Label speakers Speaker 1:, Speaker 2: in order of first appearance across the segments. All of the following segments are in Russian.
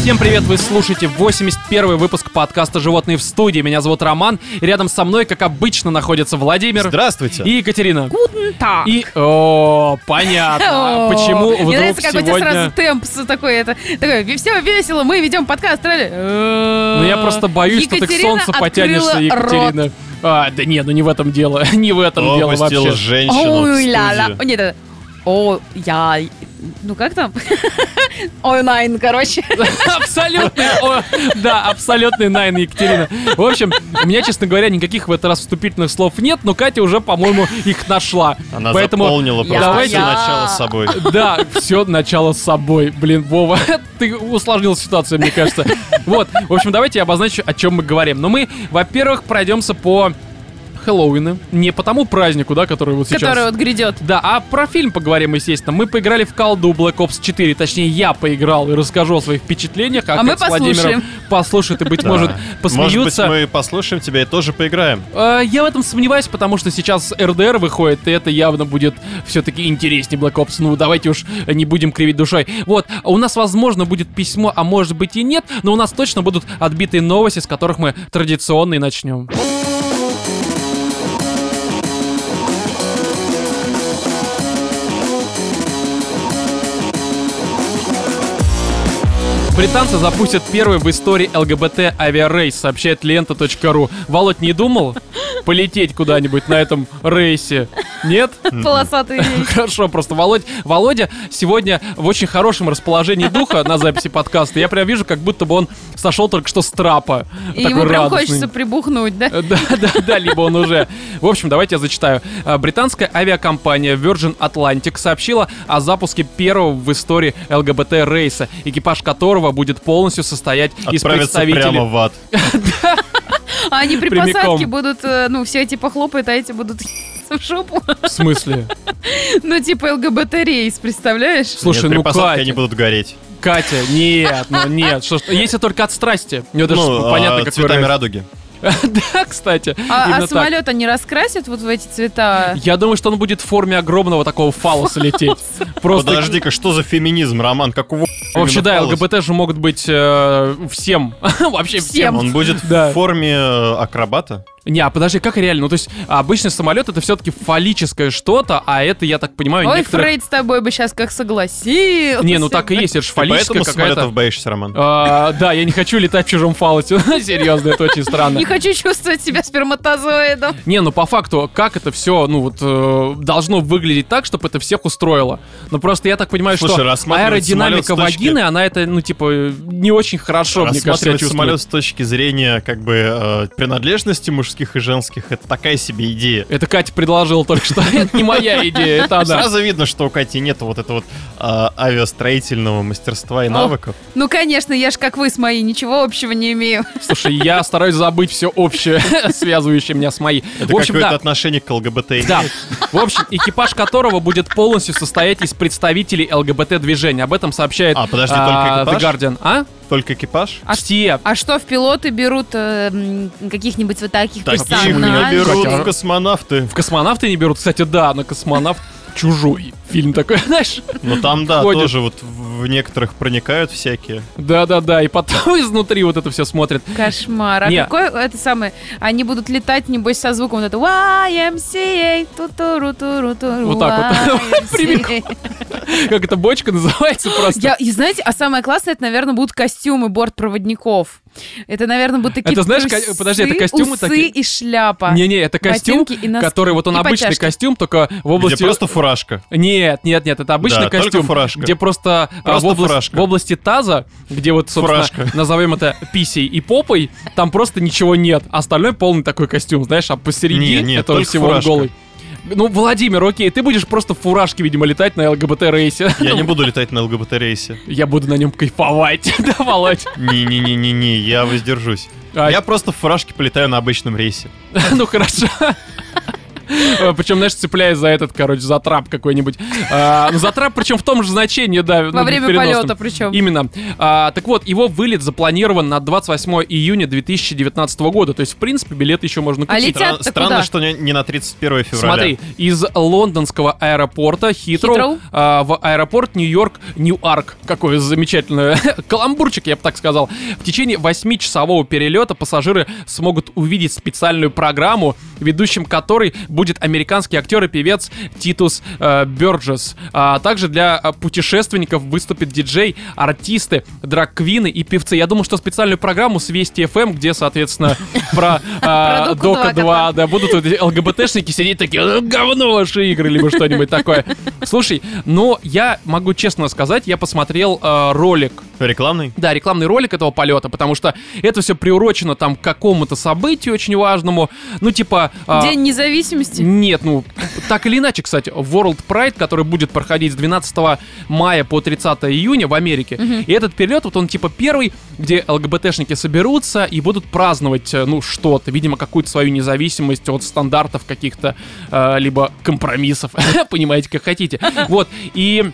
Speaker 1: Всем привет, вы слушаете 81 выпуск подкаста «Животные в студии». Меня зовут Роман, и рядом со мной, как обычно, находятся Владимир
Speaker 2: Здравствуйте.
Speaker 1: и Екатерина.
Speaker 3: Гутен так.
Speaker 1: И, о, понятно, А
Speaker 3: О,
Speaker 1: почему вдруг
Speaker 3: Мне нравится, как у тебя
Speaker 1: сегодня...
Speaker 3: сразу темп с- такой, это, такой, все весело, мы ведем подкаст,
Speaker 1: Ну,
Speaker 3: Ну,
Speaker 1: я просто боюсь, что ты к солнцу потянешься, Екатерина. А, да нет, ну не в этом дело, не в этом дело вообще.
Speaker 2: Опустил женщину в
Speaker 3: Ой, ла-ла.
Speaker 2: студию.
Speaker 3: Нет, это... О, я... Ну, как там? Онлайн, короче.
Speaker 1: Абсолютный, о, да, абсолютный Найн Екатерина. В общем, у меня, честно говоря, никаких в этот раз вступительных слов нет, но Катя уже, по-моему, их нашла.
Speaker 2: Она
Speaker 1: Поэтому
Speaker 2: заполнила
Speaker 3: Я-
Speaker 2: просто
Speaker 1: Давайте-
Speaker 2: все начало собой.
Speaker 1: Да, все начало с собой. Блин, Вова, ты усложнил ситуацию, мне кажется. Вот, в общем, давайте я обозначу, о чем мы говорим. Но мы, во-первых, пройдемся по Хэллоуину. Не по тому празднику, да, который вот сейчас...
Speaker 3: Который вот грядет.
Speaker 1: Да, а про фильм поговорим, естественно. Мы поиграли в колду Black Ops 4, точнее, я поиграл и расскажу о своих впечатлениях.
Speaker 3: А мы
Speaker 1: как с Владимиром послушают и, быть
Speaker 2: Да.
Speaker 1: может,
Speaker 2: Может быть,
Speaker 1: посмеются.
Speaker 2: мы послушаем тебя и тоже поиграем.
Speaker 1: Э, Я в этом сомневаюсь, потому что сейчас РДР выходит, и это явно будет все-таки интереснее Black Ops. Ну, давайте уж не будем кривить душой. Вот, у нас, возможно, будет письмо, а может быть и нет, но у нас точно будут отбитые новости, с которых мы традиционно и начнем. Британцы запустят первый в истории ЛГБТ авиарейс, сообщает лента.ру. Володь, не думал полететь куда-нибудь на этом рейсе? Нет?
Speaker 3: Полосатый.
Speaker 1: Хорошо, просто Володь, Володя сегодня в очень хорошем расположении духа на записи подкаста. Я прям вижу, как будто бы он сошел только что с трапа.
Speaker 3: И
Speaker 1: Такой
Speaker 3: ему прям
Speaker 1: радостный.
Speaker 3: хочется прибухнуть, да?
Speaker 1: Э, Да, да, да, либо он уже. В общем, давайте я зачитаю. А, Британская авиакомпания Virgin Atlantic сообщила о запуске первого в истории ЛГБТ-рейса, экипаж которого будет полностью состоять из
Speaker 2: Отправиться прямо
Speaker 1: представителей...
Speaker 2: в ад.
Speaker 3: А они при
Speaker 1: Прямиком.
Speaker 3: посадке будут, э, ну, все типа хлопают, а эти будут в шопу.
Speaker 1: В смысле?
Speaker 3: Ну, типа ЛГБТ-рейс, представляешь?
Speaker 1: Слушай,
Speaker 2: Нет, при
Speaker 1: ну
Speaker 2: посадке они
Speaker 1: Катя,
Speaker 2: будут гореть.
Speaker 1: Катя, нет, ну нет, что ж, если только от страсти. Мне даже
Speaker 2: Ну,
Speaker 1: понятно,
Speaker 2: а,
Speaker 1: какой
Speaker 2: цветами
Speaker 1: рейс.
Speaker 2: радуги.
Speaker 1: Да, кстати,
Speaker 3: А, а
Speaker 1: именно так.
Speaker 3: самолет они раскрасят вот в эти цвета?
Speaker 1: Я думаю, что он будет в форме огромного такого фалоса лететь. Просто Ну,
Speaker 2: Подожди-ка, что за феминизм, Роман? Какого
Speaker 1: Вообще,
Speaker 2: именно
Speaker 1: да,
Speaker 2: фалос?
Speaker 1: ЛГБТ же могут быть э, всем. Вообще всем.
Speaker 3: Всем.
Speaker 2: Он будет
Speaker 1: Да.
Speaker 2: в форме э, акробата?
Speaker 1: Не, а подожди, как реально? Ну, то есть, обычный самолет это все-таки фаллическое что-то, а это, я так понимаю,
Speaker 3: Ой,
Speaker 1: некоторые-
Speaker 3: Фрейд с тобой бы сейчас как согласился.
Speaker 1: Не, ну так и есть, это же
Speaker 2: Ты
Speaker 1: фаллическое
Speaker 2: поэтому
Speaker 1: какая-то...
Speaker 2: самолетов боишься, Роман?
Speaker 1: А, да, я не хочу летать в чужом фалосе. Серьезно, это очень странно.
Speaker 3: Не хочу чувствовать себя сперматозоидом.
Speaker 1: Не, ну по факту, как это все, ну вот, э, должно выглядеть так, чтобы это всех устроило. Ну просто я так понимаю,
Speaker 2: Слушай,
Speaker 1: что
Speaker 2: рассматривать
Speaker 1: аэродинамика
Speaker 2: самолет с точки-
Speaker 1: вагины, она это, ну типа, э, не очень хорошо, мне кажется, себя
Speaker 2: Рассматривать
Speaker 1: чувствует.
Speaker 2: самолет с точки зрения как бы э, принадлежности мужских и женских это такая себе идея.
Speaker 1: Это Катя предложила только что. Это не моя идея, это она.
Speaker 2: Сразу видно, что у Кати нет вот этого вот а, авиастроительного мастерства и навыков.
Speaker 3: Ну, конечно, я ж как вы с моей ничего общего не имею.
Speaker 1: Слушай, я стараюсь забыть все общее, связывающее меня с моей.
Speaker 2: Это
Speaker 1: В общем,
Speaker 2: какое-то
Speaker 1: да.
Speaker 2: отношение к ЛГБТ.
Speaker 1: Да. В общем, экипаж которого будет полностью состоять из представителей ЛГБТ-движения. Об этом сообщает
Speaker 2: А, подожди,
Speaker 1: а,
Speaker 2: только
Speaker 1: The Guardian. А?
Speaker 2: Только экипаж?
Speaker 3: А
Speaker 1: Все.
Speaker 3: А что, в пилоты берут э, м, каких-нибудь вот таких
Speaker 1: а
Speaker 2: Таких не
Speaker 3: персонажей?
Speaker 2: берут
Speaker 1: Катя, а-
Speaker 2: в космонавты.
Speaker 1: В космонавты не берут. Кстати, да, на космонавт чужой фильм такой, знаешь?
Speaker 2: Ну там, да,
Speaker 1: Входит.
Speaker 2: тоже вот в некоторых проникают всякие.
Speaker 1: Да-да-да, и потом изнутри вот это все смотрят.
Speaker 3: Кошмар. А
Speaker 1: Не.
Speaker 3: какой это самое? Они будут летать, небось, со звуком вот эм это YMCA. ту туру туру туру
Speaker 1: Вот так вот.
Speaker 3: эм
Speaker 1: Как эта бочка называется просто?
Speaker 3: Я, и знаете, а самое классное, это, наверное, будут костюмы бортпроводников. Это, наверное, будут такие
Speaker 1: Это, знаешь, ко-
Speaker 3: усы,
Speaker 1: подожди, это костюмы
Speaker 3: усы
Speaker 1: такие?
Speaker 3: и шляпа.
Speaker 1: Не-не, это костюм,
Speaker 3: Ботинки и носки.
Speaker 1: который вот он
Speaker 3: И
Speaker 1: обычный
Speaker 3: подтяжки.
Speaker 1: костюм, только в
Speaker 2: Где
Speaker 1: области...
Speaker 2: просто фуражка.
Speaker 1: Нет, нет, нет, это обычный
Speaker 2: Да, только
Speaker 1: костюм,
Speaker 2: фуражка.
Speaker 1: где просто, а,
Speaker 2: Просто
Speaker 1: в, облас-
Speaker 2: фуражка.
Speaker 1: в области таза, где вот, собственно,
Speaker 2: Фуражка.
Speaker 1: назовем это писей и попой, там просто ничего нет. Остальной полный такой костюм, знаешь, а посередине
Speaker 2: Не, не,
Speaker 1: этого
Speaker 2: только
Speaker 1: всего он
Speaker 2: фуражка.
Speaker 1: голый. Ну, Владимир, окей, ты будешь просто в фуражке, видимо, летать на ЛГБТ-рейсе.
Speaker 2: Я не буду летать на ЛГБТ-рейсе.
Speaker 1: Я буду на нем кайфовать, да, Володь?
Speaker 2: Не-не-не-не-не, я воздержусь.
Speaker 1: А,
Speaker 2: Я просто в фуражке полетаю на обычном рейсе.
Speaker 1: Ну, хорошо. Э, Причем, знаешь, цепляясь за этот, короче, за трап какой-нибудь. А, ну, за трап, причем в том же значении, да.
Speaker 3: Во
Speaker 1: ну,
Speaker 3: время
Speaker 1: переносном.
Speaker 3: полета причем.
Speaker 1: Именно. А, так вот, его вылет запланирован на 28 июня 2019 года. То есть, в принципе, билеты еще можно
Speaker 3: А
Speaker 1: купить.
Speaker 3: летят-то
Speaker 2: Странно-
Speaker 3: куда?
Speaker 2: Странно, что не не на 31 февраля.
Speaker 1: Смотри, из лондонского аэропорта Хитроу
Speaker 3: Хитроу?
Speaker 1: а, в аэропорт Нью-Йорк Нью-Арк. Какое замечательное каламбурчик, я бы так сказал. В течение 8-часового перелета пассажиры смогут увидеть специальную программу, ведущим которой будет американский актер и певец Титус э, Бёрджес. А также для э, путешественников выступят диджей, артисты, драг-квины и певцы. Я думал, что специальную программу с Вести ФМ, где, соответственно, про э,
Speaker 3: Про Доку
Speaker 1: Дока
Speaker 3: 2,
Speaker 1: 2 а, да, будут вот эти ЛГБТшники сидеть такие, «Ну, говно ваши игры, либо что-нибудь такое. Слушай, но я могу честно сказать, я посмотрел э, ролик,
Speaker 2: Рекламный?
Speaker 1: да, рекламный ролик этого полета, потому что это все приурочено там к какому-то событию очень важному, ну типа... а,
Speaker 3: День независимости.
Speaker 1: нет, ну, так или иначе, кстати, World Pride, который будет проходить с 12 мая по 30 июня в Америке, и этот перелет, вот он типа первый, где ЛГБТшники соберутся и будут праздновать, э, ну, что-то, видимо, какую-то свою независимость от стандартов каких-то, э, либо компромиссов, понимаете, как хотите. Вот, и...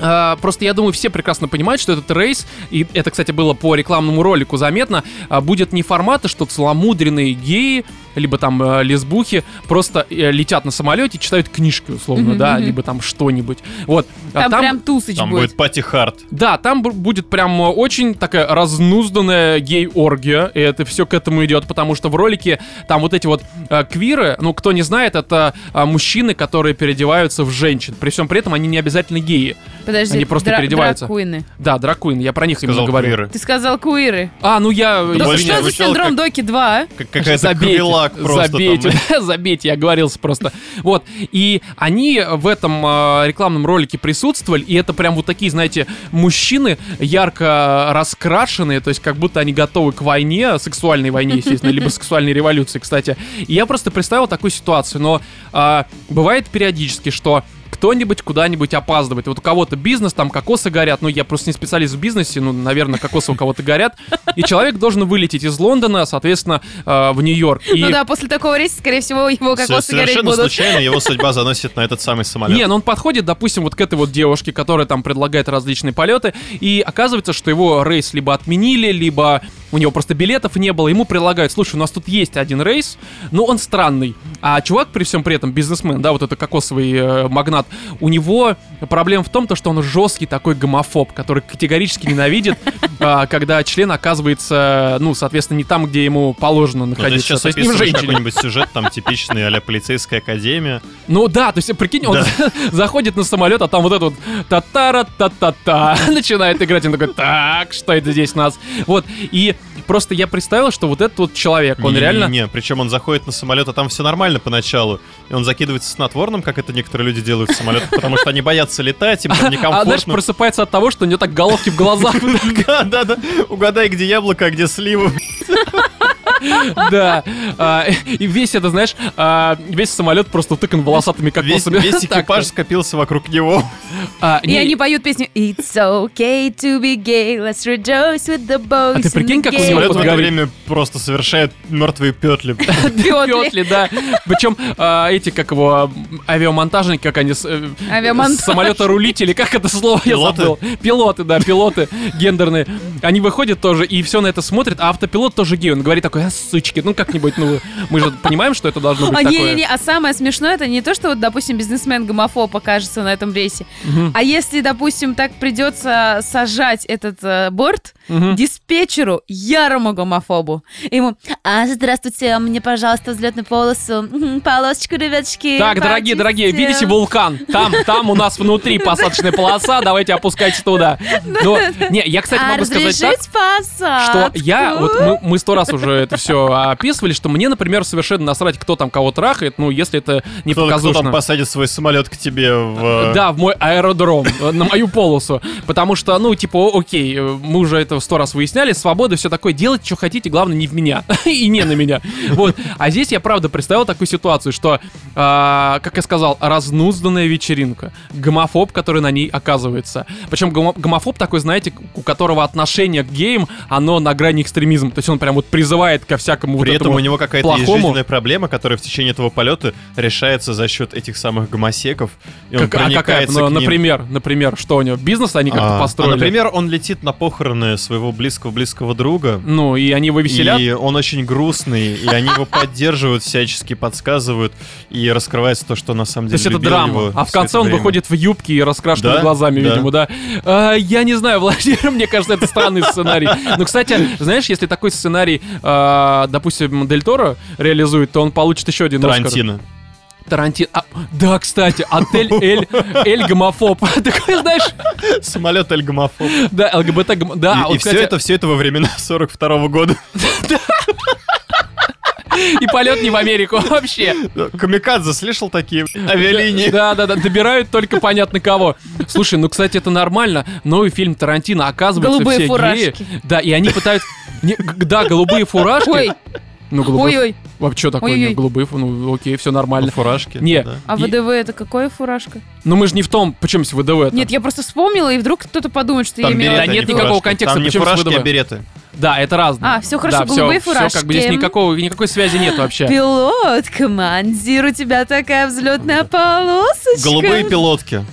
Speaker 1: А, Просто я думаю, все прекрасно понимают, что этот рейс, и это, кстати, было по рекламному ролику заметно, а, будет не формата, что целомудренные геи, либо там э, лесбухи, просто э, летят на самолете, читают книжки, условно,
Speaker 3: Мгм,
Speaker 1: да,
Speaker 3: мгм.
Speaker 1: либо там что-нибудь. Вот. А
Speaker 3: Там, прям тусыч
Speaker 2: Там
Speaker 3: будет.
Speaker 2: будет пати-хард.
Speaker 1: да, там бу- будет прям э, очень такая разнузданная гей-оргия, и это все к этому идет, потому что в ролике там вот эти вот э, квиры, ну, кто не знает, это э, мужчины, которые переодеваются в женщин. При всем при этом они не обязательно геи.
Speaker 3: Подожди,
Speaker 1: Они просто
Speaker 3: дра-
Speaker 1: переодеваются.
Speaker 3: дракуины.
Speaker 1: Да, дракуин, я про них именно
Speaker 2: Сказал
Speaker 1: говорю.
Speaker 2: квиры.
Speaker 3: Ты сказал куиры.
Speaker 1: А, ну я...
Speaker 2: Да
Speaker 1: я-
Speaker 2: Извини,
Speaker 3: Да что за
Speaker 2: звучало
Speaker 3: синдром
Speaker 2: как-
Speaker 3: Доки 2, а?
Speaker 2: Как- Какая-то
Speaker 1: Забейте,
Speaker 2: крылак просто
Speaker 1: забейте,
Speaker 2: там.
Speaker 1: забейте, я оговорился просто. Вот, и они в этом э, рекламном ролике присутствовали, и это прям вот такие, знаете, мужчины ярко раскрашенные, то есть как будто они готовы к войне, сексуальной войне, естественно, либо сексуальной революции, кстати. И я просто представил такую ситуацию, но э, бывает периодически, что кто-нибудь куда-нибудь опаздывает. Вот у кого-то бизнес, там кокосы горят, ну я просто не специалист в бизнесе, ну, наверное, кокосы у кого-то горят. И человек должен вылететь из Лондона, соответственно, э, в Нью-Йорк. И-
Speaker 3: Ну да, после такого рейса, скорее всего, его
Speaker 2: Все
Speaker 3: кокосы гореть
Speaker 2: Совершенно
Speaker 3: будут.
Speaker 2: случайно его судьба заносит на этот самый самолет.
Speaker 1: Не, ну он подходит, допустим, вот к этой вот девушке, которая там предлагает различные полеты, и оказывается, что его рейс либо отменили, либо у него просто билетов не было, ему предлагают, слушай, у нас тут есть один рейс, но он странный, а чувак при всем при этом бизнесмен, да, вот это кокосовый э, магнат, у него проблема в том, то, что он жесткий такой гомофоб, который категорически ненавидит, а, когда член оказывается, ну, соответственно, не там, где ему положено
Speaker 2: Ну, ты
Speaker 1: находиться,
Speaker 2: сейчас
Speaker 1: то есть не в
Speaker 2: описываешь
Speaker 1: женщине.
Speaker 2: какой-нибудь сюжет, там типичный а-ля полицейская академия.
Speaker 1: Ну да, то есть, прикинь, он
Speaker 2: Да.
Speaker 1: заходит на самолет, а там вот это вот татара та та та начинает играть, он такой, так, что это здесь у нас? Вот, и просто я представил, что вот этот вот человек, он
Speaker 2: Не-
Speaker 1: реально... а,
Speaker 2: Не, причем он заходит на самолет, а там все нормально поначалу. И он закидывается снотворным, как это некоторые люди делают в самолетах, потому что они боятся летать, им там
Speaker 1: А дальше
Speaker 2: некомфортно.
Speaker 1: просыпается от того, что у него так головки в глазах.
Speaker 2: Да, да, да. Угадай, где яблоко, а где слива.
Speaker 1: Да. А, И весь это, знаешь, а, весь самолет просто тыкан волосатыми
Speaker 2: Весь,
Speaker 1: кокосами.
Speaker 2: весь
Speaker 1: Так-то.
Speaker 2: экипаж скопился вокруг него.
Speaker 1: А,
Speaker 3: И
Speaker 1: не,
Speaker 3: они поют песню It's okay to be gay, let's rejoice with the boys
Speaker 1: А ты
Speaker 3: in
Speaker 1: прикинь,
Speaker 3: the
Speaker 1: как у него
Speaker 3: gay».
Speaker 2: Самолет в это
Speaker 1: подгорит.
Speaker 2: время просто совершает мертвые петли.
Speaker 3: Пётли.
Speaker 1: Петли, да. Причем а, эти, как его, м, авиамонтажники, как они... с, э,
Speaker 3: Авиамонтаж.
Speaker 1: с самолета-рулители, как это слово
Speaker 2: Пилоты?
Speaker 1: я забыл. Пилоты, да, пилоты гендерные. Они выходят тоже и все на это смотрят, а автопилот тоже гей. Он говорит такой, а, сучки, ну как-нибудь, ну мы же понимаем, что это должно быть
Speaker 3: А,
Speaker 1: такое.
Speaker 3: не-не-не, а самое смешное, это не то, что, вот, допустим, бизнесмен гомофоб окажется на этом рейсе,
Speaker 1: Мгм.
Speaker 3: а если, допустим, так придется сажать этот э, борт
Speaker 1: Мгм.
Speaker 3: диспетчеру, ярому гомофобу, ему, а, здравствуйте, мне, пожалуйста, взлетную полосу, Мгм, полосочку, ребяточки.
Speaker 1: Так, дорогие,
Speaker 3: почистим».
Speaker 1: дорогие, видите вулкан? Там, там у нас внутри посадочная полоса, давайте опускайтесь туда. Но, не, я, кстати,
Speaker 3: а
Speaker 1: могу сказать так,
Speaker 3: разрешить
Speaker 1: что
Speaker 3: посадку?
Speaker 1: я, вот мы, мы сто раз уже это все описывали, что мне, например, совершенно насрать, кто там кого трахает, ну, если это не
Speaker 2: Кто, кто
Speaker 1: показушно.
Speaker 2: там посадит свой самолет к тебе в... э,
Speaker 1: Да, в мой аэродром, э, на мою полосу. Потому что, ну, типа, о- окей, э, мы уже это этого сто раз выясняли, свобода, все такое, делать, что хотите, главное, не в меня и не на меня. Вот. А здесь я, правда, представил такую ситуацию, что, а, как я сказал, разнузданная вечеринка, гомофоб, который на ней оказывается. Причем гомо- гомофоб такой, знаете, у которого отношение к геям, оно на грани экстремизма. То есть он прям вот призывает ко всякому вот
Speaker 2: При этом
Speaker 1: этому
Speaker 2: у него какая-то есть
Speaker 1: плохому.
Speaker 2: жизненная проблема, которая в течение этого полета решается за счет этих самых гомосеков. И он
Speaker 1: Как- а какая?
Speaker 2: проникается
Speaker 1: Ну,
Speaker 2: к ним.
Speaker 1: например, например, что у него? Бизнес они как-то
Speaker 2: А,
Speaker 1: построили.
Speaker 2: а, например, он летит на похороны своего близкого-близкого друга.
Speaker 1: Ну, и они его веселят.
Speaker 2: И он очень грустный, и они его поддерживают, всячески подсказывают, и раскрывается то, что на самом
Speaker 1: То
Speaker 2: деле
Speaker 1: есть это
Speaker 2: любил
Speaker 1: драма.
Speaker 2: его
Speaker 1: А в
Speaker 2: всё
Speaker 1: конце
Speaker 2: это
Speaker 1: он
Speaker 2: время.
Speaker 1: выходит в юбке и раскрашенными
Speaker 2: Да,
Speaker 1: глазами,
Speaker 2: да.
Speaker 1: видимо, да. А, я не знаю, Владимир, мне кажется, это странный сценарий. Но, кстати, знаешь, если такой сценарий, а, допустим, Дель Торо реализует, то он получит еще один Оскар.
Speaker 2: Тарантино.
Speaker 1: Тарантино. А, да, кстати, отель Эль, Эль Гомофоб. Такой, знаешь,
Speaker 2: Самолет Эль Гомофоб.
Speaker 1: да, ЛГБТ гом- Да,
Speaker 2: и
Speaker 1: а вот,
Speaker 2: все
Speaker 1: кстати,
Speaker 2: это, все это во времена 42 года.
Speaker 1: и полет не в Америку вообще.
Speaker 2: Камикадзе слышал такие авиалинии?
Speaker 1: Да, да, да, добирают только понятно кого. Слушай, ну, кстати, это нормально. Новый фильм Тарантино, оказывается,
Speaker 3: Голубые
Speaker 1: все
Speaker 3: фуражки.
Speaker 1: геи- Да, и они пытаются... Не, г- да, голубые фуражки.
Speaker 3: Ой,
Speaker 1: ну, голубые...
Speaker 3: ой-ой.
Speaker 1: Вообще такое,
Speaker 3: Ой-ой.
Speaker 1: не, голубые, фу- ну, окей, все нормально.
Speaker 2: Фуражки.
Speaker 1: Не.
Speaker 2: да.
Speaker 3: А
Speaker 1: И-
Speaker 3: ВДВ это какая фуражка?
Speaker 1: Но мы же не в том, почему с ВДВ -то.
Speaker 3: Нет, я просто вспомнила, и вдруг кто-то подумает, что я
Speaker 2: Там береты,
Speaker 3: имела...
Speaker 1: Да нет
Speaker 2: а не
Speaker 1: никакого
Speaker 2: фуражки.
Speaker 1: контекста,
Speaker 2: Там не
Speaker 1: почему с
Speaker 2: фуражки, а
Speaker 1: ВДВ.
Speaker 2: береты.
Speaker 1: Да, это разное.
Speaker 3: А, всё хорошо,
Speaker 1: да, всё-
Speaker 3: голубые
Speaker 1: всё, как бы
Speaker 3: фуражки.
Speaker 1: здесь никакого, никакой связи нет вообще.
Speaker 3: Пилот, командир, у тебя такая взлетная полосочка.
Speaker 2: Голубые пилотки.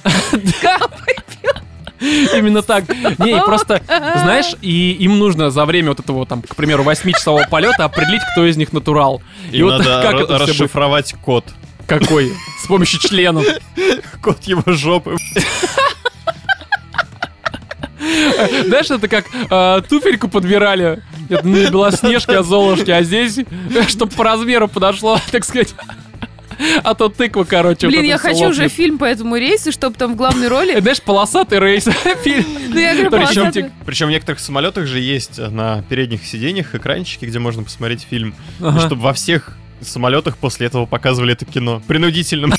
Speaker 1: Именно так. Не, и просто, знаешь, и им нужно за время вот этого, там, к примеру, восьмичасового полета определить, кто из них натурал. И
Speaker 2: Им
Speaker 1: вот
Speaker 2: надо
Speaker 1: как это
Speaker 2: ра-
Speaker 1: все будет?
Speaker 2: расшифровать код.
Speaker 1: Какой? С помощью членов.
Speaker 2: Код его жопы.
Speaker 1: Знаешь, это как э, туфельку подбирали. Это не белоснежки, а золушки. А здесь, чтобы по размеру подошло, так сказать. А то тыква, короче. вот
Speaker 3: Блин,
Speaker 1: это
Speaker 3: я
Speaker 1: всё
Speaker 3: хочу уже
Speaker 1: лопнет.
Speaker 3: фильм по этому рейсу, чтобы там в главной
Speaker 1: Э,
Speaker 3: роли...
Speaker 1: Знаешь, полосатый рейс. Фильм.
Speaker 3: Ну, я говорю,
Speaker 1: Причём
Speaker 3: полосатый-
Speaker 1: те-
Speaker 2: Причем в некоторых самолетах же есть на передних сиденьях экранчики, где можно посмотреть фильм.
Speaker 1: Ага.
Speaker 2: Чтобы во всех самолетах после этого показывали это кино. Принудительным.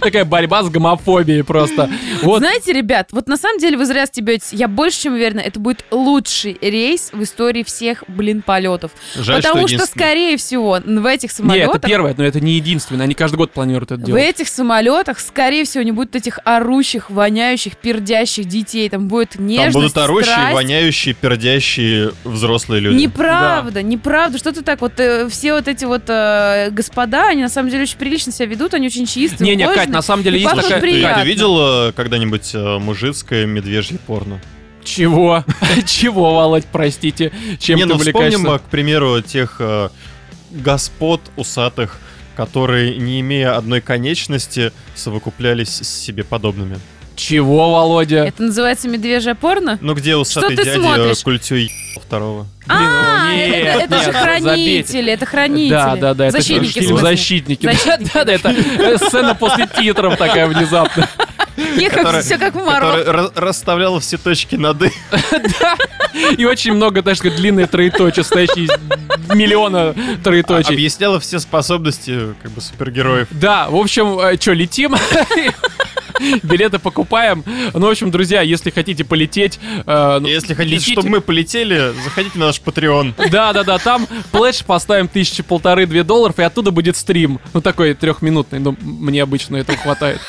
Speaker 1: Такая борьба с гомофобией просто. Вот.
Speaker 3: Знаете, ребят, вот на самом деле вы зря стебетесь. Я больше чем уверена, это будет лучший рейс в истории всех, блин, полетов.
Speaker 2: Жаль,
Speaker 3: Потому что,
Speaker 2: единственный.
Speaker 3: скорее всего, в этих
Speaker 1: Не, это
Speaker 3: самолетах...
Speaker 1: первое, но это не единственное. Они каждый год планируют это
Speaker 3: В
Speaker 1: делать.
Speaker 3: этих самолетах, скорее всего, не будет этих орущих, воняющих, пердящих детей. Там будет
Speaker 2: Там
Speaker 3: нежность,
Speaker 2: будут орущие,
Speaker 3: страсть.
Speaker 2: воняющие, пердящие взрослые люди.
Speaker 3: Неправда, неправда. Что ты так вот э, все вот эти вот э, господа, они на самом деле очень прилично себя ведут, они очень чистые.
Speaker 1: Не, не,
Speaker 3: ухоженные.
Speaker 1: Кать, на самом деле
Speaker 3: И
Speaker 1: есть
Speaker 3: пахнут
Speaker 1: такая.
Speaker 2: Ты,
Speaker 3: приятно.
Speaker 2: ты видел э, когда-нибудь э, мужицкое медвежье порно?
Speaker 1: Чего? Чего, Володь, простите, чем
Speaker 2: Не,
Speaker 1: ты
Speaker 2: ну вспомним,
Speaker 1: увлекаешься?
Speaker 2: э, к примеру, тех э, господ усатых, которые, не имея одной конечности, совокуплялись с себе подобными.
Speaker 1: Чего, Володя?
Speaker 3: Это называется медвежье порно?
Speaker 2: Ну где усатый
Speaker 3: ты
Speaker 2: дядя
Speaker 3: смотришь?
Speaker 2: э, культю ебал второго?
Speaker 1: Блин,
Speaker 3: а,
Speaker 1: ну нет,
Speaker 3: это, это
Speaker 1: нет,
Speaker 3: же
Speaker 1: забейте.
Speaker 3: хранители, это хранители.
Speaker 1: Да, да, да. это
Speaker 3: Защитники,
Speaker 1: фильм
Speaker 3: в смысле.
Speaker 1: Защитники. Да, да, да, это э, сцена после титров такая внезапно.
Speaker 3: Я как-
Speaker 2: Который-
Speaker 3: все как в Марвел.
Speaker 2: Который ра- расставлял все точки над «и».
Speaker 1: И очень много, так сказать, длинные троеточия, стоящие из миллиона троеточий.
Speaker 2: Объясняла все способности как бы супергероев.
Speaker 1: Да, в общем, что, летим? Билеты покупаем. Ну, в общем, друзья, если хотите полететь... э, ну,
Speaker 2: Если хотите,
Speaker 1: летите.
Speaker 2: чтобы мы полетели, заходите на наш Patreon.
Speaker 1: Да, да, да, там плэш поставим тысячи полторы-две долларов, и оттуда будет стрим. Ну, такой трехминутный, но мне обычно этого хватает.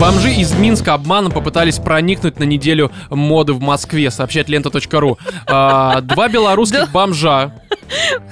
Speaker 1: Бомжи из Минска обманом попытались проникнуть на неделю моды в Москве, сообщает лента.ру. А, два
Speaker 3: Да.
Speaker 1: белорусских бомжа.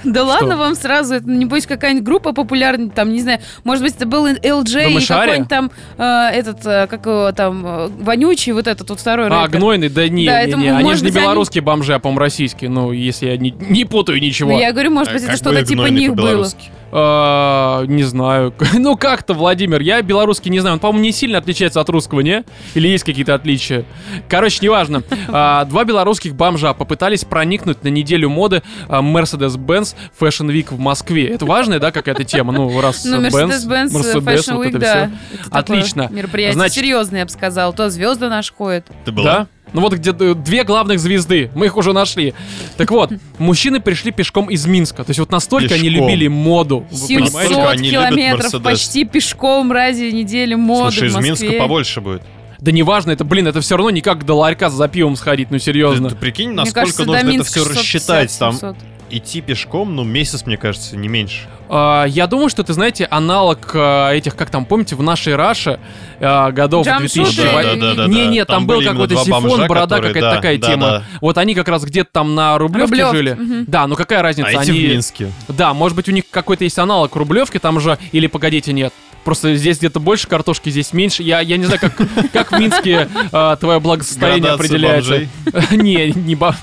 Speaker 3: Да ладно вам сразу, это не будет какая-нибудь группа популярная, там, не знаю, может быть, это был LJ и
Speaker 1: Гамашари?
Speaker 3: какой-нибудь там, э, этот, э, как его там, э, вонючий, вот этот вот второй
Speaker 1: А,
Speaker 3: рэпер.
Speaker 1: гнойный, да не,
Speaker 3: Да,
Speaker 1: не,
Speaker 3: это,
Speaker 1: не. Они
Speaker 3: может
Speaker 1: же не
Speaker 3: быть, они-
Speaker 1: белорусские бомжи, а, по-моему, российские. Ну, если я не, не путаю ничего.
Speaker 3: Ну, я говорю, может быть,
Speaker 2: Э,
Speaker 3: это
Speaker 2: как
Speaker 3: что-то
Speaker 2: были
Speaker 3: типа
Speaker 2: гнойны
Speaker 3: них было.
Speaker 2: по-белорусски?
Speaker 1: А, не знаю. Ну, как-то, Владимир, я белорусский не знаю. Он, по-моему, не сильно отличается от русского, не? Или есть какие-то отличия? Короче, неважно. А, два белорусских бомжа попытались проникнуть на неделю моды а, Mercedes Mercedes-Benz Fashion Week в Москве. Это важная, да, какая-то тема? Ну, раз
Speaker 3: Ну,
Speaker 1: Benz,
Speaker 3: Mercedes-Benz
Speaker 1: Mercedes,
Speaker 3: Fashion
Speaker 1: вот
Speaker 3: Week,
Speaker 1: это
Speaker 3: да.
Speaker 1: всё.
Speaker 3: Это такое
Speaker 1: Отлично.
Speaker 3: Мероприятие
Speaker 1: Значит-
Speaker 3: серьезное, я бы сказал. То звезды наши ходят.
Speaker 2: Ты была?
Speaker 1: Да? Ну вот где э, две главных звезды, мы их уже нашли. Так вот, мужчины пришли пешком из Минска. То есть вот настолько они
Speaker 2: Пешком.
Speaker 1: любили моду. вы понимаете?
Speaker 3: 700
Speaker 2: они любят
Speaker 3: километров
Speaker 2: Mercedes.
Speaker 3: почти пешком ради недели моды
Speaker 2: Слушай,
Speaker 3: в
Speaker 2: из Минска
Speaker 3: Москве.
Speaker 2: побольше будет.
Speaker 1: Да неважно, это, блин, это все равно никак до ларька за пивом сходить, ну серьезно.
Speaker 2: Ты, ты прикинь,
Speaker 3: Мне
Speaker 2: насколько
Speaker 3: кажется, до
Speaker 2: нужно это все
Speaker 3: Минска 650,
Speaker 2: рассчитать. Там
Speaker 3: 700.
Speaker 2: идти пешком, ну, месяц, мне кажется, не меньше.
Speaker 1: А, я думаю, что это, знаете, аналог а, этих, как там, помните, в нашей Раше а, годов
Speaker 3: Джамшуты?
Speaker 1: 2000...
Speaker 3: Да, да,
Speaker 2: да, да,
Speaker 1: не, не,
Speaker 2: да.
Speaker 1: там,
Speaker 2: Там
Speaker 1: был
Speaker 2: были именно
Speaker 1: какой-то
Speaker 2: два
Speaker 1: сифон,
Speaker 2: бомжа,
Speaker 1: борода,
Speaker 2: которые-
Speaker 1: какая-то
Speaker 2: да,
Speaker 1: такая
Speaker 2: да,
Speaker 1: тема.
Speaker 2: да.
Speaker 1: Вот они как раз где-то там на Рублевке
Speaker 3: Рублевке,
Speaker 1: жили.
Speaker 3: мгм.
Speaker 1: Да, ну какая разница,
Speaker 2: А эти
Speaker 1: они...
Speaker 2: в Минске.
Speaker 1: Да, может быть, у них какой-то есть аналог рублевки, там же, или погодите, нет. Просто здесь где-то больше картошки, здесь меньше. Я, я не знаю, как, как в Минске э, твое благосостояние
Speaker 2: Градация
Speaker 1: определяется. Не, не ба-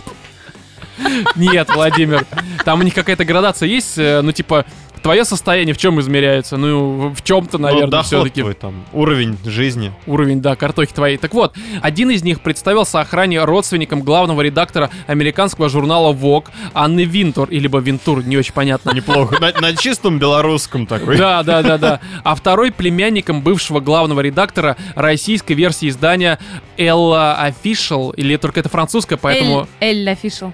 Speaker 1: Нет, Владимир. Там у них какая-то градация есть, э, ну, типа, твое состояние в чем измеряется? Ну, в чем-то,
Speaker 2: Ну,
Speaker 1: наверное,
Speaker 2: доход
Speaker 1: все-таки
Speaker 2: твой там, уровень жизни.
Speaker 1: уровень, да, картохи твоей. Так вот, один из них представился охране родственником главного редактора американского журнала Vogue Анны Винтур, или либо Винтур, не очень понятно.
Speaker 2: Неплохо. На, на чистом белорусском такой.
Speaker 1: Да, да, да, да. А второй племянником бывшего главного редактора российской версии издания Элла Official, или только это французская, поэтому...
Speaker 3: Эль, Эль official.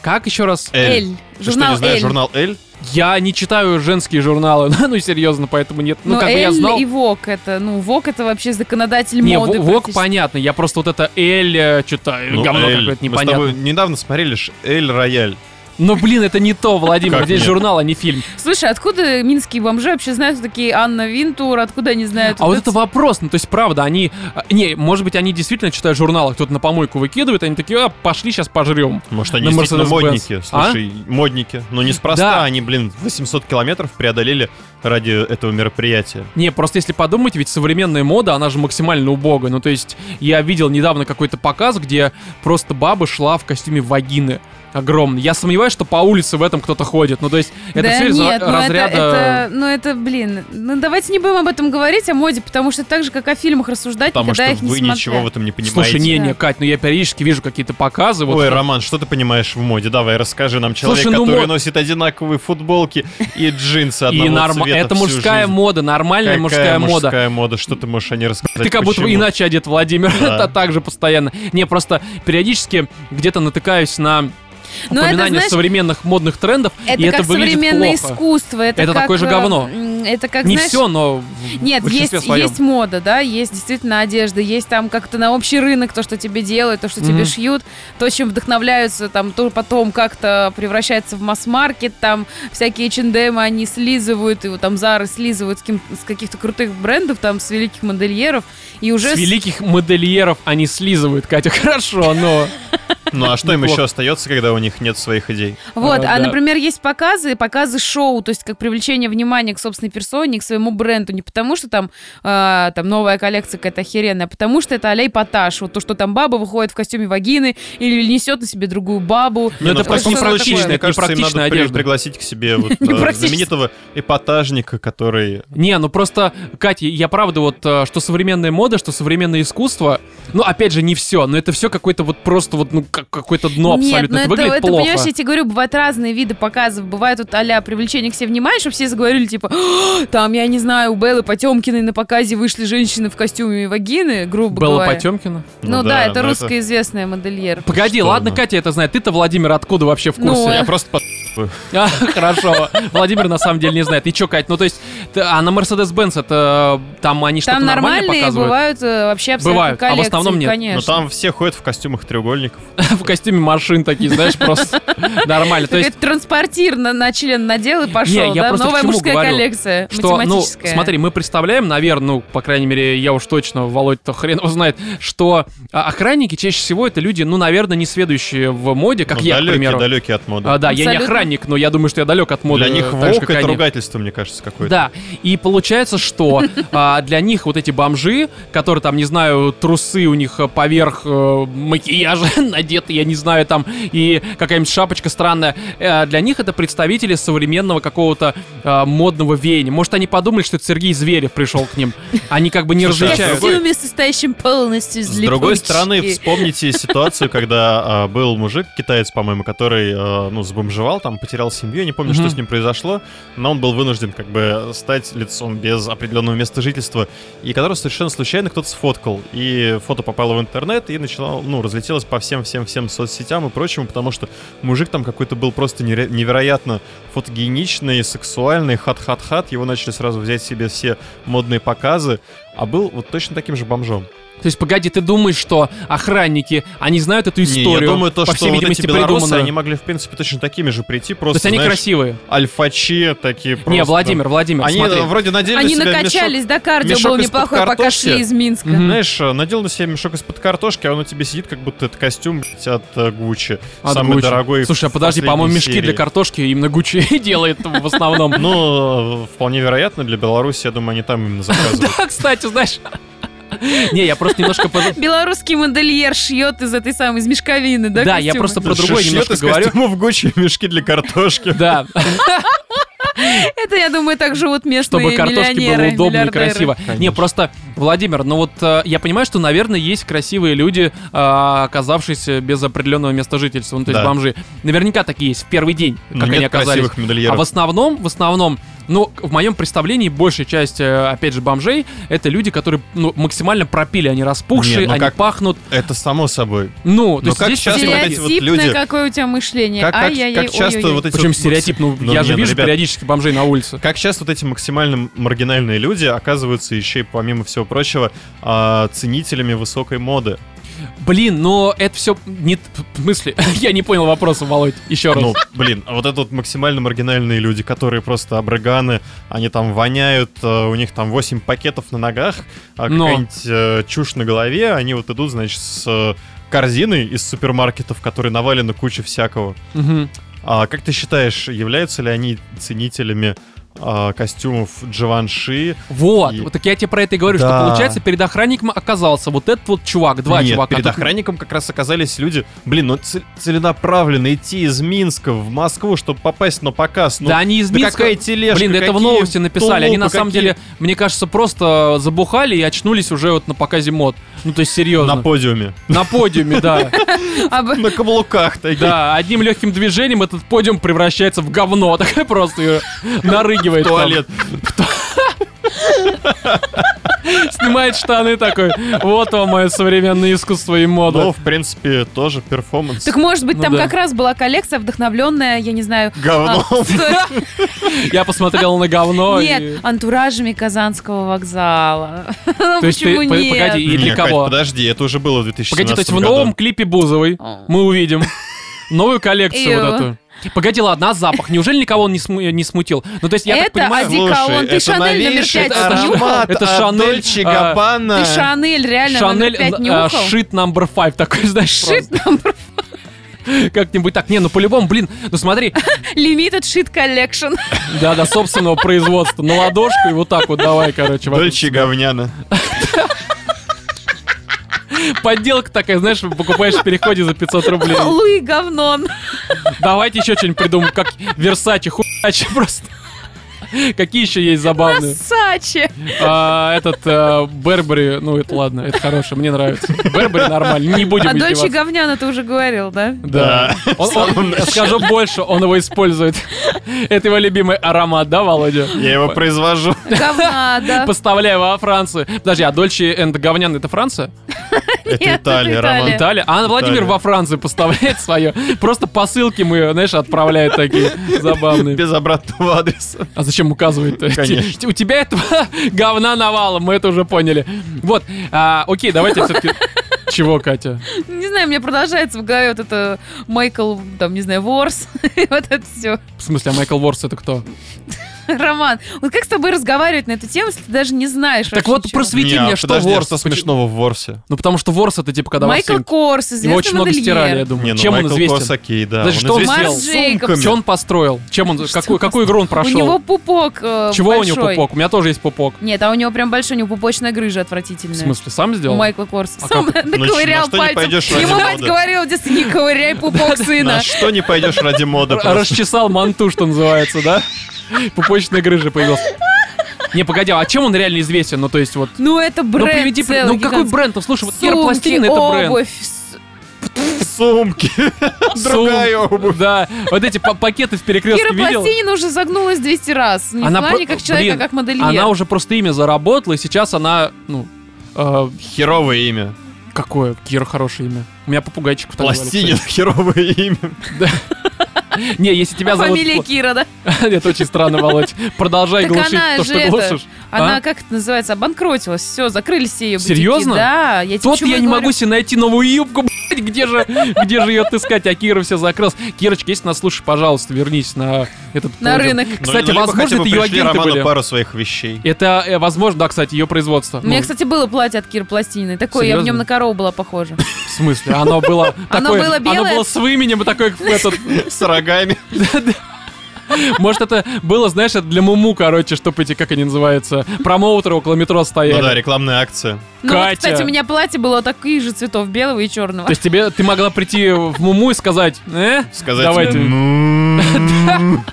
Speaker 1: Как еще раз?
Speaker 2: Эль.
Speaker 3: Эль.
Speaker 2: Ты что,
Speaker 3: Журнал
Speaker 2: не знаешь
Speaker 3: Эль.
Speaker 2: журнал Эль?
Speaker 1: Я не читаю женские журналы, ну серьезно, поэтому нет. Ну,
Speaker 3: Но
Speaker 1: как бы я
Speaker 3: Эль
Speaker 1: знал...
Speaker 3: и Вок это, ну, Вок это вообще законодатель
Speaker 1: Не,
Speaker 3: моды.
Speaker 1: Вок
Speaker 3: практически.
Speaker 1: понятно, я просто вот это Эль, э, что-то,
Speaker 2: Ну,
Speaker 1: говно
Speaker 2: Эль.
Speaker 1: какое-то
Speaker 2: Мы с
Speaker 1: непонятно.
Speaker 2: тобой недавно смотрели ж Эль Рояль.
Speaker 1: Но, блин, это не то, Владимир,
Speaker 2: Как
Speaker 1: здесь
Speaker 2: нет?
Speaker 1: журнал, а не фильм.
Speaker 3: Слушай, откуда минские бомжи вообще знают, кто такие Анна Винтур, откуда они знают?
Speaker 1: А вот это вопрос, ну то есть правда, они... а, Не, может быть, они действительно читают журналы, кто-то на помойку выкидывает, они такие, а, пошли, сейчас пожрем.
Speaker 2: Может, они
Speaker 1: На Mercedes-Benz.
Speaker 2: действительно модники.
Speaker 1: А?
Speaker 2: Слушай, модники. Но неспроста
Speaker 1: Да.
Speaker 2: они, блин, 800 километров преодолели ради этого мероприятия.
Speaker 1: Не, просто если подумать, ведь современная мода, она же максимально убогая. Ну, то есть, я видел недавно какой-то показ, где просто баба шла в костюме вагины. Огромный. Я сомневаюсь, что по улице в этом кто-то ходит. Ну, то есть, это
Speaker 3: да
Speaker 1: все из
Speaker 3: нет,
Speaker 1: ра-
Speaker 3: ну
Speaker 1: разряда...
Speaker 3: Это, это- ну это, блин, ну давайте не будем об этом говорить, о моде, потому что так же, как о фильмах рассуждать,
Speaker 2: Потому
Speaker 3: никогда
Speaker 2: что
Speaker 3: их не
Speaker 2: вы
Speaker 3: смотря.
Speaker 2: ничего в этом не понимаете.
Speaker 1: Слушай, не, не,
Speaker 3: Да.
Speaker 1: Кать, ну я периодически вижу какие-то показы. Вот
Speaker 2: Ой,
Speaker 1: там-
Speaker 2: Роман, что ты понимаешь в моде? Давай, расскажи нам человек,
Speaker 1: Слушай, ну,
Speaker 2: который
Speaker 1: мод-
Speaker 2: носит одинаковые футболки и джинсы одного
Speaker 1: и норма-
Speaker 2: цвета
Speaker 1: Это
Speaker 2: всю
Speaker 1: мужская
Speaker 2: жизнь.
Speaker 1: мода, нормальная
Speaker 2: Какая
Speaker 1: мужская, мода.
Speaker 2: мужская мода? Что ты можешь о ней рассказать?
Speaker 1: Ты как будто
Speaker 2: Почему?
Speaker 1: иначе одет, Владимир.
Speaker 2: Да.
Speaker 1: Это также постоянно. Не, просто периодически где-то натыкаюсь на
Speaker 3: Ну, это,
Speaker 1: упоминание
Speaker 3: знаешь,
Speaker 1: современных модных трендов,
Speaker 3: Это
Speaker 1: и
Speaker 3: как
Speaker 1: это выглядит
Speaker 3: современное
Speaker 1: плохо.
Speaker 3: искусство. Это,
Speaker 1: Это
Speaker 3: как,
Speaker 1: такое же
Speaker 3: э,
Speaker 1: говно.
Speaker 3: м, Это как,
Speaker 1: не
Speaker 3: знаешь,
Speaker 1: все, но в
Speaker 3: Нет,
Speaker 1: большинстве
Speaker 3: есть,
Speaker 1: своем.
Speaker 3: есть мода, да, есть действительно одежда, есть там как-то на общий рынок то, что тебе делают, то, что
Speaker 1: Мгм.
Speaker 3: тебе шьют, то, чем вдохновляются, там, то потом как-то превращается в масс-маркет, там всякие чендемы они слизывают, его там Зары слизывают с, кем- с каких-то крутых брендов, там, с великих модельеров, и уже...
Speaker 1: С
Speaker 3: с-
Speaker 1: великих модельеров они слизывают, Катя, хорошо, но...
Speaker 2: Ну а что им
Speaker 1: Неплохо.
Speaker 2: еще остается, когда у них нет своих идей?
Speaker 3: Вот,
Speaker 1: А,
Speaker 3: а,
Speaker 1: да.
Speaker 3: например, есть показы, показы шоу, то есть как привлечение внимания к собственной персоне, и к своему бренду, не потому что там, а, там новая коллекция какая-то охеренная, а потому что это а-ля эпатаж, вот то, что там баба выходит в костюме вагины или несет на себе другую бабу.
Speaker 1: Ну, это
Speaker 2: в таком
Speaker 1: просто
Speaker 2: случае,
Speaker 1: непрактичная,
Speaker 2: мне кажется, им
Speaker 1: непрактичная
Speaker 2: надо при-
Speaker 1: одежда.
Speaker 2: пригласить к себе вот, э,
Speaker 3: Непрактичная.
Speaker 2: знаменитого эпатажника, который...
Speaker 1: Не, ну просто, Катя, я правда вот, э, что современная мода, что современное искусство, ну, опять же, не все, но это все какое-то вот просто вот, ну, как- какое-то дно
Speaker 3: Нет,
Speaker 1: абсолютно. это
Speaker 3: ну это,
Speaker 1: выглядит
Speaker 3: это,
Speaker 1: плохо.
Speaker 3: понимаешь, я тебе говорю, бывают разные виды показов. Бывает вот а-ля привлечение к себе внимания, чтобы все заговорили, типа, «А, там, я не знаю, у Беллы Потемкиной на показе вышли женщины в костюме вагины, грубо
Speaker 1: Белла
Speaker 3: говоря.
Speaker 1: Потемкина.
Speaker 3: Ну,
Speaker 2: Ну
Speaker 3: да,
Speaker 2: да,
Speaker 3: это
Speaker 2: но
Speaker 3: русская
Speaker 2: это-
Speaker 3: известная модельер.
Speaker 1: Погоди,
Speaker 2: Что
Speaker 1: ладно,
Speaker 2: она?
Speaker 1: Катя это знает. Ты-то, Владимир, откуда вообще в
Speaker 3: Ну,
Speaker 1: курсе?
Speaker 2: Я просто... под-
Speaker 1: А, хорошо. Владимир на самом деле не знает. И чё, Кать, ну то есть, т- а на Mercedes-Benz это э, там они что-то
Speaker 3: Там
Speaker 1: нормально
Speaker 3: нормальные
Speaker 1: показывают?
Speaker 3: бывают э, вообще абсолютно
Speaker 1: Бывают, а в
Speaker 3: коллекции,
Speaker 1: основном нет.
Speaker 2: Но
Speaker 3: конечно.
Speaker 2: там все ходят в костюмах треугольников.
Speaker 1: В костюме машин такие, знаешь, просто нормально. То
Speaker 3: Так
Speaker 1: есть,
Speaker 3: это транспортир на, на член надел и пошел,
Speaker 1: Не, я
Speaker 3: да?
Speaker 1: просто к
Speaker 3: Новая
Speaker 1: чему
Speaker 3: мужская
Speaker 1: говорю,
Speaker 3: коллекция,
Speaker 1: что, ну,
Speaker 3: математическая.
Speaker 1: смотри, мы представляем, наверное, ну, по крайней мере, я уж точно, Володь-то хрен его знает, что а, охранники чаще всего это люди, ну, наверное, не следующие в моде, как
Speaker 2: Ну,
Speaker 1: я,
Speaker 2: далекие,
Speaker 1: к примеру.
Speaker 2: далекие от моды.
Speaker 1: А, да, я не
Speaker 3: Абсолютно.
Speaker 1: охранник, но я думаю, что я далек от моды.
Speaker 2: Для них
Speaker 1: так же,
Speaker 2: волк
Speaker 1: как
Speaker 2: это
Speaker 1: они.
Speaker 2: ругательство, мне кажется, какое-то.
Speaker 1: Да, И получается, что а, для них вот эти бомжи, которые там, не знаю, трусы у них э, поверх э, макияжа надеты, я не знаю, там, и какая-нибудь шапочка странная, э, для них это представители современного какого-то э, модного веяния. Может, они подумали, что это Сергей Зверев пришел к ним. Они как бы не
Speaker 2: Слушай, а
Speaker 3: В
Speaker 1: различают.
Speaker 2: другой-
Speaker 3: костюме, состоящем полностью из
Speaker 2: С другой
Speaker 3: липучки.
Speaker 2: стороны, вспомните ситуацию, когда а, был мужик, китаец, по-моему, который, а, ну, сбомжевал, там, потерял семью, я не помню, что
Speaker 1: Мгм.
Speaker 2: с ним произошло, но он был вынужден, как бы, стать лицом без определенного места жительства, и которого совершенно случайно кто-то сфоткал, и фото попало в интернет, и начало, ну, разлетелось по всем-всем-всем соцсетям и прочему, потому что мужик там какой-то был просто нере- невероятно фотогеничный, сексуальный, хат-хат-хат, его начали сразу взять себе все модные показы, а был вот точно таким же бомжом.
Speaker 1: То есть, погоди, ты думаешь, что охранники, они знают эту
Speaker 2: Не,
Speaker 1: историю?
Speaker 2: я думаю, то,
Speaker 1: по
Speaker 2: что
Speaker 1: всей
Speaker 2: вот
Speaker 1: видимости,
Speaker 2: эти белорусы,
Speaker 1: придуманную?
Speaker 2: они могли, в принципе, точно такими же прийти,
Speaker 1: То
Speaker 2: просто,
Speaker 1: есть они
Speaker 2: знаешь,
Speaker 1: красивые.
Speaker 2: альфачи такие просто.
Speaker 1: не, Владимир, Владимир,
Speaker 2: Они
Speaker 1: смотри.
Speaker 2: э, вроде надели
Speaker 3: Они
Speaker 2: на себя мешок-
Speaker 3: накачались, да, кардио
Speaker 2: мешок
Speaker 3: было
Speaker 2: из-под
Speaker 3: неплохое, пока
Speaker 2: картошки.
Speaker 3: шли из Минска.
Speaker 1: Мгм.
Speaker 2: Знаешь, э, надел на себя мешок из-под картошки, а он у тебя сидит, как будто это костюм блядь, от э, Гуччи.
Speaker 1: От
Speaker 2: самый
Speaker 1: Гуччи.
Speaker 2: дорогой.
Speaker 1: Слушай, а
Speaker 2: в
Speaker 1: подожди, по-моему,
Speaker 2: последней
Speaker 1: мешки для
Speaker 2: серии.
Speaker 1: картошки именно Гуччи делает в основном.
Speaker 2: Ну, э, вполне вероятно, для Беларуси, я думаю, они там именно заказывают.
Speaker 1: Да, кстати, знаешь... Не, я просто немножко... под-
Speaker 3: Белорусский модельер шьет из этой самой, из мешковины, да,
Speaker 1: Да, я
Speaker 3: костюмы?
Speaker 1: просто про
Speaker 2: Ш-
Speaker 1: другое
Speaker 2: шьёт
Speaker 1: немножко
Speaker 2: из
Speaker 1: говорю.
Speaker 2: костюмов Гуччи мешки для картошки.
Speaker 1: Да,
Speaker 3: Это, я думаю, так живут местные
Speaker 1: чтобы картошке было
Speaker 3: миллионеры,
Speaker 1: удобно и
Speaker 3: миллиардеры.
Speaker 1: красиво. Не,
Speaker 2: Конечно.
Speaker 1: просто, Владимир, ну вот э, я понимаю, что, наверное, есть красивые люди, э, оказавшиеся без определенного места жительства, ну то есть
Speaker 2: Да.
Speaker 1: бомжи. Наверняка такие есть в первый день,
Speaker 2: Ну,
Speaker 1: как они
Speaker 2: Нет
Speaker 1: оказались.
Speaker 2: красивых
Speaker 1: А в
Speaker 2: модельеров.
Speaker 1: основном, в основном, ну, в моем представлении большая часть, э, опять же, бомжей, это люди, которые ну, максимально пропили, они распухшие,
Speaker 2: Не, ну
Speaker 1: они
Speaker 2: как-
Speaker 1: пахнут.
Speaker 2: Это само собой.
Speaker 1: Ну, то
Speaker 2: Ну
Speaker 1: есть
Speaker 2: как
Speaker 1: здесь
Speaker 2: сейчас
Speaker 1: все
Speaker 2: вот
Speaker 1: такие-
Speaker 2: эти вот
Speaker 3: Стереотипное
Speaker 2: люди-
Speaker 3: какое у тебя мышление.
Speaker 2: Как, как,
Speaker 3: Ай-яй-яй,
Speaker 2: как часто
Speaker 3: ой-ой-ой.
Speaker 2: вот эти
Speaker 1: Причем
Speaker 2: вот максим-
Speaker 1: стереотип, ну,
Speaker 2: Ну,
Speaker 1: я
Speaker 2: не,
Speaker 1: же
Speaker 2: ну,
Speaker 1: вижу
Speaker 2: ребят,
Speaker 1: периодически бомжей на улице.
Speaker 2: Как сейчас вот эти максимально маргинальные люди оказываются еще и, помимо всего прочего, а, ценителями высокой моды.
Speaker 1: Блин, но это все не... т- В смысле? Я не понял вопроса, Володь, еще раз.
Speaker 2: Ну, блин, а вот это вот максимально маргинальные люди, которые просто обрыганы, они там воняют, э, у них там 8 пакетов на ногах, а
Speaker 1: Но.
Speaker 2: какая-нибудь э, чушь на голове, они вот идут, значит, с э, корзиной из супермаркетов, которые навалены куча всякого.
Speaker 1: Мгм.
Speaker 2: А как ты считаешь, являются ли они ценителями а, костюмов Дживанши?
Speaker 1: Вот,
Speaker 2: И-
Speaker 1: вот так я тебе про это и говорю, что
Speaker 2: Да.
Speaker 1: получается перед охранником оказался вот этот вот чувак, два
Speaker 2: Нет,
Speaker 1: чувака.
Speaker 2: перед
Speaker 1: Тут-
Speaker 2: охранником как раз оказались люди, блин, ну ц- целенаправленно идти из Минска в Москву, чтобы попасть на показ. Ну,
Speaker 1: да они из
Speaker 2: да
Speaker 1: Минска...
Speaker 2: какая тележка,
Speaker 1: Блин, да это в
Speaker 2: какие
Speaker 1: новости написали. Они на
Speaker 2: толпы,
Speaker 1: самом
Speaker 2: какие-
Speaker 1: деле, мне кажется, просто забухали и очнулись уже вот на показе мод. Ну, то есть серьезно.
Speaker 2: на подиуме,
Speaker 1: На подиуме, да.
Speaker 3: Об-
Speaker 2: на каблуках такие.
Speaker 1: Да, одним легким движением этот подиум превращается в говно. Такая просто её нарыгивает. там.
Speaker 2: Туалет.
Speaker 1: Снимает штаны такой. Вот вам мое современное искусство и
Speaker 2: Ну,
Speaker 1: мода.
Speaker 2: в принципе, тоже перформанс.
Speaker 3: Так может быть,
Speaker 1: Ну
Speaker 3: там
Speaker 1: да.
Speaker 3: как раз была коллекция, вдохновленная, я не знаю...
Speaker 2: Говно.
Speaker 3: а, сто-
Speaker 1: Я посмотрел на говно. и-
Speaker 3: Нет, антуражами Казанского вокзала. Ну,
Speaker 1: То есть ты-
Speaker 3: Почему
Speaker 1: по-
Speaker 3: нет?
Speaker 1: погоди, и
Speaker 2: Не,
Speaker 1: для
Speaker 2: Кать,
Speaker 1: кого?
Speaker 2: подожди, это уже было в
Speaker 1: Погоди,
Speaker 2: 2017
Speaker 1: то есть в
Speaker 2: году.
Speaker 1: новом клипе Бузовой
Speaker 3: О.
Speaker 1: мы увидим новую коллекцию вот
Speaker 3: Эё.
Speaker 1: эту. Погоди, ладно, а запах? Неужели никого он не, сму- не смутил? Ну, то есть, я
Speaker 3: Это
Speaker 1: так понимаю...
Speaker 3: один- Одеколон, ты
Speaker 2: это
Speaker 3: Шанель номер
Speaker 2: новейший
Speaker 3: пять
Speaker 1: снюхал?
Speaker 2: аромат
Speaker 1: Это
Speaker 2: от
Speaker 1: Шанель,
Speaker 2: Дольче
Speaker 1: а,
Speaker 2: Габбана.
Speaker 3: Ты Шанель реально
Speaker 1: Шанель
Speaker 3: номер пять
Speaker 1: э,
Speaker 3: нюхал?
Speaker 1: шит номер five такой, знаешь,
Speaker 3: Шит
Speaker 1: просто. как-нибудь так. Не, ну по-любому, блин, ну смотри,
Speaker 3: Limited Shit Collection.
Speaker 1: да, до собственного производства, на ладошку и вот так вот давай, короче. вокруг
Speaker 2: Дольче
Speaker 1: себя.
Speaker 2: говняна.
Speaker 1: Подделка такая, знаешь, покупаешь в переходе за 500 рублей.
Speaker 3: Луи Говнон.
Speaker 1: Давайте еще что-нибудь придумаем, как Версачи, хуячи просто. Какие еще есть забавные?
Speaker 3: Сачи.
Speaker 1: А, этот а, Бербери, ну это ладно, это хорошее, мне нравится. Бербери нормально, не будем
Speaker 3: А Дольче
Speaker 1: издеваться.
Speaker 3: Говняна ты уже говорил, да?
Speaker 1: Да.
Speaker 2: Да.
Speaker 1: Он-
Speaker 2: В
Speaker 1: он-
Speaker 2: самом начале.
Speaker 1: скажу больше, он его использует. Это его любимый аромат, да, Володя?
Speaker 2: Я его произвожу.
Speaker 3: Говна, да.
Speaker 1: Поставляю во Францию. Подожди, а Дольче энд Говнян это Франция?
Speaker 2: Это
Speaker 3: это
Speaker 2: Италия,
Speaker 3: Италия.
Speaker 2: Роман.
Speaker 1: Италия? А Владимир
Speaker 2: Италия.
Speaker 1: во Францию поставляет свое. Просто посылки мы, знаешь, отправляют такие забавные.
Speaker 2: Без обратного адреса.
Speaker 1: А зачем указывать-то?
Speaker 2: Конечно.
Speaker 1: Т- У тебя этого говна навалом, мы это уже поняли. Вот, а, окей, давайте все-таки... Чего, Катя?
Speaker 3: Не знаю, мне продолжается в голове вот это Майкл, там, не знаю, Ворс. Вот это все.
Speaker 1: В смысле, а Майкл Ворс это кто?
Speaker 3: Роман, вот как с тобой разговаривать на эту тему, если ты даже не знаешь
Speaker 1: Так
Speaker 3: вообще
Speaker 1: вот
Speaker 3: ничего?
Speaker 1: просвети
Speaker 2: Не,
Speaker 1: меня, что
Speaker 2: подожди, а
Speaker 1: Ворс.
Speaker 2: что смешного в Ворсе?
Speaker 1: Ну потому что Ворс это типа когда во
Speaker 3: Майкл
Speaker 1: всем-
Speaker 3: Корс,
Speaker 1: Его
Speaker 3: известный
Speaker 1: очень много
Speaker 3: модельер.
Speaker 1: стирали, я думаю.
Speaker 2: Не, ну
Speaker 1: Чем он
Speaker 2: Майкл Корс,
Speaker 1: известен?
Speaker 2: окей, да.
Speaker 1: Даже
Speaker 2: он
Speaker 1: что он
Speaker 2: известен
Speaker 3: Марс Джейкобс.
Speaker 2: сумками.
Speaker 1: Что он построил? Чем он,
Speaker 3: Что
Speaker 1: какой,
Speaker 3: он
Speaker 1: какой игру он прошел?
Speaker 3: У него пупок э,
Speaker 1: Чего у него
Speaker 3: большой.
Speaker 1: пупок? У меня тоже есть пупок.
Speaker 3: Нет, а у него прям большой, у него пупочная грыжа отвратительная.
Speaker 1: В смысле, сам
Speaker 3: У
Speaker 1: сделал?
Speaker 3: Майкла Корса.
Speaker 1: А
Speaker 3: Сам
Speaker 1: как?
Speaker 3: наковырял
Speaker 2: На что не
Speaker 3: пальцем.
Speaker 2: пойдешь ради
Speaker 3: Ему мать
Speaker 2: моды.
Speaker 3: говорила, в детстве, не ковыряй пупок
Speaker 2: На
Speaker 3: сына.
Speaker 2: что не пойдешь ради моды?
Speaker 1: Р-
Speaker 2: просто.
Speaker 1: Расчесал манту, что называется, да? Пупочная грыжа появилась. Не, погоди, а чем он реально известен? Ну, то есть вот...
Speaker 3: Ну это
Speaker 1: Ну,
Speaker 3: бренд
Speaker 1: приведи... при-
Speaker 3: целый,
Speaker 1: Ну, какой
Speaker 3: гигантский.
Speaker 1: бренд? Ну, Слушай, вот
Speaker 3: Сумки,
Speaker 1: Пластилин это бренд.
Speaker 3: обувь, с-
Speaker 2: Сумки. Другая
Speaker 1: Сум-
Speaker 2: обувь.
Speaker 1: Да, вот эти па- пакеты в перекрестке
Speaker 3: Кира
Speaker 1: видел?
Speaker 3: Пластинина уже загнулась 200 раз. Не в плане
Speaker 1: про-
Speaker 3: как человека, а
Speaker 1: блин,
Speaker 3: как модельер.
Speaker 1: Она уже просто имя заработала, и сейчас она, ну, э,
Speaker 2: Херовое имя.
Speaker 1: какое Кира хорошее имя. У меня попугайчик так звали,
Speaker 2: Пластинин, херовое имя.
Speaker 1: кстати. Не, если тебя
Speaker 3: А
Speaker 1: зовут...
Speaker 3: Фамилия Кира, да?
Speaker 1: Это очень странно, Володь. Продолжай
Speaker 3: Так
Speaker 1: глушить
Speaker 3: она
Speaker 1: то,
Speaker 3: же
Speaker 1: что
Speaker 3: это,
Speaker 1: глушишь.
Speaker 3: Она,
Speaker 1: А?
Speaker 3: как это называется, обанкротилась. Все, закрылись все ее бутики.
Speaker 1: Серьезно?
Speaker 3: Да. Я тебе
Speaker 1: Тут
Speaker 3: чего
Speaker 1: я не
Speaker 3: говорю.
Speaker 1: могу себе найти новую юбку, блядь, где же, где же ее отыскать, а Кира все закрылась. Кирочка, если нас слушаешь, пожалуйста, вернись на этот...
Speaker 3: На
Speaker 1: подиум.
Speaker 3: рынок.
Speaker 2: Ну,
Speaker 1: Кстати,
Speaker 2: ну, либо хотя
Speaker 1: возможно,
Speaker 2: бы
Speaker 1: это ее
Speaker 2: пришли
Speaker 1: агенты
Speaker 2: Роману
Speaker 1: были.
Speaker 2: пару своих вещей.
Speaker 1: Это, э, возможно, да, кстати, ее производство.
Speaker 3: У меня,
Speaker 1: Ну,
Speaker 3: кстати, было платье от Киры Пластининой. Такое, я в
Speaker 1: Серьезно?
Speaker 3: нем на корову была похожа. Ну,
Speaker 1: В смысле? Оно было такое...
Speaker 3: было
Speaker 1: Оно
Speaker 3: белое?
Speaker 1: было с выменем, и такое, как в этот...
Speaker 2: С рогами.
Speaker 1: Может, это было, знаешь, это для Муму, короче, чтобы эти, как они называются, промоутеры около метро
Speaker 2: Ну да,
Speaker 1: стояли.
Speaker 2: рекламная акция.
Speaker 3: Ну, вот,
Speaker 1: Катя.
Speaker 3: кстати, у меня платье было таких же цветов, белого и черного.
Speaker 1: То есть тебе, ты могла прийти в Муму и сказать, э?
Speaker 2: Сказать
Speaker 1: Давайте. Ну,
Speaker 2: «М-м-м».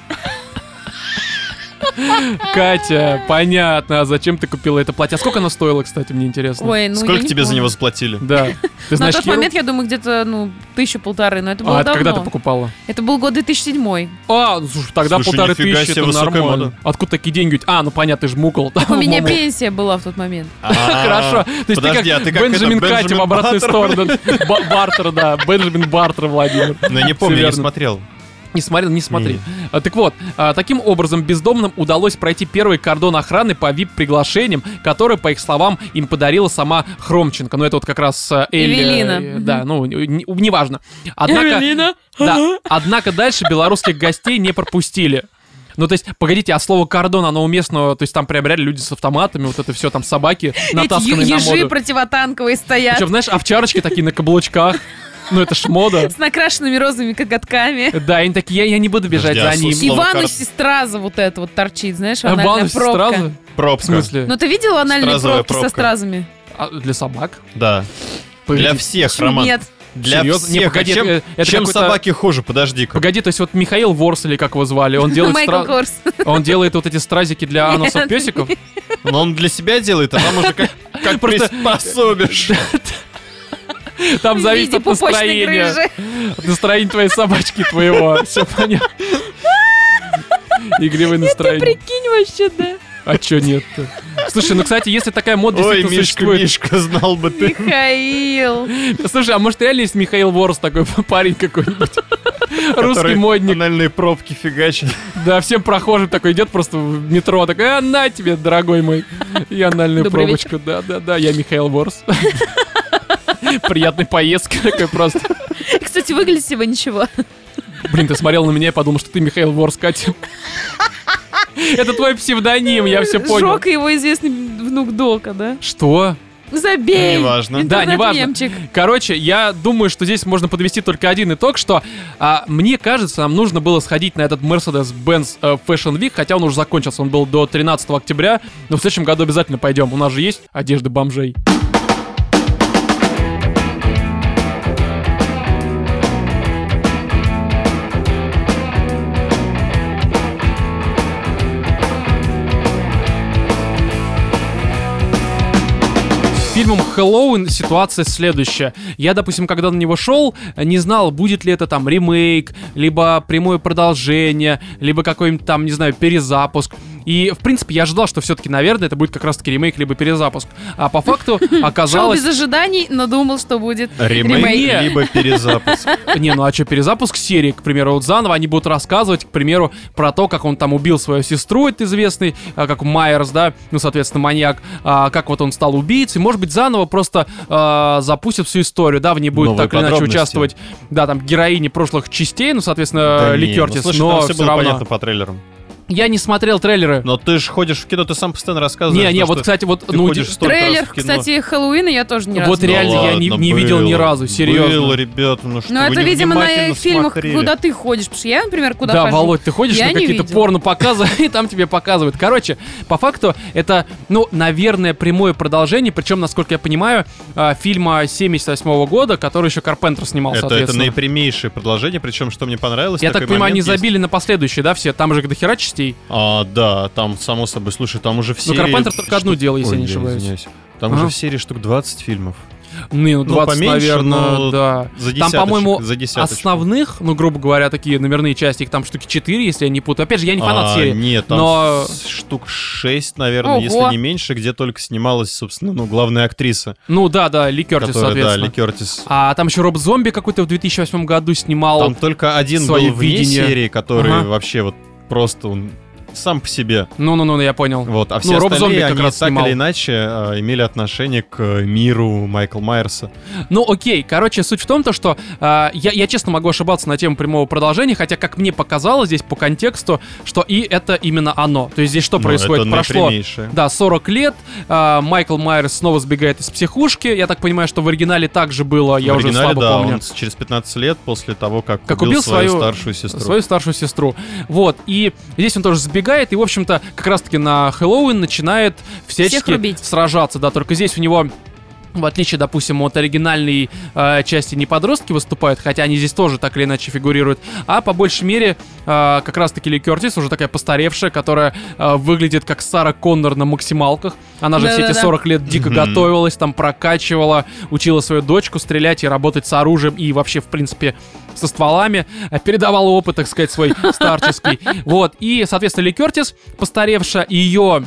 Speaker 1: Катя, понятно, а зачем ты купила это платье? А сколько оно стоило, кстати, мне интересно?
Speaker 3: Ой, ну я
Speaker 2: Сколько
Speaker 3: не
Speaker 2: тебе за
Speaker 3: помню.
Speaker 2: него заплатили?
Speaker 1: Да. Ты
Speaker 3: На
Speaker 1: знаешь,
Speaker 3: тот
Speaker 1: Киру?
Speaker 3: момент, я думаю, где-то, ну, тысячу полторы, но это было
Speaker 1: А, это когда ты
Speaker 3: давно.
Speaker 1: покупала?
Speaker 3: Это был год 2007.
Speaker 1: А, ну, слушай, тогда
Speaker 2: Слушай,
Speaker 1: полторы
Speaker 2: нифига
Speaker 1: тысячи,
Speaker 2: себе,
Speaker 1: это
Speaker 2: высокая
Speaker 1: нормально.
Speaker 2: мода.
Speaker 1: Откуда такие деньги? А, ну понятно, ты ж мукал.
Speaker 3: У меня пенсия была в тот момент.
Speaker 1: Хорошо. То есть
Speaker 2: А, Подожди,
Speaker 1: А, ты как,
Speaker 2: а ты как
Speaker 1: Бенджамин
Speaker 2: это,
Speaker 1: Катя в
Speaker 2: Бенджамин
Speaker 1: обратную
Speaker 2: Баттер,
Speaker 1: сторону. Ба- Бартер, да. Бенджамин Бартер, Владимир.
Speaker 2: Ну, я не помню,
Speaker 1: Всё
Speaker 2: я не
Speaker 1: верно.
Speaker 2: смотрел.
Speaker 1: Не смотрел, не смотри.
Speaker 2: Не.
Speaker 1: А, так вот, а, таким образом бездомным удалось пройти первый кордон охраны по VIP-приглашениям, которые, по их словам, им подарила сама Хромченко. Ну, это вот как раз э, Эль... э,
Speaker 3: Эвелина.
Speaker 1: э, Да, ну, не- неважно. Однако,
Speaker 3: Эвелина?
Speaker 1: да, однако дальше белорусских гостей не пропустили. Ну, то есть, погодите, а слово «кордон», оно уместно, то есть там приобрели люди с автоматами, вот это все, там собаки
Speaker 3: Эти
Speaker 1: натасканные на
Speaker 3: е- ежи
Speaker 1: моду.
Speaker 3: противотанковые стоят
Speaker 1: Причем, знаешь, овчарочки такие на каблучках, ну это ж мода.
Speaker 3: с накрашенными розовыми коготками.
Speaker 1: Да, они такие, я, я не буду бежать
Speaker 2: Подожди, а
Speaker 1: за
Speaker 2: с-
Speaker 1: ним.
Speaker 2: с- Слово
Speaker 3: Ивану
Speaker 2: кар-
Speaker 3: Страза вот это вот торчит, знаешь,
Speaker 1: А
Speaker 3: анальная
Speaker 1: ванну
Speaker 3: пробка.
Speaker 1: сразу?
Speaker 2: Пробка.
Speaker 1: В смысле?
Speaker 3: Ну ты видел анальные
Speaker 2: Стразовая
Speaker 3: пробки
Speaker 2: пробка.
Speaker 3: со стразами?
Speaker 1: А для собак?
Speaker 2: Да. Для всех,
Speaker 3: Почему
Speaker 2: Роман.
Speaker 3: Нет.
Speaker 2: Для
Speaker 1: Серьезно? Не,
Speaker 2: всех. А
Speaker 1: погоди,
Speaker 2: чем,
Speaker 1: это- это
Speaker 2: чем
Speaker 1: какой-то-
Speaker 2: собаки хуже? Подожди-ка.
Speaker 1: Погоди, то есть вот Михаил Ворс, или как его звали, он делает,
Speaker 3: Майкл
Speaker 1: стра-
Speaker 3: Корс.
Speaker 1: он делает вот эти стразики для анусов
Speaker 3: Нет.
Speaker 1: песиков?
Speaker 2: Но он для себя делает, а там уже как, как
Speaker 1: Просто-
Speaker 2: приспособишь.
Speaker 1: Там зависит
Speaker 3: В виде
Speaker 1: от
Speaker 3: пупочной
Speaker 1: настроения.
Speaker 3: грыжи.
Speaker 1: От настроения твоей собачки твоего. Все понятно. Игривое настроение.
Speaker 3: Прикинь вообще, да.
Speaker 1: А чё нет-то? Слушай, ну, кстати, если такая мода
Speaker 2: Ой,
Speaker 1: действительно
Speaker 2: Мишка,
Speaker 1: существует...
Speaker 2: Мишка, знал бы ты.
Speaker 3: Михаил.
Speaker 1: Слушай, а может реально есть Михаил Ворс такой парень какой-нибудь? Русский
Speaker 2: который
Speaker 1: модник.
Speaker 2: Анальные пробки фигачит.
Speaker 1: Да, всем прохожим такой идет просто в метро. Такой, а на тебе, дорогой мой. И анальную
Speaker 3: Добрый
Speaker 1: пробочку. Да-да-да, я Михаил Ворс. Приятной поездки такой просто.
Speaker 3: Кстати, выглядит его ничего.
Speaker 1: Блин, ты смотрел на меня и подумал, что ты Михаил Ворс, Катя. Это твой псевдоним, я все понял.
Speaker 3: Жок и его известный внук Дока, да?
Speaker 1: Что?
Speaker 3: Забей.
Speaker 2: Неважно.
Speaker 1: Да, неважно.
Speaker 3: Интернет-мемчик.
Speaker 1: Короче, я думаю, что здесь можно подвести только один итог, что а, мне кажется, нам нужно было сходить на этот Mercedes-Benz э, Fashion Week, хотя он уже закончился, он был до 13 октября, но в следующем году обязательно пойдем, у нас же есть одежда бомжей. С фильмом Хэллоуин ситуация следующая. Я, допустим, когда на него шел, не знал, будет ли это там ремейк, либо прямое продолжение, либо какой-нибудь там, не знаю, перезапуск. И, в принципе, я ждал, что все-таки, наверное, это будет как раз-таки ремейк, либо перезапуск. А по факту
Speaker 3: Шел
Speaker 1: оказалось...
Speaker 3: без ожиданий, но думал, что будет ремейк.
Speaker 2: Ремейк, либо перезапуск.
Speaker 1: Не, ну а что, перезапуск серии, к примеру, вот заново они будут рассказывать, к примеру, про то, как он там убил свою сестру, это известный, а, как Майерс, да, ну, соответственно, маньяк, а, как вот он стал убийцей, может быть, заново просто а, запустят всю историю, да, в ней будет
Speaker 2: Новые
Speaker 1: так или иначе
Speaker 2: подробности.
Speaker 1: участвовать, да, там, героини прошлых частей, ну, соответственно,
Speaker 2: Да
Speaker 1: Ли
Speaker 2: не, ну,
Speaker 1: Кёртис,
Speaker 2: слушай,
Speaker 1: но
Speaker 2: там все
Speaker 1: все
Speaker 2: было
Speaker 1: равно.
Speaker 2: понятно по трейлерам.
Speaker 1: Я не смотрел трейлеры.
Speaker 2: Но ты же ходишь в кино, ты сам постоянно рассказываешь.
Speaker 1: Не, не,
Speaker 2: то,
Speaker 1: вот,
Speaker 2: что
Speaker 1: кстати, вот,
Speaker 2: ты
Speaker 1: ну,
Speaker 2: ходишь
Speaker 1: ди-
Speaker 2: столько раз
Speaker 3: Трейлер,
Speaker 2: в кино.
Speaker 3: кстати, Хэллоуина я тоже не
Speaker 1: Вот
Speaker 3: раз не
Speaker 1: реально я не-
Speaker 2: ладно,
Speaker 1: не видел ни разу, серьезно.
Speaker 2: Было, ребята, ну что
Speaker 3: Ну,
Speaker 2: вы
Speaker 3: это, видимо, на
Speaker 2: невнимательно
Speaker 3: фильмах,
Speaker 2: смотрели?
Speaker 3: куда ты ходишь. Потому что я, например, куда
Speaker 1: да,
Speaker 3: хожу.
Speaker 1: Володь, ты ходишь
Speaker 3: Я
Speaker 1: на
Speaker 3: не
Speaker 1: какие-то
Speaker 3: видела.
Speaker 1: порно-показы, и там тебе показывают. Короче, по факту это, ну, наверное, прямое продолжение, причем, насколько я понимаю, а, фильма 78 года, который еще Карпентер снимал,
Speaker 2: Это, это
Speaker 1: соответственно.
Speaker 2: наипрямейшее продолжение, причем, что мне понравилось...
Speaker 1: Я так
Speaker 2: такой
Speaker 1: понимаю,
Speaker 2: момент
Speaker 1: они
Speaker 2: есть.
Speaker 1: забили на последующие, да, все? Там же до хера частей.
Speaker 2: А, да, там, само собой, слушай, там уже в серии...
Speaker 1: Карпентер Ну, только одну делал, если
Speaker 2: Ой,
Speaker 1: я не ошибаюсь.
Speaker 2: извиняюсь. Там
Speaker 1: Ага.
Speaker 2: уже в серии штук 20 фильмов.
Speaker 1: Ну, 20,
Speaker 2: поменьше,
Speaker 1: наверное,
Speaker 2: но
Speaker 1: да.
Speaker 2: За
Speaker 1: Там,
Speaker 2: десяточек,
Speaker 1: по-моему,
Speaker 2: за десяточку.
Speaker 1: Основных, ну, грубо говоря, такие номерные части, их там штуки 4, если я не путаю. Опять же, я не фанат
Speaker 2: А,
Speaker 1: серии.
Speaker 2: Нет, там
Speaker 1: но-
Speaker 2: с- штук 6, наверное,
Speaker 3: Ого.
Speaker 2: если не меньше, где только снималась, собственно, ну, главная актриса.
Speaker 1: Ну да, да, Ли Кёртис,
Speaker 2: которая, да,
Speaker 1: соответственно.
Speaker 2: Ли Кёртис.
Speaker 1: А там еще Роб Зомби какой-то в 2008 году снимал.
Speaker 2: Там только один
Speaker 1: своё
Speaker 2: был вне
Speaker 1: видение.
Speaker 2: серии, который
Speaker 1: Ага.
Speaker 2: вообще вот просто он сам по себе.
Speaker 1: Ну-ну-ну, ну, я понял.
Speaker 2: Вот, а все
Speaker 1: Роб
Speaker 2: остальные,
Speaker 1: Зомби как
Speaker 2: они
Speaker 1: раз
Speaker 2: так
Speaker 1: снимал.
Speaker 2: или иначе э, имели отношение к э, миру Майкла Майерса.
Speaker 1: Ну окей, короче, суть в том, то, что а, я, я честно могу ошибаться на тему прямого продолжения, хотя, как мне показалось здесь по контексту, что и это именно оно. То есть здесь что
Speaker 2: Ну,
Speaker 1: происходит?
Speaker 2: это
Speaker 1: Прошло
Speaker 2: наипрямейшее.
Speaker 1: Да, 40 лет. а, Майкл Майерс снова сбегает из психушки. Я так понимаю, что в оригинале также было, я
Speaker 2: в
Speaker 1: уже
Speaker 2: оригинале,
Speaker 1: слабо
Speaker 2: да,
Speaker 1: помню.
Speaker 2: он с- через 15 лет после того, как,
Speaker 1: Как убил
Speaker 2: убил свою,
Speaker 1: свою-
Speaker 2: старшую сестру.
Speaker 1: Свою старшую сестру. Вот. И здесь он тоже сбегает, и, в общем-то, как раз-таки на Хэллоуин начинает всячески
Speaker 3: рубить.
Speaker 1: сражаться. Да, только здесь у него. В отличие, допустим, от оригинальной э, части не подростки выступают, хотя они здесь тоже так или иначе фигурируют, а по большей мере э, как раз-таки Ли Кёртис, уже такая постаревшая, которая э, выглядит как Сара Коннор на максималках. Она же все эти
Speaker 3: Да-да-да.
Speaker 1: 40 лет дико
Speaker 2: Мгм.
Speaker 1: готовилась, там прокачивала, учила свою дочку стрелять и работать с оружием и вообще, в принципе, со стволами, э, передавала опыт, так сказать, свой старческий. Вот, и, соответственно, Ли Кёртис, постаревшая, и ее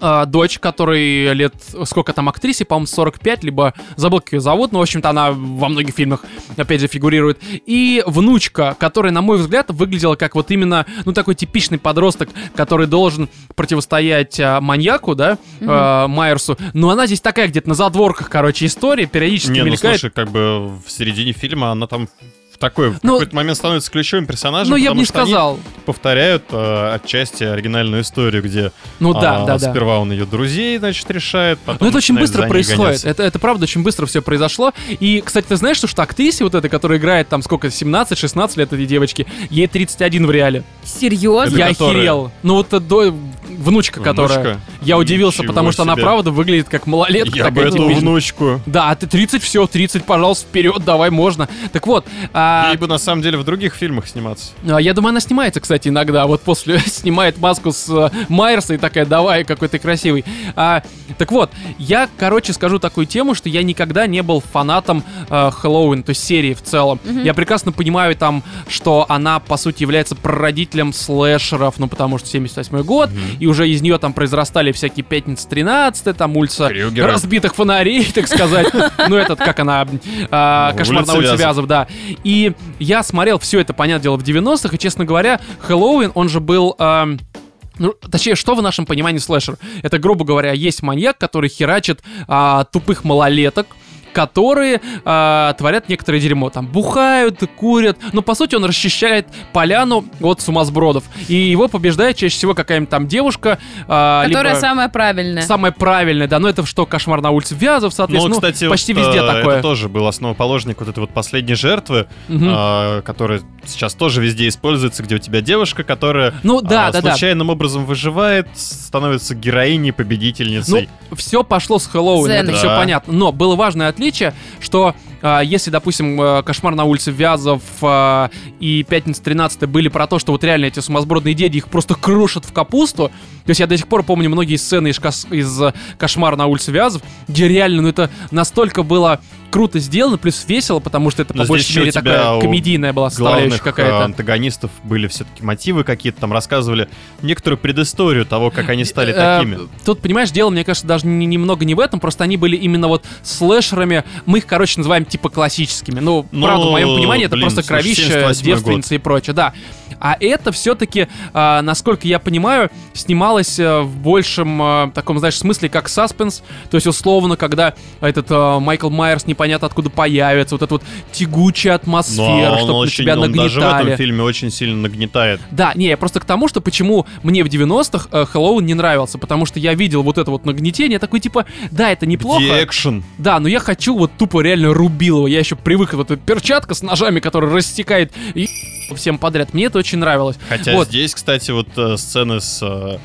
Speaker 1: э, дочь, которой лет... Сколько там актрисе? По-моему, 45, либо... Забыл, как ее зовут, но, в общем-то, она во многих фильмах, опять же, фигурирует. И внучка, которая, на мой взгляд, выглядела как вот именно, ну, такой типичный подросток, который должен противостоять э, маньяку, да, э, Майерсу. Но она здесь такая где-то на задворках, короче, история, периодически
Speaker 2: Не, ну
Speaker 1: мелькает.
Speaker 2: слушай, как бы в середине фильма она там в такой, в
Speaker 1: Ну,
Speaker 2: какой-то момент становится ключевым персонажем,
Speaker 1: ну, я бы
Speaker 2: потому
Speaker 1: не
Speaker 2: что они
Speaker 1: сказал.
Speaker 2: повторяют э, отчасти оригинальную историю, где
Speaker 1: Ну да,
Speaker 2: а,
Speaker 1: да, да.
Speaker 2: сперва он ее друзей, значит, решает, потом
Speaker 1: Ну это очень
Speaker 2: начинает за
Speaker 1: быстро
Speaker 2: ней
Speaker 1: происходит.
Speaker 2: гоняться.
Speaker 1: Это, это правда очень быстро все произошло. И, кстати, ты знаешь, что, что актрисе вот этой, которая играет там сколько, 17-16 лет этой девочки, ей 31 в реале.
Speaker 3: Серьезно?
Speaker 2: Это
Speaker 1: Я
Speaker 2: которая?
Speaker 1: охерел. Ну вот эта до... внучка, которая.
Speaker 2: Внучка?
Speaker 1: Я удивился,
Speaker 2: Ничего
Speaker 1: потому что она
Speaker 2: себе.
Speaker 1: правда выглядит как малолетка.
Speaker 2: Я бы
Speaker 1: такая
Speaker 2: эту
Speaker 1: типичная.
Speaker 2: внучку.
Speaker 1: Да, а ты 30, все, 30, пожалуйста, вперед, давай, можно. Так вот, а,
Speaker 2: Ей бы на самом деле в других фильмах сниматься.
Speaker 1: а, я думаю, она снимается, кстати, иногда. Вот после снимает маску с э, Майерса и такая, давай, какой ты красивый. А, так вот, я, короче, скажу такую тему, что я никогда не был фанатом э, Хэллоуин, то есть серии в целом. Я прекрасно понимаю там, что она, по сути, является прародителем слэшеров, ну, потому что 78 год, и уже из нее там произрастали всякие пятница 13 там улица
Speaker 2: Крюгера.
Speaker 1: разбитых фонарей, так сказать. Ну, этот, как она, а,
Speaker 2: Ну,
Speaker 1: кошмар на
Speaker 2: улица
Speaker 1: улице Вязов,
Speaker 2: Вязов.
Speaker 1: да. И я смотрел все это, понятное дело, в 90-х, и, честно говоря, Хэллоуин, он же был... эм, ну, точнее, что в нашем понимании слэшер? Это, грубо говоря, есть маньяк, который херачит а, тупых малолеток, которые а, творят некоторое дерьмо. Там бухают, курят. Но, по сути, он расчищает поляну от сумасбродов. И его побеждает чаще всего какая-нибудь там девушка. а,
Speaker 3: Которая
Speaker 1: либо-
Speaker 3: самая правильная.
Speaker 1: Самое правильное, да, но это что, кошмар на улице Вязов, соответственно,
Speaker 2: Ну,
Speaker 1: ну,
Speaker 2: кстати,
Speaker 1: почти
Speaker 2: вот,
Speaker 1: везде
Speaker 2: э,
Speaker 1: такое.
Speaker 2: Это тоже был основоположник вот этой вот последней жертвы,
Speaker 1: Мгм.
Speaker 2: а, которая сейчас тоже везде используется, где у тебя девушка, которая
Speaker 1: ну да,
Speaker 2: а,
Speaker 1: да, да.
Speaker 2: случайным образом выживает, становится героиней, победительницей.
Speaker 1: Ну, все пошло с Хэллоуина,
Speaker 3: Зена.
Speaker 1: это все
Speaker 2: Да.
Speaker 1: понятно. Но было важное отличие, что а, если, допустим, э, «Кошмар на улице Вязов» а, и «Пятница 13» были про то, что вот реально эти сумасбродные дети их просто крушат в капусту, то есть я до сих пор помню многие сцены из, кос- из, э, «Кошмара на улице Вязов», где реально, ну это настолько было круто сделано, плюс весело, потому что это по
Speaker 2: Но здесь
Speaker 1: большей
Speaker 2: еще
Speaker 1: мере
Speaker 2: у тебя
Speaker 1: такая
Speaker 2: у
Speaker 1: комедийная была составляющая
Speaker 2: главных э,
Speaker 1: какая-то.
Speaker 2: антагонистов были все-таки мотивы какие-то, там рассказывали некоторую предысторию того, как они стали
Speaker 1: Э,
Speaker 2: такими.
Speaker 1: Тут, понимаешь, дело, мне кажется, даже не- немного не в этом, просто они были именно вот слэшерами. Мы их, короче, называем типа классическими. Ну,
Speaker 2: Ну,
Speaker 1: правда, в моем понимании это
Speaker 2: блин,
Speaker 1: просто
Speaker 2: слушай,
Speaker 1: кровища,
Speaker 2: 78-й
Speaker 1: девственницы и прочее, да. А это все-таки, насколько я понимаю, снималось э, в большем э, таком, знаешь, смысле, как саспенс. То есть, условно, когда этот э, Майкл Майерс непонятно откуда появится, вот эта вот тягучая атмосфера,
Speaker 2: Но он
Speaker 1: чтобы на
Speaker 2: очень,
Speaker 1: тебя
Speaker 2: он даже в этом
Speaker 1: нагнетали.
Speaker 2: фильме очень сильно нагнетает.
Speaker 1: Да, не, я просто к тому, что почему мне в 90-х э, Хэллоуин не нравился, потому что я видел вот это вот нагнетение, я такой типа, да, это неплохо,
Speaker 2: Где экшен?
Speaker 1: да, но я хочу вот тупо реально рубилово, я еще привык вот эта перчатка с ножами, которая растекает и всем подряд, мне это очень нравилось.
Speaker 2: Хотя
Speaker 1: Вот.
Speaker 2: здесь, кстати, вот э, сцены с э,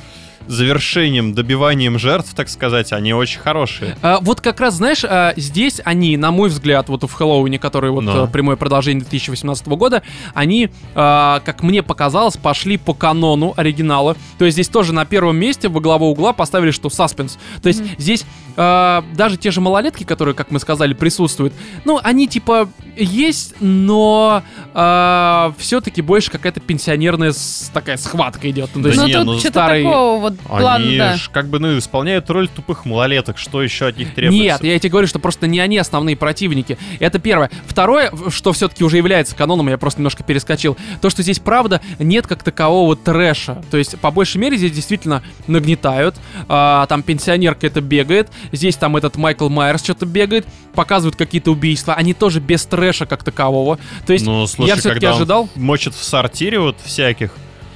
Speaker 2: завершением, добиванием жертв, так сказать, они очень хорошие.
Speaker 1: А, вот как раз, знаешь, а, здесь они, на мой взгляд, вот в Хэллоуине, который вот
Speaker 2: Ну.
Speaker 1: э, прямое продолжение 2018 года, они, а, как мне показалось, пошли по канону оригинала. То есть здесь тоже на первом месте во главу угла поставили, что саспенс. То есть
Speaker 3: Мгм.
Speaker 1: здесь а, даже те же малолетки, которые, как мы сказали, присутствуют, ну, они типа есть, но все-таки больше какая-то пенсионерная с- такая схватка идет. Ну, то
Speaker 2: Да
Speaker 1: есть
Speaker 3: ну,
Speaker 2: не,
Speaker 3: тут
Speaker 2: ну,
Speaker 3: что-то
Speaker 1: старый-
Speaker 3: такого вот плана,
Speaker 2: они
Speaker 3: да.
Speaker 2: ж как бы, ну, исполняют роль тупых малолеток, что еще от них требуется?
Speaker 1: Нет, я тебе говорю, что просто не они основные противники. Это первое. Второе, в- что все-таки уже является каноном, я просто немножко перескочил, то, что здесь, правда, нет как такового трэша. То есть, по большей мере, здесь действительно нагнетают. А, там пенсионерка это бегает. Здесь там этот Майкл Майерс что-то бегает. Показывают какие-то убийства. Они тоже без трэша как такового. То есть,
Speaker 2: Ну, слушай,
Speaker 1: я все-таки
Speaker 2: когда он
Speaker 1: ожидал...
Speaker 2: мочат в сортире вот всяких.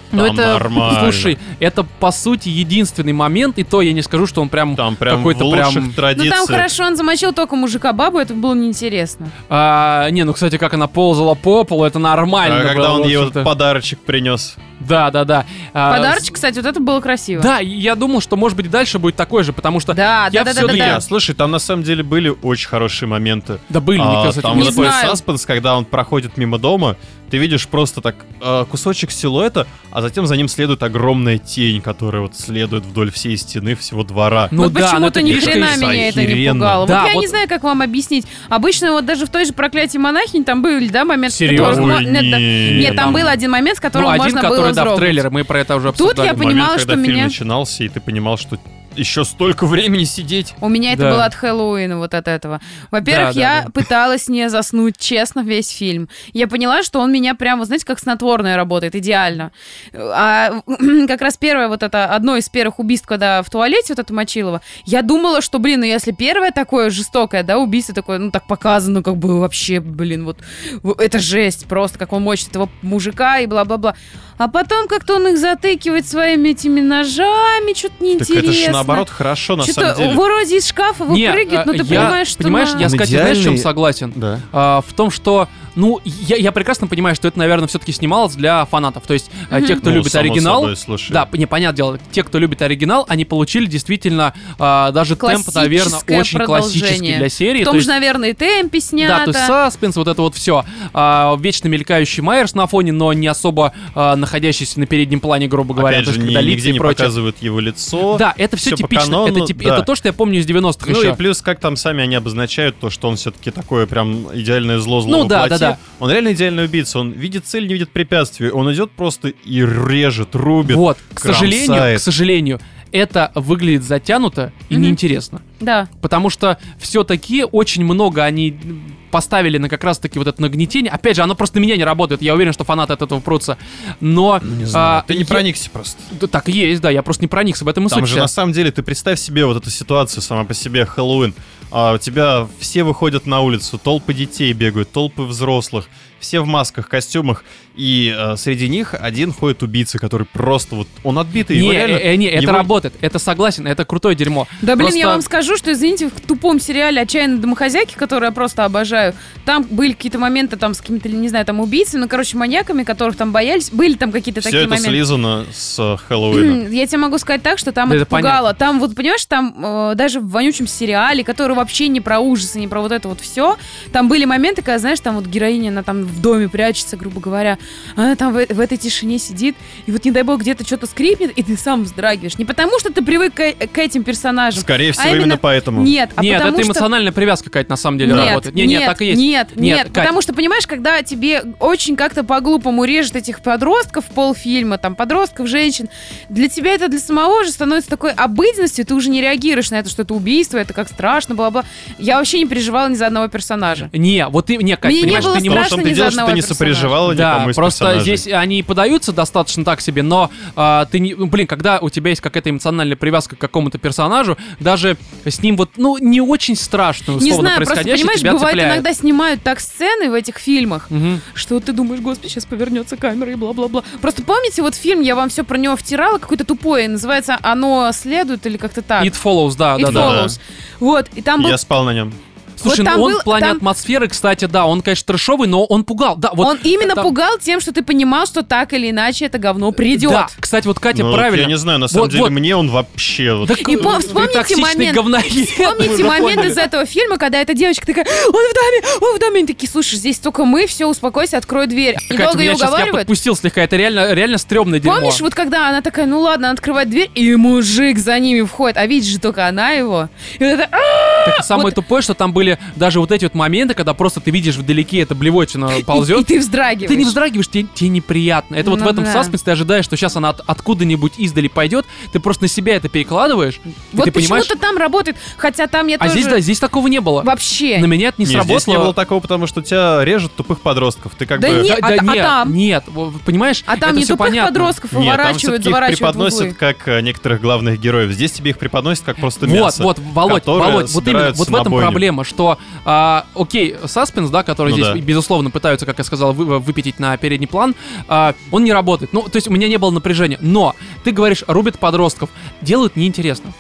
Speaker 1: Но
Speaker 2: там
Speaker 1: это,
Speaker 2: нормально.
Speaker 1: слушай, это по сути единственный момент, и то я не скажу, что он прям
Speaker 2: Там прям
Speaker 1: Какой-то
Speaker 2: в
Speaker 1: прям- Ну,
Speaker 2: лучших
Speaker 1: там
Speaker 3: Ну
Speaker 2: традициях.
Speaker 3: там хорошо, он замочил только мужика бабу, это было неинтересно.
Speaker 1: А, не, ну, кстати, как она ползала по полу, это
Speaker 2: А
Speaker 1: нормально.
Speaker 2: когда
Speaker 1: было,
Speaker 2: он
Speaker 1: в
Speaker 2: ей вот
Speaker 1: общем-то.
Speaker 2: этот подарочек принес.
Speaker 1: Да, да, да. А,
Speaker 3: Подарочек, кстати, вот это было
Speaker 1: с-
Speaker 3: красиво.
Speaker 1: Да, и я думал, что, может быть, дальше будет такой же, потому что...
Speaker 3: да,
Speaker 1: я
Speaker 3: да, да, да, да,
Speaker 1: всё-таки
Speaker 3: да.
Speaker 2: Не, слушай, там на самом деле были очень хорошие моменты.
Speaker 1: Да были, мне
Speaker 2: А,
Speaker 1: кажется,
Speaker 2: там
Speaker 1: это-
Speaker 3: не
Speaker 2: вот такой
Speaker 3: знаю.
Speaker 2: саспенс, когда он проходит мимо дома, ты видишь просто так э, кусочек силуэта, а затем за ним следует огромная тень, которая вот следует вдоль всей стены всего двора.
Speaker 1: Ну
Speaker 3: вот
Speaker 1: да, но
Speaker 3: почему-то
Speaker 1: это
Speaker 3: ни
Speaker 1: фишка
Speaker 3: хрена
Speaker 2: из-
Speaker 3: меня это не
Speaker 2: охеренно.
Speaker 3: пугало.
Speaker 1: Да,
Speaker 3: вот я
Speaker 1: вот-
Speaker 3: не знаю, как вам объяснить. Обычно вот даже в той же «Проклятии монахинь» там были, да, момент, с которым
Speaker 1: Серьезно?
Speaker 3: можно- Нет, да- нет, там
Speaker 1: там-
Speaker 3: был один момент, с которым
Speaker 1: Ну, один,
Speaker 3: можно
Speaker 1: который,
Speaker 3: было
Speaker 1: да, в
Speaker 3: вздрогнуть.
Speaker 1: трейлере, мы про это уже
Speaker 3: Тут я
Speaker 1: обсуждали.
Speaker 3: понимаю, понимала,
Speaker 2: Момент,
Speaker 3: что
Speaker 2: когда фильм
Speaker 3: меня-
Speaker 2: начинался, и ты понимал, что еще столько времени сидеть.
Speaker 3: У меня это
Speaker 1: Да.
Speaker 3: было от Хэллоуина вот от этого.
Speaker 1: Да,
Speaker 3: Во-первых,
Speaker 1: да,
Speaker 3: я
Speaker 1: да.
Speaker 3: пыталась не заснуть, честно, весь фильм. Я поняла, что он меня прямо, знаете, как снотворное работает, идеально. А как раз первое вот это, одно из первых убийств, когда в туалете вот это Мочилова, я думала, что, блин, ну если первое такое жестокое, да, убийство такое, ну так показано, как бы вообще, блин, вот в- это жесть просто, как он мочит этого мужика и бла-бла-бла. А потом как-то он их затыкивает своими этими ножами, что-то
Speaker 2: Так
Speaker 3: неинтересно.
Speaker 2: это же наоборот хорошо, на
Speaker 3: Что-то
Speaker 2: самом деле.
Speaker 3: вроде из шкафа
Speaker 1: Не,
Speaker 3: выпрыгивает, но
Speaker 1: а,
Speaker 3: ну, ты
Speaker 1: я-
Speaker 3: понимаешь, что...
Speaker 1: Понимаешь,
Speaker 3: на-
Speaker 1: я,
Speaker 2: Он
Speaker 1: Катей, знаешь, в чем
Speaker 2: идеальный-
Speaker 1: согласен?
Speaker 2: Да.
Speaker 1: А, в том, что, ну, я, я прекрасно понимаю, что это, наверное, все-таки снималось для фанатов. То есть а, те,
Speaker 3: Мгм.
Speaker 1: кто
Speaker 2: Ну,
Speaker 1: любит
Speaker 2: само
Speaker 1: оригинал,
Speaker 2: собой, слушай.
Speaker 1: Да, не, понятное дело, те, кто любит оригинал, они получили действительно а, даже темп, наверное,
Speaker 3: Классическое
Speaker 1: очень классический
Speaker 3: продолжение.
Speaker 1: для серии.
Speaker 3: В том
Speaker 1: То
Speaker 3: же, наверное, и
Speaker 1: Да,
Speaker 3: темпе
Speaker 1: то
Speaker 3: снято.
Speaker 1: есть саспенс, вот это вот все. вечно мелькающий Майерс на фоне, но не особо а, находящийся на переднем плане, грубо говоря.
Speaker 2: Опять
Speaker 1: то
Speaker 2: же,
Speaker 1: есть,
Speaker 2: ни-
Speaker 1: когда лица
Speaker 2: нигде
Speaker 1: и
Speaker 2: не
Speaker 1: прочее.
Speaker 2: показывают его лицо.
Speaker 1: Да, это все,
Speaker 2: всё по
Speaker 1: типично.
Speaker 2: канону,
Speaker 1: это, тип-
Speaker 2: да.
Speaker 1: это то, что я помню из 90-х
Speaker 2: Ну
Speaker 1: еще.
Speaker 2: и плюс, как там сами они обозначают то, что он все-таки такое прям идеальное зло зло
Speaker 1: Ну
Speaker 2: во
Speaker 1: да,
Speaker 2: плоти.
Speaker 1: да, да.
Speaker 2: Он реально идеальный убийца, он видит цель, не видит препятствий, он идет просто и режет, рубит.
Speaker 1: вот, к сожалению, к
Speaker 2: кромсает.
Speaker 1: сожалению, это выглядит затянуто и
Speaker 3: Мгм.
Speaker 1: неинтересно.
Speaker 3: Да.
Speaker 1: Потому что все-таки очень много они поставили на как раз-таки вот это нагнетение. Опять же, оно просто на меня не работает. Я уверен, что фанаты от этого прутся. Но...
Speaker 2: Ну, не знаю,
Speaker 1: а,
Speaker 2: ты не
Speaker 1: я-
Speaker 2: проникся просто.
Speaker 1: Да, Так и есть, да, я просто не проникся в этом
Speaker 3: Ну,
Speaker 1: и
Speaker 2: Там
Speaker 1: суть
Speaker 2: же
Speaker 1: вся.
Speaker 2: на самом деле ты представь себе вот эту ситуацию сама по себе Хэллоуин. А, у тебя все выходят на улицу, толпы детей бегают, толпы взрослых, все в масках, костюмах, и э, среди них один ходит убийца, который просто вот он отбитый. его
Speaker 1: Не,
Speaker 2: реально-
Speaker 1: э, э, не, это
Speaker 2: его-
Speaker 1: работает, это согласен, это крутое дерьмо.
Speaker 3: Да, блин, я
Speaker 1: Просто-
Speaker 3: вам скажу, что, извините, в тупом сериале «Отчаянные домохозяйки», который я просто обожаю, там были какие-то моменты там с какими-то, не знаю, там убийцами, ну, короче, маньяками, которых там боялись. Были там какие-то
Speaker 2: Все
Speaker 3: такие
Speaker 2: это
Speaker 3: моменты.
Speaker 2: слизано с э, Хэллоуина.
Speaker 3: Я тебе могу сказать так, что там
Speaker 1: Да
Speaker 3: это
Speaker 1: это понятно.
Speaker 3: пугало. Там, вот понимаешь, там э, даже в вонючем сериале, который вообще не про ужасы, не про вот это вот все, там были моменты, когда, знаешь, там вот героиня, она там в доме прячется, грубо говоря, она там в, в этой тишине сидит, и вот, не дай бог, где-то что-то скрипнет, и ты сам вздрагиваешь. Не потому, что ты привык к, э, к этим персонажам.
Speaker 2: Скорее всего,
Speaker 3: а именно-
Speaker 2: именно, поэтому.
Speaker 3: Нет, а
Speaker 1: Нет,
Speaker 3: потому
Speaker 1: это
Speaker 3: что...
Speaker 1: эмоциональная привязка какая-то на самом деле
Speaker 3: нет,
Speaker 1: работает.
Speaker 3: Нет,
Speaker 1: Не, нет, так и есть.
Speaker 3: Нет,
Speaker 1: Нет,
Speaker 3: нет,
Speaker 1: Кать.
Speaker 3: потому что, понимаешь, когда тебе очень как-то по-глупому режет этих подростков в полфильма, там, подростков, женщин, для тебя это для самого же становится такой обыденностью, ты уже не реагируешь на это, что это убийство, это как страшно, бла-бла. Я вообще не переживала ни за одного персонажа.
Speaker 1: Не, вот ты, не, Кать,
Speaker 3: Мне не
Speaker 1: понимаешь,
Speaker 3: было
Speaker 1: ты не
Speaker 2: Потому
Speaker 1: можешь...
Speaker 2: что
Speaker 3: страшно
Speaker 2: ты
Speaker 3: ни за
Speaker 2: делаешь, что ты не
Speaker 3: одного персонажа.
Speaker 2: сопереживала
Speaker 1: Да,
Speaker 2: никому из
Speaker 1: просто
Speaker 2: персонажей.
Speaker 1: здесь они подаются достаточно так себе, но а, ты не, ну, блин, когда у тебя есть какая-то эмоциональная привязка к какому-то персонажу, даже с ним вот, ну, не очень страшно, ну, условно,
Speaker 3: не знаю, просто,
Speaker 1: происходящее
Speaker 3: понимаешь,
Speaker 1: тебя
Speaker 3: бывает,
Speaker 1: цепляет.
Speaker 3: иногда снимают так сцены в этих фильмах,
Speaker 1: Мгм.
Speaker 3: что ты думаешь, господи, сейчас повернется камера и бла-бла-бла. Просто помните, вот фильм, я вам все про него втирала, какой-то тупой, называется «Оно следует» или как-то так.
Speaker 1: It follows, да,
Speaker 3: It
Speaker 1: да, да.
Speaker 2: Follows.
Speaker 3: follows. Вот, и там был
Speaker 2: Я спал на нем.
Speaker 1: Слушай,
Speaker 3: Вот там
Speaker 1: ну, он
Speaker 3: был-
Speaker 1: в плане
Speaker 3: там-
Speaker 1: атмосферы, кстати, да, он, конечно, трешовый, но он пугал. Да, вот
Speaker 3: он именно
Speaker 1: там-
Speaker 3: пугал тем, что ты понимал, что так или иначе это говно придет.
Speaker 1: Да, кстати, вот Катя
Speaker 2: Ну, вот
Speaker 1: правильно.
Speaker 2: Я не знаю, на самом
Speaker 1: Вот,
Speaker 2: деле,
Speaker 1: вот.
Speaker 2: мне он вообще... вот-
Speaker 1: Да
Speaker 3: И
Speaker 1: к-
Speaker 3: пом-
Speaker 1: ты
Speaker 3: вспомните
Speaker 1: токсичный
Speaker 3: момент.
Speaker 1: говноед.
Speaker 3: Помните
Speaker 2: Вы
Speaker 3: момент
Speaker 2: запомнили.
Speaker 3: из этого фильма, когда эта девочка такая, он в доме, он в доме. Они такие, слушай, здесь только мы, все, успокойся, открой дверь. И
Speaker 1: Катя,
Speaker 3: долго ее
Speaker 1: меня сейчас я
Speaker 3: уговаривают.
Speaker 1: подпустил слегка. Это реально, реально стрёмное дерьмо.
Speaker 3: Помнишь, вот когда она такая, ну ладно, она открывает дверь, и мужик за ними входит, а видишь же только она его. И вот это, «А!»
Speaker 1: Так, самое
Speaker 3: вот-
Speaker 1: тупое, что там были даже вот эти вот моменты, когда просто ты видишь вдалеке это блевотина
Speaker 3: и
Speaker 1: ползет.
Speaker 3: ты вздрагиваешь.
Speaker 1: Ты не вздрагиваешь, тебе, тебе неприятно. Это вот
Speaker 3: Ну
Speaker 1: в этом
Speaker 3: да.
Speaker 1: саспенсе ты ожидаешь, что сейчас она от- откуда-нибудь издали пойдет, ты просто на себя это перекладываешь, и
Speaker 3: Вот
Speaker 1: ты понимаешь.
Speaker 3: почему-то там работает, хотя там я
Speaker 1: А
Speaker 3: тоже
Speaker 1: здесь, да, здесь такого не было.
Speaker 3: вообще.
Speaker 1: На меня это не,
Speaker 2: Не,
Speaker 1: сработало.
Speaker 2: здесь не было такого, потому что тебя режут тупых подростков. Ты как
Speaker 3: Да
Speaker 2: бы...
Speaker 3: не-
Speaker 1: Да,
Speaker 3: а
Speaker 1: да
Speaker 3: та- а
Speaker 1: нет,
Speaker 3: там?
Speaker 1: нет, вот понимаешь,
Speaker 3: А там
Speaker 1: это
Speaker 3: не
Speaker 1: всё
Speaker 3: тупых
Speaker 1: понятно.
Speaker 2: Нет,
Speaker 3: подростков
Speaker 2: там
Speaker 3: выворачивают,
Speaker 2: все-таки их
Speaker 3: заворачивают в углы.
Speaker 2: преподносят как э, некоторых главных героев. Здесь тебе их преподносят как просто
Speaker 1: вот,
Speaker 2: мясо.
Speaker 1: Вот, Володь,
Speaker 2: которое
Speaker 1: Володь, вот именно,
Speaker 2: собираются
Speaker 1: вот в
Speaker 2: на
Speaker 1: этом
Speaker 2: бойню.
Speaker 1: проблема, что, а, окей, саспенс, да, который
Speaker 2: Ну
Speaker 1: здесь,
Speaker 2: да.
Speaker 1: безусловно, пытаются, как я сказал, вы- выпятить на передний план, а, он не работает. Ну, то есть у меня не было напряжения, но ты говоришь, рубят подростков, делают неинтересно.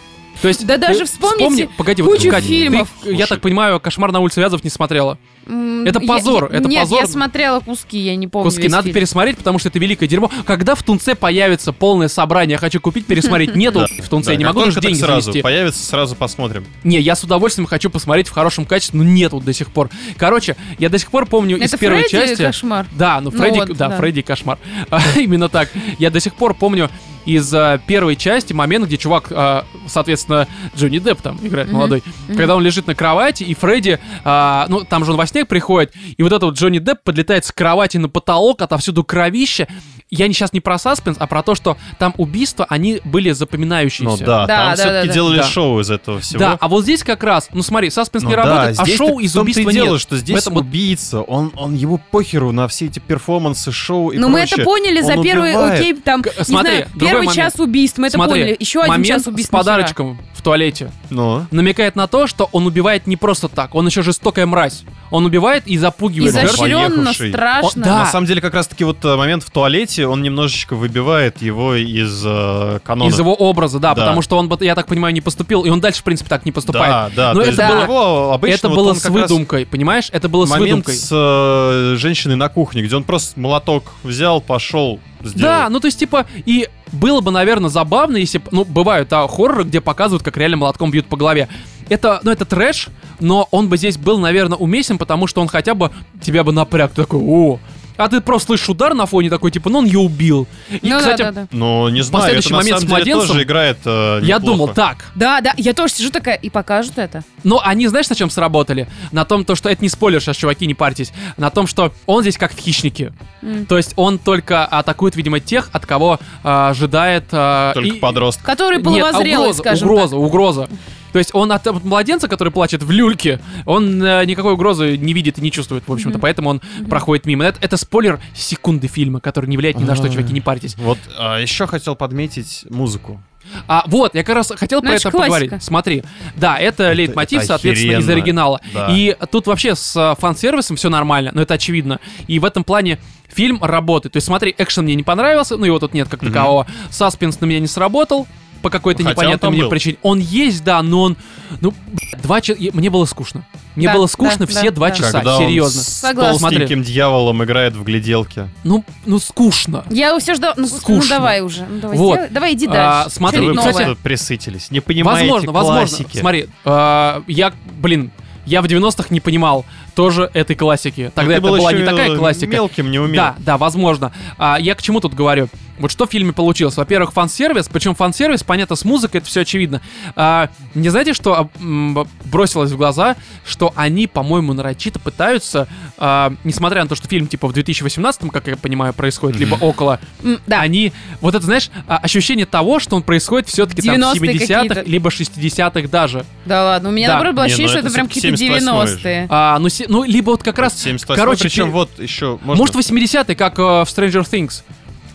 Speaker 1: То есть
Speaker 3: Да
Speaker 1: ты
Speaker 3: даже вспомните
Speaker 1: вспомни, погоди, вот,
Speaker 3: кучу
Speaker 1: Кать, ты,
Speaker 3: фильмов.
Speaker 1: я так понимаю, «Кошмар на улице Вязов» не смотрела.
Speaker 3: М,
Speaker 1: Это
Speaker 3: я-
Speaker 1: позор,
Speaker 3: я-
Speaker 1: это
Speaker 3: нет,
Speaker 1: позор.
Speaker 3: я смотрела куски, я не помню
Speaker 1: Куски
Speaker 3: весь
Speaker 1: надо
Speaker 3: фильм.
Speaker 1: пересмотреть, потому что это великое дерьмо. Когда в Тунце появится полное собрание, я хочу купить, пересмотреть. Нету в Тунце,
Speaker 2: Да,
Speaker 1: я не
Speaker 2: как
Speaker 1: могу даже
Speaker 2: только так
Speaker 1: деньги
Speaker 2: сразу
Speaker 1: занести.
Speaker 2: появится, сразу посмотрим.
Speaker 1: Не, я с удовольствием хочу посмотреть в хорошем качестве, но нет вот до сих пор. Короче, я до сих пор помню из
Speaker 3: Это
Speaker 1: первой
Speaker 3: Фредди
Speaker 1: части.
Speaker 3: кошмар.
Speaker 1: Да, ну
Speaker 3: Ну
Speaker 1: Фредди,
Speaker 3: вот,
Speaker 1: да,
Speaker 3: да.
Speaker 1: Фредди кошмар. А, Именно так. Я до сих пор помню из э, первой части момент, где чувак, э, соответственно, Джонни Депп там играет молодой, когда он лежит на кровати, и Фредди, а, ну там же он во сне приходит, и вот этот вот Джонни Депп подлетает с кровати на потолок, отовсюду кровище. Я не сейчас не про саспенс, а про то, что там убийства, они были запоминающиеся.
Speaker 2: Ну да, там
Speaker 3: Да, да,
Speaker 2: все-таки
Speaker 3: да, да.
Speaker 2: делали
Speaker 1: Да.
Speaker 2: шоу из этого всего.
Speaker 1: Да, а вот здесь как раз, ну смотри, саспенс
Speaker 2: Ну
Speaker 1: не
Speaker 2: да,
Speaker 1: работает, а
Speaker 2: здесь
Speaker 1: шоу
Speaker 2: так-
Speaker 1: из
Speaker 2: в том-то и
Speaker 1: убийства нет.
Speaker 2: дело, что здесь
Speaker 1: В этом вот-
Speaker 2: убийца, он, он его похеру на все эти перформансы, шоу и
Speaker 3: Ну мы это
Speaker 2: прочее.
Speaker 3: поняли за
Speaker 2: Он
Speaker 3: первый,
Speaker 2: убивает.
Speaker 3: окей, там,
Speaker 1: К-
Speaker 3: не
Speaker 1: смотри,
Speaker 3: знаю,
Speaker 1: другой
Speaker 3: первый
Speaker 1: момент.
Speaker 3: час убийств, мы это
Speaker 1: Смотри,
Speaker 3: поняли. Еще один
Speaker 1: момент
Speaker 3: час
Speaker 1: с
Speaker 3: убийств. нахера.
Speaker 1: подарочком в туалете
Speaker 2: Ну,
Speaker 1: намекает на то, что он убивает не просто так, он еще жестокая мразь. Он убивает и запугивает жертв.
Speaker 2: изощрен-
Speaker 3: Изощренно,
Speaker 2: Поехавший.
Speaker 3: страшно.
Speaker 1: О, да.
Speaker 2: на самом деле как раз-таки вот э, момент в туалете, он немножечко выбивает его из э, канона.
Speaker 1: из его образа, да,
Speaker 2: Да.
Speaker 1: потому что он, я так понимаю, не поступил, и он дальше, в принципе, так не поступает.
Speaker 2: Да, да,
Speaker 1: Но
Speaker 2: то
Speaker 1: это
Speaker 2: есть
Speaker 3: да.
Speaker 2: для
Speaker 1: было,
Speaker 2: него обычно
Speaker 1: это
Speaker 2: вот
Speaker 1: было
Speaker 2: он
Speaker 1: с
Speaker 2: как раз
Speaker 1: выдумкой, понимаешь? Это было с
Speaker 2: момент
Speaker 1: выдумкой.
Speaker 2: с э, женщиной на кухне, где он просто молоток взял, пошел, сделал.
Speaker 1: Да, ну то есть, типа, и было бы, наверное, забавно, если б- Ну, бывают, да, хорроры, где показывают, как реально молотком бьют по голове. Это, ну, это трэш, но он бы здесь был, наверное, уместен, потому что он хотя бы тебя бы напряг. Ты такой, о! А ты просто слышишь удар на фоне такой, типа, ну он ее убил. И,
Speaker 3: Ну да,
Speaker 1: кстати,
Speaker 3: да, да.
Speaker 2: Ну, не знаю, это
Speaker 1: Последующий
Speaker 2: на
Speaker 1: момент
Speaker 2: самом
Speaker 1: с
Speaker 2: деле
Speaker 1: младенцем.
Speaker 2: тоже играет э,
Speaker 1: я
Speaker 2: неплохо.
Speaker 1: думал, так.
Speaker 3: Да, да, я тоже сижу такая, и покажут это.
Speaker 1: Но они, знаешь, на чем сработали? На том, то, что это не спойлер сейчас, чуваки, не парьтесь. На том, что он здесь как в хищнике.
Speaker 3: М.
Speaker 1: То есть он только атакует, видимо, тех, от кого а, ожидает... а,
Speaker 2: Только
Speaker 1: и-
Speaker 2: подростка.
Speaker 3: Который
Speaker 1: Нет, а
Speaker 3: половозрелый,
Speaker 1: угроза,
Speaker 3: скажем
Speaker 1: угроза, угроза. То есть он от от младенца, который плачет в люльке, он э, никакой угрозы не видит и не чувствует, в общем-то,
Speaker 3: Мгм.
Speaker 1: поэтому он проходит мимо. Это, это спойлер секунды фильма, который не влияет ни на что,
Speaker 2: А.
Speaker 1: чуваки, не парьтесь.
Speaker 2: Вот а, еще хотел подметить музыку.
Speaker 1: А вот, я как раз хотел
Speaker 3: Ну,
Speaker 1: про
Speaker 3: это
Speaker 1: это
Speaker 3: же классика.
Speaker 1: поговорить. Смотри, да, это лейтмотив,
Speaker 2: это
Speaker 1: соответственно, из
Speaker 2: охеренно.
Speaker 1: оригинала.
Speaker 2: Да.
Speaker 1: И тут вообще с э, фан-сервисом все нормально, но это очевидно. И в этом плане фильм работает. То есть, смотри, экшен мне не понравился, ну его тут нет как
Speaker 2: Мгм.
Speaker 1: такового. Саспенс на меня не сработал по какой-то
Speaker 2: Хотя он
Speaker 1: непонятной
Speaker 2: там
Speaker 1: мне
Speaker 2: был.
Speaker 1: причине. Он есть, да, но он... Ну, блядь, два часа... Мне было скучно. Мне
Speaker 3: Да,
Speaker 1: было скучно
Speaker 3: да,
Speaker 1: все
Speaker 3: да,
Speaker 1: два
Speaker 3: да.
Speaker 1: часа,
Speaker 2: Когда он
Speaker 1: серьезно.
Speaker 2: с
Speaker 3: Согласна.
Speaker 2: толстеньким дьяволом играет в гляделке.
Speaker 1: Ну, ну, скучно.
Speaker 3: так. Я все ждала. Ну,
Speaker 1: Скучно.
Speaker 3: ну, давай уже. Ну, давай,
Speaker 1: Вот.
Speaker 3: сделай. давай иди
Speaker 1: А,
Speaker 3: дальше.
Speaker 1: смотри,
Speaker 2: Вы
Speaker 3: Что-нибудь
Speaker 1: кстати,
Speaker 3: новое.
Speaker 2: просто присытились. Не понимаете
Speaker 1: возможно, возможно.
Speaker 2: классики.
Speaker 1: Смотри, э, а, я, блин, я в 90-х не понимал тоже этой классики. Тогда
Speaker 2: Ну, Ты
Speaker 1: это
Speaker 2: был
Speaker 1: была
Speaker 2: еще
Speaker 1: не такая классика.
Speaker 2: Мелким не умел.
Speaker 1: Да, да, возможно. А, я к чему тут говорю? Вот что в фильме получилось? Во-первых, фан-сервис, причем фан-сервис, понятно, с музыкой, это все очевидно. А, не знаете, что а, м, бросилось в глаза? Что они, по-моему, нарочито пытаются, а, несмотря на то, что фильм типа в 2018, как я понимаю, происходит, либо около,
Speaker 3: М, Да.
Speaker 1: они, вот это, знаешь, а, ощущение того, что он происходит все-таки там в
Speaker 3: 90-е
Speaker 1: 70-х,
Speaker 3: какие-то.
Speaker 1: либо 60-х даже.
Speaker 3: Да ладно, у меня
Speaker 1: Да.
Speaker 3: наоборот было
Speaker 2: Не,
Speaker 3: ощущение,
Speaker 2: ну
Speaker 3: что это
Speaker 2: это
Speaker 3: прям какие-то
Speaker 2: 78-й же.
Speaker 3: 90-е.
Speaker 1: А, ну, се- ну, либо вот как раз,
Speaker 2: 78
Speaker 1: короче,
Speaker 2: причем
Speaker 1: пе-
Speaker 2: вот еще... можно-
Speaker 1: Может, 80-е, как э, в Stranger Things.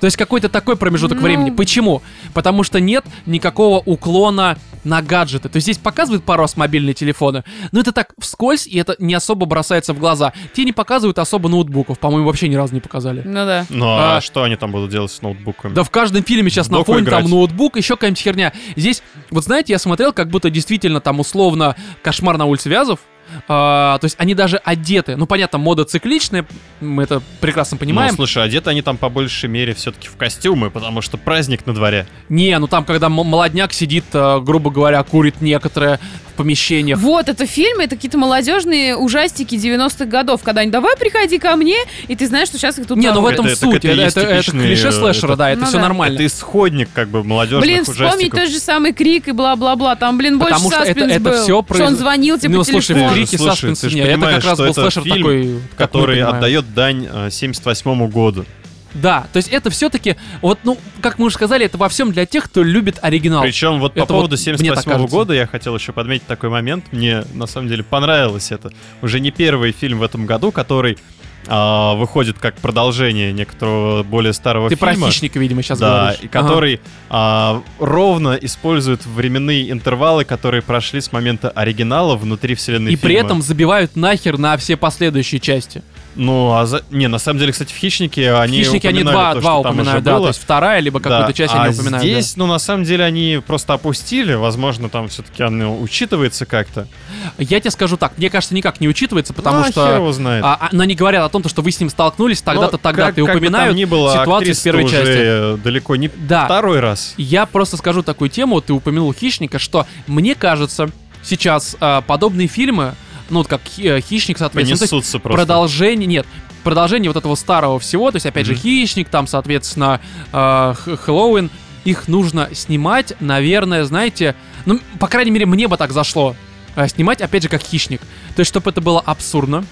Speaker 1: То есть какой-то такой промежуток
Speaker 3: Ну.
Speaker 1: времени. Почему? Потому что нет никакого уклона на гаджеты. То есть здесь показывают пару раз мобильные телефоны, но это так вскользь, и это не особо бросается в глаза. Те не показывают особо ноутбуков. По-моему, вообще ни разу не показали.
Speaker 3: Ну да.
Speaker 2: Ну а,
Speaker 1: А.
Speaker 2: что они там будут делать с ноутбуками?
Speaker 1: Да в каждом фильме сейчас на
Speaker 2: Доку
Speaker 1: фоне
Speaker 2: играть.
Speaker 1: там ноутбук, еще какая-нибудь херня. Здесь, вот знаете, я смотрел, как будто действительно там условно кошмар на улице Вязов. А, то есть они даже одеты. Ну, понятно, мода цикличная, мы это прекрасно понимаем.
Speaker 2: Ну, слушай, одеты они там по большей мере все-таки в костюмы, потому что праздник на дворе.
Speaker 1: Не, ну там, когда м- молодняк сидит, э, грубо говоря, курит некоторые в помещениях.
Speaker 3: Вот, это фильмы, это какие-то молодежные ужастики 90-х годов, когда они «давай приходи ко мне», и ты знаешь, что сейчас их тут
Speaker 1: Не, ну в
Speaker 3: зовут.
Speaker 1: этом
Speaker 2: Это- так
Speaker 1: суть.
Speaker 2: это и
Speaker 1: Это,
Speaker 2: есть
Speaker 1: это- это
Speaker 2: типичные,
Speaker 1: клише
Speaker 2: э,
Speaker 1: слэшера,
Speaker 2: это-
Speaker 1: да, это
Speaker 3: Ну
Speaker 1: все
Speaker 3: да.
Speaker 1: нормально.
Speaker 2: Это исходник как бы молодежных
Speaker 3: Блин, вспомни
Speaker 2: ужастиков.
Speaker 3: тот же самый крик и бла-бла-бла. Там, блин, больше
Speaker 1: Потому что это-
Speaker 3: саспенс
Speaker 1: это
Speaker 3: был.
Speaker 1: всё
Speaker 3: Что
Speaker 1: произ-
Speaker 3: он звонил тебе
Speaker 1: ну,
Speaker 3: по
Speaker 1: слушай,
Speaker 3: телефону.
Speaker 1: в крике
Speaker 2: Слушай,
Speaker 1: саспенс
Speaker 2: ты же
Speaker 1: нет, это
Speaker 2: понимаешь,
Speaker 1: как раз
Speaker 2: что
Speaker 1: был
Speaker 2: это
Speaker 1: слэшер
Speaker 2: фильм,
Speaker 1: такой, как мы
Speaker 2: который
Speaker 1: понимаем.
Speaker 2: отдает дань 78 году.
Speaker 1: Да, то есть это все-таки, вот, ну, как мы уже сказали, это во всем для тех, кто любит оригинал.
Speaker 2: Причем вот по
Speaker 1: Это вот
Speaker 2: поводу
Speaker 1: мне так
Speaker 2: 78
Speaker 1: кажется.
Speaker 2: года я хотел еще подметить такой момент. Мне на самом деле понравилось это. Уже не первый фильм в этом году, который а, выходит как продолжение некоторого более старого
Speaker 1: Ты про
Speaker 2: фильма.
Speaker 1: хищника, видимо, сейчас
Speaker 2: да,
Speaker 1: говоришь.
Speaker 2: и
Speaker 1: Ага.
Speaker 2: который а, ровно использует временные интервалы, которые прошли с момента оригинала внутри вселенной
Speaker 1: И при
Speaker 2: фильма.
Speaker 1: этом забивают нахер на все последующие части.
Speaker 2: Ну, а за... Не, на самом деле, кстати, в «Хищнике» они
Speaker 1: Хищники они
Speaker 2: упоминали
Speaker 1: два,
Speaker 2: то,
Speaker 1: два
Speaker 2: что там уже
Speaker 1: упоминают, да,
Speaker 2: было.
Speaker 1: то есть вторая, либо какую-то
Speaker 2: Да,
Speaker 1: часть
Speaker 2: а
Speaker 1: они упоминают. да.
Speaker 2: здесь, ну, на самом деле, они просто опустили. Возможно, там все-таки оно учитывается как-то.
Speaker 1: Я тебе скажу так, мне кажется, никак не учитывается, потому
Speaker 2: Ну, а
Speaker 1: что...
Speaker 2: хер его знает.
Speaker 1: А, а, но они говорят о том, то, что вы с ним столкнулись тогда-то,
Speaker 2: Ну,
Speaker 1: тогда-то,
Speaker 2: как-
Speaker 1: и
Speaker 2: как бы там
Speaker 1: упоминают
Speaker 2: ни было,
Speaker 1: ситуацию с
Speaker 2: актриса-то
Speaker 1: первой
Speaker 2: уже
Speaker 1: части.
Speaker 2: далеко не
Speaker 1: Да.
Speaker 2: второй раз.
Speaker 1: Я просто скажу такую тему, ты упомянул «Хищника», что мне кажется, сейчас а, подобные фильмы, ну, вот как «Хи- э, «Хищник», соответственно, то есть
Speaker 2: Несутся просто.
Speaker 1: продолжение, нет, продолжение вот этого старого всего, то есть, опять же,
Speaker 2: Мгм.
Speaker 1: «Хищник», там, соответственно, э, Х- «Хэллоуин», их нужно снимать, наверное, знаете, ну, по крайней мере, мне бы так зашло, э, снимать, опять же, как «Хищник», то есть, чтобы это было абсурдно,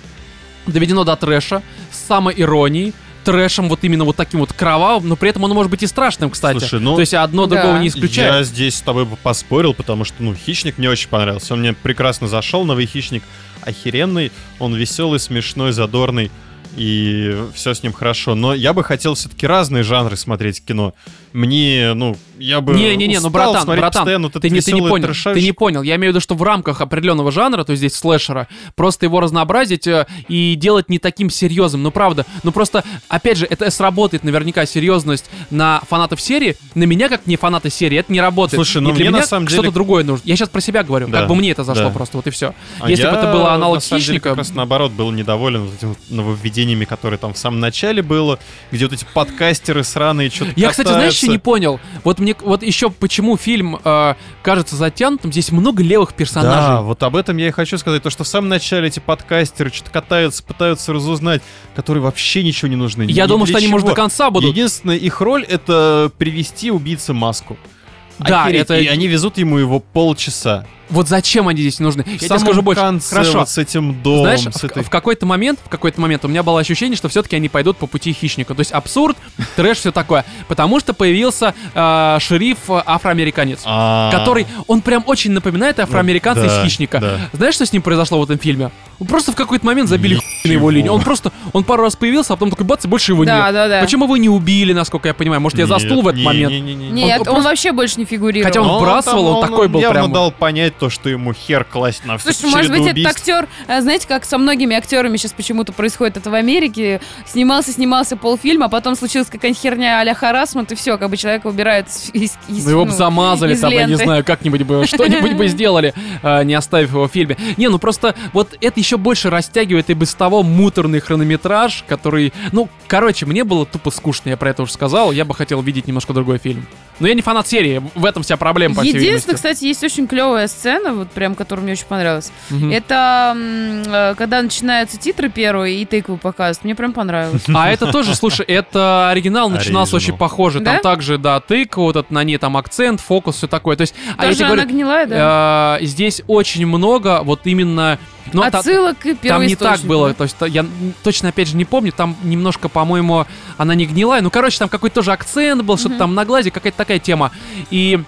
Speaker 1: доведено до трэша, с самоиронией, трэшем вот именно вот таким вот кровавым, но при этом он может быть и страшным, кстати.
Speaker 2: Слушай, ну,
Speaker 1: То есть одно
Speaker 3: Да.
Speaker 1: другого не исключает.
Speaker 2: Я здесь с тобой бы поспорил, потому что, ну, «Хищник» мне очень понравился. Он мне прекрасно зашел, новый «Хищник» охеренный. Он веселый, смешной, задорный. И все с ним хорошо. Но я бы хотел все-таки разные жанры смотреть кино. Мне, ну, я бы
Speaker 1: Не-не-не, ну,
Speaker 2: устал
Speaker 1: братан,
Speaker 2: смотреть
Speaker 1: братан,
Speaker 2: постоянно вот
Speaker 1: Ты
Speaker 2: этот А
Speaker 1: не, ты не
Speaker 2: весёлый
Speaker 1: понял, ты не
Speaker 2: трешовщик.
Speaker 1: понял. Я имею в виду, что в рамках определенного жанра, то есть здесь слэшера, просто его разнообразить э, и делать не таким серьезным. Ну правда, ну просто, опять же, это сработает наверняка серьезность на фанатов серии. На меня, как не фанаты серии, это не работает.
Speaker 2: Слушай,
Speaker 1: И
Speaker 2: ну,
Speaker 1: для
Speaker 2: мне на
Speaker 1: меня
Speaker 2: самом
Speaker 1: что-то
Speaker 2: деле-
Speaker 1: другое нужно. Я сейчас про себя говорю,
Speaker 2: Да,
Speaker 1: как бы мне это зашло
Speaker 2: да.
Speaker 1: просто, вот и все.
Speaker 2: А
Speaker 1: Если бы
Speaker 2: я,
Speaker 1: это было аналог
Speaker 2: на самом деле,
Speaker 1: «Хищника»,
Speaker 2: как раз наоборот, был недоволен вот этим вот нововведениями, которые там в самом начале было, где вот эти подкастеры сраные что-то
Speaker 1: Я, кстати, знаешь, еще не понял. Вот мне, вот еще почему фильм э, кажется затянутым. Здесь много левых персонажей.
Speaker 2: Да, вот об этом я и хочу сказать. То, что в самом начале эти подкастеры что-то катаются, пытаются разузнать, которые вообще ничего не нужны.
Speaker 1: Я
Speaker 2: ни
Speaker 1: думал,
Speaker 2: для
Speaker 1: что они, может,
Speaker 2: чего.
Speaker 1: до конца будут.
Speaker 2: Единственная их роль — это привести убийце маску.
Speaker 1: Да,
Speaker 2: Охереть.
Speaker 1: это-
Speaker 2: И они везут ему его полчаса.
Speaker 1: Вот зачем они здесь нужны?
Speaker 2: В
Speaker 1: Я тебе
Speaker 2: самом
Speaker 1: скажу больше.
Speaker 2: конце
Speaker 1: Хорошо.
Speaker 2: вот с этим домом,
Speaker 1: Знаешь,
Speaker 2: с
Speaker 1: в,
Speaker 2: этой...
Speaker 1: в какой-то момент, в какой-то момент у меня было ощущение, что все-таки они пойдут по пути хищника. То есть абсурд, трэш, все такое. Потому что появился э, шериф э, афроамериканец,
Speaker 2: А,
Speaker 1: который, он прям очень напоминает афроамериканца
Speaker 2: да,
Speaker 1: из хищника.
Speaker 2: да.
Speaker 1: Знаешь, что с ним произошло в этом фильме? Просто в какой-то момент забили хуй на его
Speaker 2: Ничего.
Speaker 1: линию. Он просто, он пару раз появился, а потом такой бац, и больше его
Speaker 3: Да,
Speaker 1: нет.
Speaker 3: да, да.
Speaker 1: Почему его не убили, насколько я понимаю? Может, я
Speaker 2: Нет,
Speaker 1: заснул в этот
Speaker 2: не-
Speaker 1: момент?
Speaker 2: не-не-не.
Speaker 3: Нет,
Speaker 1: Он-
Speaker 3: он,
Speaker 1: он
Speaker 3: вообще больше не фигурировал.
Speaker 1: Хотя он
Speaker 2: Но
Speaker 1: вбрасывал, он такой был
Speaker 2: явно
Speaker 1: прям.
Speaker 2: дал понять то, что ему хер класть на всю
Speaker 3: Слушай, может быть,
Speaker 2: череду
Speaker 3: этот
Speaker 2: убийств.
Speaker 3: актер, а, знаете, как со многими актерами сейчас почему-то происходит это в Америке, снимался, снимался полфильма, а потом случилась какая-нибудь херня а-ля харасмент, и все, как бы человека убирают из, из- из-
Speaker 1: Ну его бы
Speaker 3: ну,
Speaker 1: замазали
Speaker 3: из
Speaker 1: там, я не
Speaker 3: ленты.
Speaker 1: знаю, как-нибудь бы, а, что-нибудь бы сделали, э, не оставив его в фильме. Не, ну просто вот это еще больше растягивает и без того того, муторный хронометраж, который... Ну, короче, мне было тупо скучно, я про это уже сказал. Я бы хотел видеть немножко другой фильм. Но я не фанат серии, в этом вся проблема, по всей
Speaker 3: Единственное,
Speaker 1: видимости.
Speaker 3: кстати, есть очень клевая сцена, вот прям, которая мне очень понравилась.
Speaker 1: Мгм.
Speaker 3: Это м, э, когда начинаются титры первые и тыкву показывают. Мне прям понравилось.
Speaker 1: А это тоже, слушай, это оригинал начинался
Speaker 2: Оригинал.
Speaker 1: очень похоже. Там
Speaker 3: Да?
Speaker 1: также, да, тыква, вот это на ней там акцент, фокус, все такое. То есть, а я
Speaker 3: Тоже
Speaker 1: тебе
Speaker 3: она
Speaker 1: говорю,
Speaker 3: гнилая, да?
Speaker 1: э, здесь очень много вот именно... ну, та-
Speaker 3: Отсылок и
Speaker 1: там не
Speaker 3: первоисточников.
Speaker 1: так было, то есть та- я м, точно опять же не помню, там немножко, по-моему, она не гнилая, ну короче, там какой-то тоже акцент был, что-то
Speaker 3: Мгм.
Speaker 1: там на глазе, какая-то такая тема. И,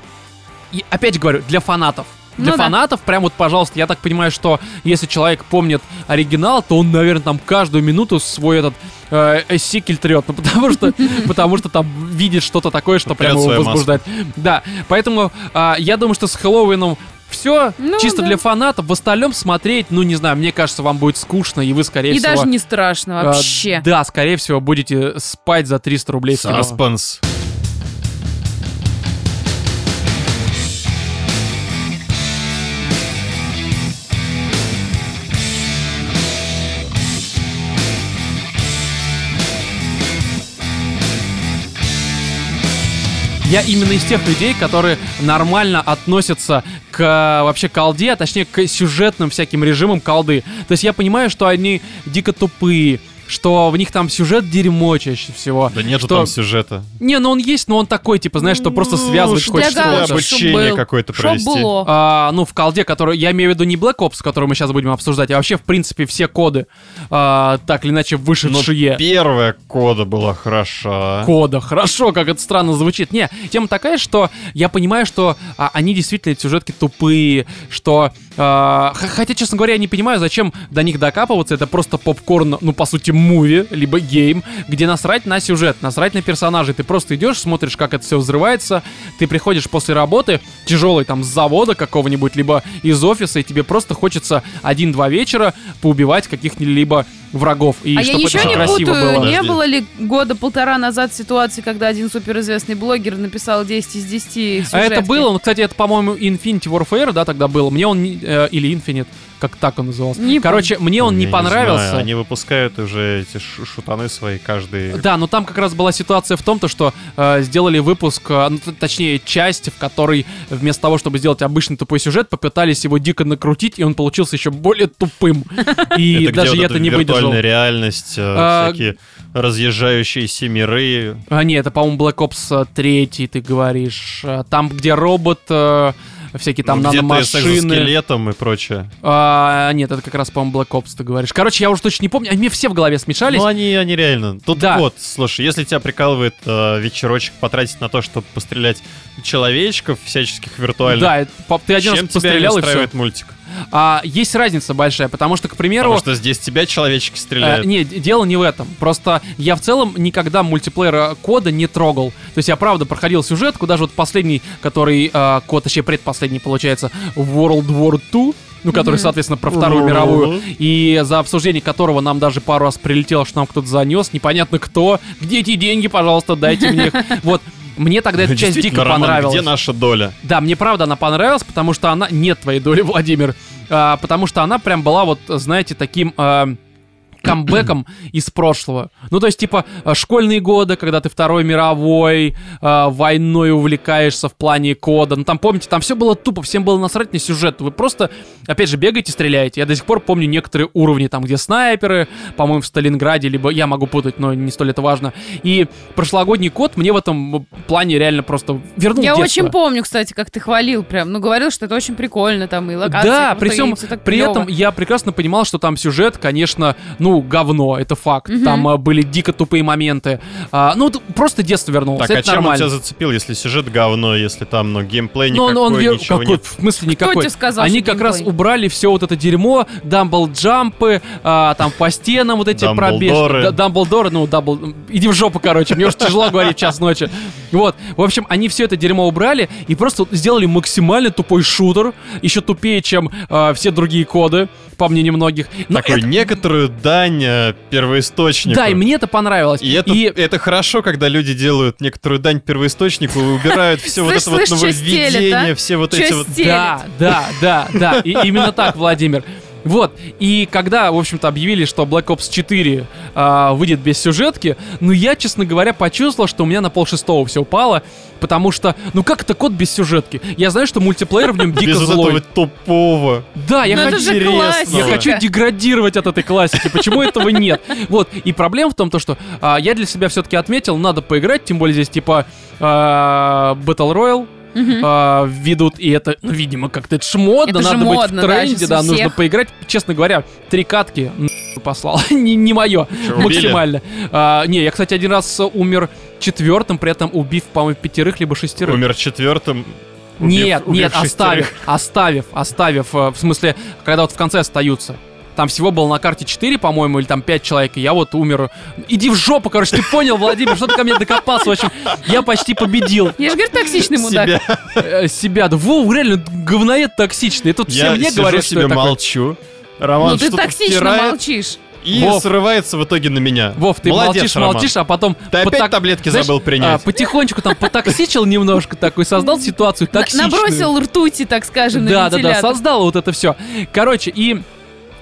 Speaker 1: и опять же говорю, для фанатов. Для
Speaker 3: Ну да.
Speaker 1: фанатов, прям вот, пожалуйста, я так понимаю, что если человек помнит оригинал, то он, наверное, там каждую минуту свой этот э, э, сикель трет, ну потому что, потому что там видит что-то такое, что
Speaker 2: Трёт
Speaker 1: прямо его
Speaker 2: свою маску.
Speaker 1: возбуждает. Да, поэтому а, я думаю, что с Хэллоуином все,
Speaker 3: Ну
Speaker 1: чисто
Speaker 3: да.
Speaker 1: для фанатов. В остальном смотреть, ну не знаю, мне кажется, вам будет скучно, и вы, скорее
Speaker 3: И
Speaker 1: всего...
Speaker 3: даже не страшно
Speaker 1: а,
Speaker 3: вообще.
Speaker 1: да, скорее всего, будете спать за 300 рублей в
Speaker 3: типа-
Speaker 1: кино.
Speaker 2: Саспенс.
Speaker 1: Я именно из тех людей, которые нормально относятся к э, вообще колде, а точнее к сюжетным всяким режимам колды. То есть я понимаю, что они дико тупые, что в них там сюжет дерьмо чаще всего.
Speaker 2: Да нет же
Speaker 1: что...
Speaker 2: там сюжета.
Speaker 1: Не, ну он есть, но он такой, типа, знаешь, что просто
Speaker 2: Ну,
Speaker 1: связывать
Speaker 2: что
Speaker 3: Для
Speaker 1: хочется. вот
Speaker 2: галочки.
Speaker 3: галочек,
Speaker 1: это.
Speaker 3: чтоб
Speaker 2: Обучение
Speaker 3: был.
Speaker 2: какое-то
Speaker 3: Чтоб
Speaker 2: провести.
Speaker 3: было.
Speaker 1: А, ну, в колде, который я имею в виду не Black Ops, который мы сейчас будем обсуждать, а вообще, в принципе, все коды, а, так или иначе,
Speaker 2: Но
Speaker 1: вышедшие.
Speaker 2: первая кода была хороша.
Speaker 1: Кода. Хорошо, как это странно звучит. Не, тема такая, что я понимаю, что а, они действительно эти сюжетки тупые, что... а, х- хотя, честно говоря, я не понимаю, зачем до них докапываться. Это просто попкорн, ну, по сути, муви, либо гейм, где насрать на сюжет, насрать на персонажей. Ты просто идешь, смотришь, как это все взрывается, ты приходишь после работы, тяжелый там с завода какого-нибудь, либо из офиса, и тебе просто хочется один-два вечера поубивать каких-либо врагов. И
Speaker 3: а я
Speaker 1: чтобы это
Speaker 3: ничего
Speaker 1: всё
Speaker 3: не
Speaker 1: красиво
Speaker 3: путаю,
Speaker 1: было.
Speaker 3: не
Speaker 2: Подожди.
Speaker 3: было ли года полтора назад ситуации, когда один суперизвестный блогер написал 10 из 10
Speaker 1: А это
Speaker 3: сюжетки?
Speaker 1: было, ну, кстати, это, по-моему, Infinity Warfare, да, тогда было. Мне он не- э, или Infinite, как так он назывался.
Speaker 3: Не
Speaker 1: Короче, мне он не
Speaker 2: Я
Speaker 1: понравился.
Speaker 2: знаю, Они выпускают уже эти шу- шутаны свои каждый.
Speaker 1: Да, но там как раз была ситуация в том, то, что э, сделали выпуск, э, ну, т- точнее, часть, в которой вместо того, чтобы сделать обычный тупой сюжет, попытались его дико накрутить, и он получился еще более тупым. И
Speaker 2: где
Speaker 1: даже
Speaker 2: вот
Speaker 1: я
Speaker 2: эта
Speaker 1: это не выдержал.
Speaker 2: виртуальная реальность, э,
Speaker 1: А,
Speaker 2: всякие разъезжающиеся миры.
Speaker 1: А, не, это, по-моему, Black Ops 3, ты говоришь. Э, Там, где робот, э, всякие там
Speaker 2: ну, где ты с
Speaker 1: наномашины.
Speaker 2: экзоскелетом и прочее.
Speaker 1: А, нет, это как раз, по-моему, Black Ops, ты говоришь. Короче, я уже точно не помню, они мне все в голове смешались.
Speaker 2: Ну, они, они реально. Тут
Speaker 1: Да.
Speaker 2: вот, слушай, если тебя прикалывает э, вечерочек потратить на то, чтобы пострелять человечков всяческих виртуальных,
Speaker 1: да, это, пап, ты один
Speaker 2: а- чем
Speaker 1: раз
Speaker 2: тебя не
Speaker 1: пострелял и все.
Speaker 2: устраивает мультик?
Speaker 1: А, есть разница большая, потому что, к примеру...
Speaker 2: Потому что здесь тебя человечки
Speaker 1: э,
Speaker 2: стреляют.
Speaker 1: не, д- дело не в этом. Просто я в целом никогда мультиплеера кода не трогал. То есть я правда проходил сюжетку, даже вот последний, который э, код, точнее предпоследний получается, World War II, ну который,
Speaker 3: Мгм.
Speaker 1: соответственно, про Вторую
Speaker 2: Ура.
Speaker 1: мировую, и за обсуждение которого нам даже пару раз прилетело, что нам кто-то занес, непонятно кто. Где эти деньги, пожалуйста, дайте мне их. Вот. Мне тогда эта часть
Speaker 2: Ну, Действительно,
Speaker 1: дико
Speaker 2: Роман,
Speaker 1: понравилась.
Speaker 2: Где наша доля?
Speaker 1: Да, мне правда она понравилась, потому что она... Нет твоей доли, Владимир. А, потому что она прям была вот, знаете, таким... а, камбэком из прошлого. Ну, то есть, типа, а, школьные годы, когда ты Второй мировой, а, войной увлекаешься в плане кода. Ну, там, помните, там все было тупо, всем было насрать на сюжет. Вы просто, опять же, бегаете, стреляете. Я до сих пор помню некоторые уровни, там, где снайперы, по-моему, в Сталинграде, либо я могу путать, но не столь это важно. И прошлогодний код мне в этом плане реально просто вернул
Speaker 3: Я
Speaker 1: Ну, детство.
Speaker 3: очень помню, кстати, как ты хвалил прям. Ну, говорил, что это очень прикольно там и локации.
Speaker 1: Да,
Speaker 3: крутые,
Speaker 1: при, всем,
Speaker 3: и всё так
Speaker 1: при
Speaker 3: клёво.
Speaker 1: этом я прекрасно понимал, что там сюжет, конечно, ну, говно, это факт. Там э, были дико тупые моменты. А, ну, т- просто детство вернулось,
Speaker 2: Так,
Speaker 1: это
Speaker 2: а чем он
Speaker 1: нормально.
Speaker 2: тебя зацепил, если сюжет говно, если там, ну, геймплей
Speaker 1: Но
Speaker 2: никакой,
Speaker 1: он, он вер-
Speaker 2: ничего
Speaker 1: какой,
Speaker 2: нет?
Speaker 1: в смысле никакой.
Speaker 3: тебе сказал,
Speaker 1: Они
Speaker 3: что
Speaker 1: как раз
Speaker 3: геймплей?
Speaker 1: убрали все вот это дерьмо, дамбл-джампы, а, там по стенам вот эти пробежки.
Speaker 2: Дамблдоры.
Speaker 1: Да, Дамблдоры, ну, дабл... Иди в жопу, короче, мне уже тяжело говорить в час ночи. Вот, в общем, они все это дерьмо убрали и просто сделали максимально тупой шутер, еще тупее, чем а, все другие коды, по мнению многих. Но
Speaker 2: Такой
Speaker 1: ну, это-
Speaker 2: некоторую дань э, первоисточнику.
Speaker 1: Да, и мне это понравилось.
Speaker 2: И это, это хорошо, когда люди делают некоторую дань первоисточнику и убирают все вот это
Speaker 3: Слышь,
Speaker 2: вот
Speaker 3: слышь, чё стелет,
Speaker 2: нововведение,
Speaker 3: а?
Speaker 2: все вот
Speaker 3: Чё
Speaker 2: эти вот...
Speaker 3: стелет?
Speaker 1: Да, да, да, да. И именно так, Владимир. Вот, и когда, в общем-то, объявили, что Black Ops 4 а, выйдет без сюжетки, ну я, честно говоря, почувствовал, что у меня на полшестого все упало, потому что, ну как это код без сюжетки? Я знаю, что мультиплеер в нем дико
Speaker 2: Без вот этого
Speaker 1: злой.
Speaker 2: тупого.
Speaker 1: Да, я
Speaker 3: Ну,
Speaker 1: хочу...
Speaker 3: это же
Speaker 2: Интересно.
Speaker 3: классика.
Speaker 1: Я хочу деградировать от этой классики. Почему этого нет? Вот. И проблема в том, то, что а, я для себя все-таки отметил, надо поиграть, тем более здесь типа а, Battle Royale
Speaker 3: Мгм.
Speaker 1: а, ведут, и это, ну, видимо, как-то это ж модно,
Speaker 3: Это же
Speaker 1: надо
Speaker 3: модно,
Speaker 1: быть в
Speaker 3: да,
Speaker 1: тренде,
Speaker 3: сейчас
Speaker 1: да,
Speaker 3: у
Speaker 1: нужно
Speaker 3: всех.
Speaker 1: поиграть. Честно говоря, три катки нахуй послал. не, не мое.
Speaker 2: Чё, убили?
Speaker 1: Максимально. А, не, я, кстати, один раз умер четвертым, при этом убив, по-моему, пятерых либо шестерых.
Speaker 2: Умер четвертым. убив-
Speaker 1: Нет,
Speaker 2: убив
Speaker 1: нет,
Speaker 2: шестерых.
Speaker 1: оставив, оставив, оставив, э, в смысле, когда вот в конце остаются. Там всего было на карте 4, по-моему, или там 5 человек, и я вот умер. Иди в жопу, короче, ты понял, Владимир, что ты ко мне докопался, в общем, я почти победил
Speaker 3: Я же говорю, токсичный мудак.
Speaker 2: Себя.
Speaker 1: э, себя. Да Вов, реально, говноед токсичный. И тут все
Speaker 2: Я
Speaker 1: мне
Speaker 2: сижу
Speaker 1: говорят, что
Speaker 2: себе
Speaker 1: я такой.
Speaker 2: молчу. Роман
Speaker 3: Ну ты
Speaker 2: что-то
Speaker 3: токсично
Speaker 2: втирает
Speaker 3: молчишь.
Speaker 2: и
Speaker 1: Вов.
Speaker 2: срывается в итоге на меня.
Speaker 1: Вов, ты
Speaker 2: Молодец,
Speaker 1: молчишь,
Speaker 2: Роман.
Speaker 1: молчишь, а потом...
Speaker 2: Ты опять
Speaker 1: потак-
Speaker 2: таблетки
Speaker 1: знаешь, а,
Speaker 2: забыл принять.
Speaker 1: потихонечку там потоксичил немножко такой, создал ситуацию
Speaker 3: Ну, На-
Speaker 1: токсичную.
Speaker 3: Набросил ртути, так скажем, на
Speaker 1: Да, да, да,
Speaker 3: вентилятор.
Speaker 1: создал вот это все. Короче, и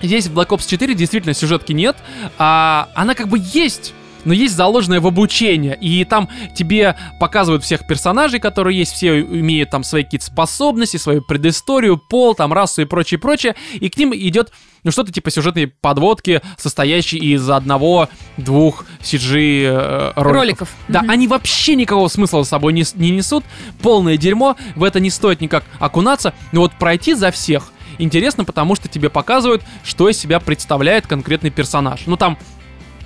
Speaker 1: здесь в Black Ops 4 действительно сюжетки нет, а она как бы есть. Но есть заложенное в обучение, и там тебе показывают всех персонажей, которые есть, все имеют там свои какие-то способности, свою предысторию, пол, там расу и прочее, прочее, и к ним идет ну что-то типа сюжетной подводки, состоящей из одного-двух CG э, роликов.
Speaker 3: Роликов.
Speaker 1: Да,
Speaker 3: Мгм.
Speaker 1: они вообще никакого смысла с собой не, с- не несут. Полное дерьмо, в это не стоит никак окунаться. Но вот пройти за всех интересно, потому что тебе показывают, что из себя представляет конкретный персонаж. Ну там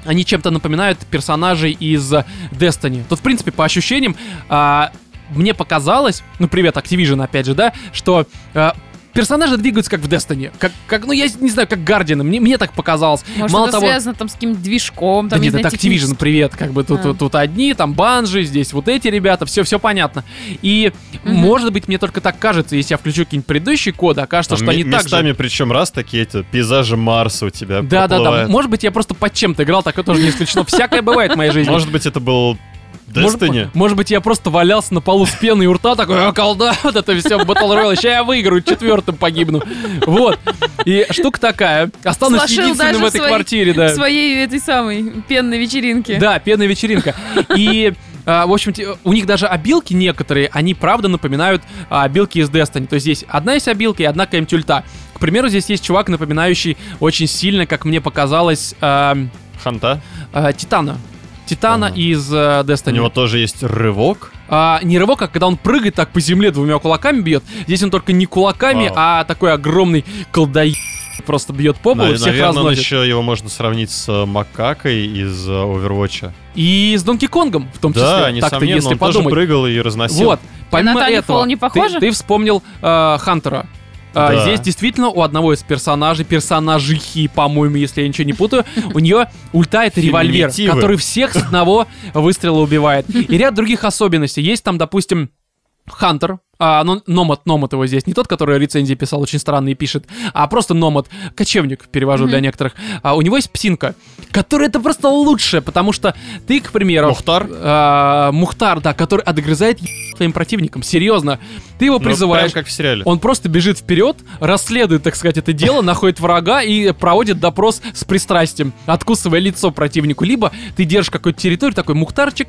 Speaker 1: они чем-то напоминают персонажей из э, Destiny. Тут, в принципе, по ощущениям, а, мне показалось, ну, привет, Activision, опять же, да, что а, персонажи двигаются как в Destiny. Как, как ну, я не знаю, как Guardian. Мне, мне так показалось.
Speaker 3: Может,
Speaker 1: Мало
Speaker 3: это
Speaker 1: того,
Speaker 3: связано там с каким-то движком,
Speaker 1: да
Speaker 3: там, не
Speaker 1: нет,
Speaker 3: знаю, типа,
Speaker 1: это Activision, привет, как бы тут,
Speaker 3: А.
Speaker 1: тут, тут одни, там банжи, здесь вот эти ребята, все, все понятно. И
Speaker 3: Мгм.
Speaker 1: может быть мне только так кажется, если я включу какие-нибудь предыдущие коды, окажется,
Speaker 2: Там
Speaker 1: что
Speaker 2: Ну, ме-
Speaker 1: они так
Speaker 2: местами
Speaker 1: же.
Speaker 2: причем раз такие эти пейзажи Марса у тебя
Speaker 1: Да, да, да.
Speaker 2: проплывают.
Speaker 1: Может быть, я просто под чем-то играл, такое тоже не исключено. Всякое бывает в моей жизни.
Speaker 2: Может быть, это был
Speaker 1: Может,
Speaker 2: Destiny?
Speaker 1: может быть, я просто валялся на полу с пеной у рта, такой, «А, колда, вот это все, Battle Royale, сейчас я выиграю, четвертым погибну. Вот. И штука такая. Останусь
Speaker 3: Сложил
Speaker 1: единственным
Speaker 3: даже
Speaker 1: в этой
Speaker 3: свои-
Speaker 1: квартире, да.
Speaker 3: В своей этой самой пенной вечеринке.
Speaker 1: Да, пенная вечеринка. И, а, в общем, те- у них даже обилки некоторые, они правда напоминают а, обилки из Destiny. То есть здесь одна есть обилка и одна какая-нибудь ульта. К примеру, здесь есть чувак, напоминающий очень сильно, как мне показалось, а,
Speaker 2: Ханта?
Speaker 1: а, Титана. Титана
Speaker 2: Ага.
Speaker 1: из э,
Speaker 2: У
Speaker 1: Destiny.
Speaker 2: него тоже есть рывок.
Speaker 1: А, не рывок, а когда он прыгает так по земле двумя кулаками бьет. Здесь он только не кулаками,
Speaker 2: Вау.
Speaker 1: а такой огромный колдоеб просто бьет по полу,
Speaker 2: Нав-
Speaker 1: и всех
Speaker 2: Наверное, он
Speaker 1: разносит.
Speaker 2: еще его можно сравнить с э, макакой из э, Overwatch.
Speaker 1: И с Донки Конгом в том числе.
Speaker 2: Да,
Speaker 1: Ну, так-то,
Speaker 2: несомненно,
Speaker 1: если
Speaker 2: ну, он тоже
Speaker 1: подумать.
Speaker 2: прыгал и разносил.
Speaker 1: Вот, помимо
Speaker 3: Наталья
Speaker 1: этого,
Speaker 3: Холл не
Speaker 1: ты-
Speaker 3: похожа?
Speaker 1: Ты, вспомнил э, Хантера. Э,
Speaker 2: Да.
Speaker 1: Здесь действительно у одного из персонажей, персонажихи, по-моему, если я ничего не путаю, у нее ульта это револьвер,
Speaker 2: Феминитивы.
Speaker 1: который всех с одного выстрела убивает. И ряд других особенностей. Есть там, допустим, Хантер, а, ну, Номад, Номад его здесь, не тот, который рецензии писал, очень странные пишет, а просто Номад, кочевник, перевожу для некоторых. А у него есть псинка, которая это просто лучшее, потому что ты, к примеру...
Speaker 2: Мухтар? Ну,
Speaker 1: А, Мухтар, да, который отгрызает е- своим противникам. Серьезно. Ты его
Speaker 2: Ну,
Speaker 1: призываешь.
Speaker 2: прям как в сериале.
Speaker 1: Он просто бежит вперед, расследует, так сказать, это дело, находит врага и проводит допрос с пристрастием, откусывая лицо противнику. Либо ты держишь какую-то территорию, такой мухтарчик,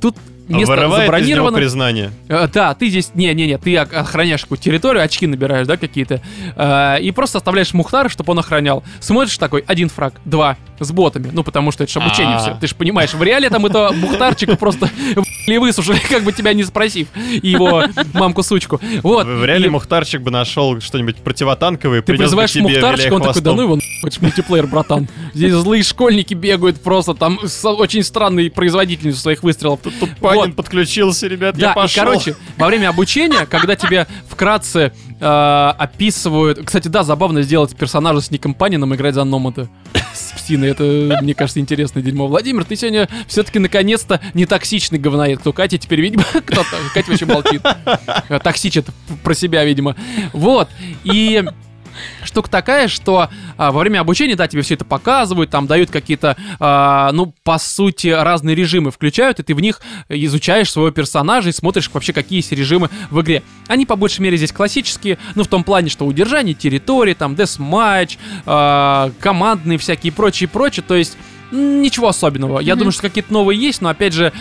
Speaker 1: тут место
Speaker 2: Вырывает из него
Speaker 1: забронировано.
Speaker 2: признание.
Speaker 1: Э, Да, ты здесь, не-не-не, ты ок- охраняешь какую-то территорию, очки набираешь, да, какие-то, Э, и просто оставляешь Мухтара, чтобы он охранял. Смотришь такой, один фраг, два, с ботами, ну, потому что это же обучение
Speaker 2: А.
Speaker 1: все, ты же понимаешь, в реале там это Мухтарчика просто ли высушили, как бы тебя не спросив, и его мамку-сучку. Вот.
Speaker 2: В в реале
Speaker 1: и
Speaker 2: Мухтарчик бы нашел что-нибудь противотанковое и
Speaker 1: Ты
Speaker 2: принес бы
Speaker 1: призываешь
Speaker 2: тебе,
Speaker 1: Мухтарчика,
Speaker 2: виляя
Speaker 1: он такой, да
Speaker 2: хвостом.
Speaker 1: ну его нахуй, это ж мультиплеер, братан. Здесь злые школьники бегают просто, там с очень странной производительностью своих выстрелов.
Speaker 2: Панин
Speaker 1: Вот.
Speaker 2: подключился, ребят,
Speaker 1: Да,
Speaker 2: я
Speaker 1: и,
Speaker 2: пошел.
Speaker 1: короче, во время обучения, когда тебе вкратце э, описывают... Кстати, да, забавно сделать персонажа с ником Панином играть за Номада с псиной. Это, мне кажется, интересное дерьмо. Владимир, ты сегодня все-таки наконец-то не токсичный говноед. Кто Катя теперь, видимо, кто-то... Катя вообще молчит. Э, Токсичит про себя, видимо. Вот. И... штука такая, что а, во время обучения, да, тебе все это показывают, там дают какие-то, а, ну, по сути, разные режимы включают, и ты в них изучаешь своего персонажа и смотришь вообще, какие есть режимы в игре. Они по большей мере здесь классические, ну, в том плане, что удержание территории, там, десматч, а, командные всякие и прочее, прочее, то есть м, ничего особенного. Я
Speaker 3: Мгм.
Speaker 1: думаю, что какие-то новые есть, но, опять же,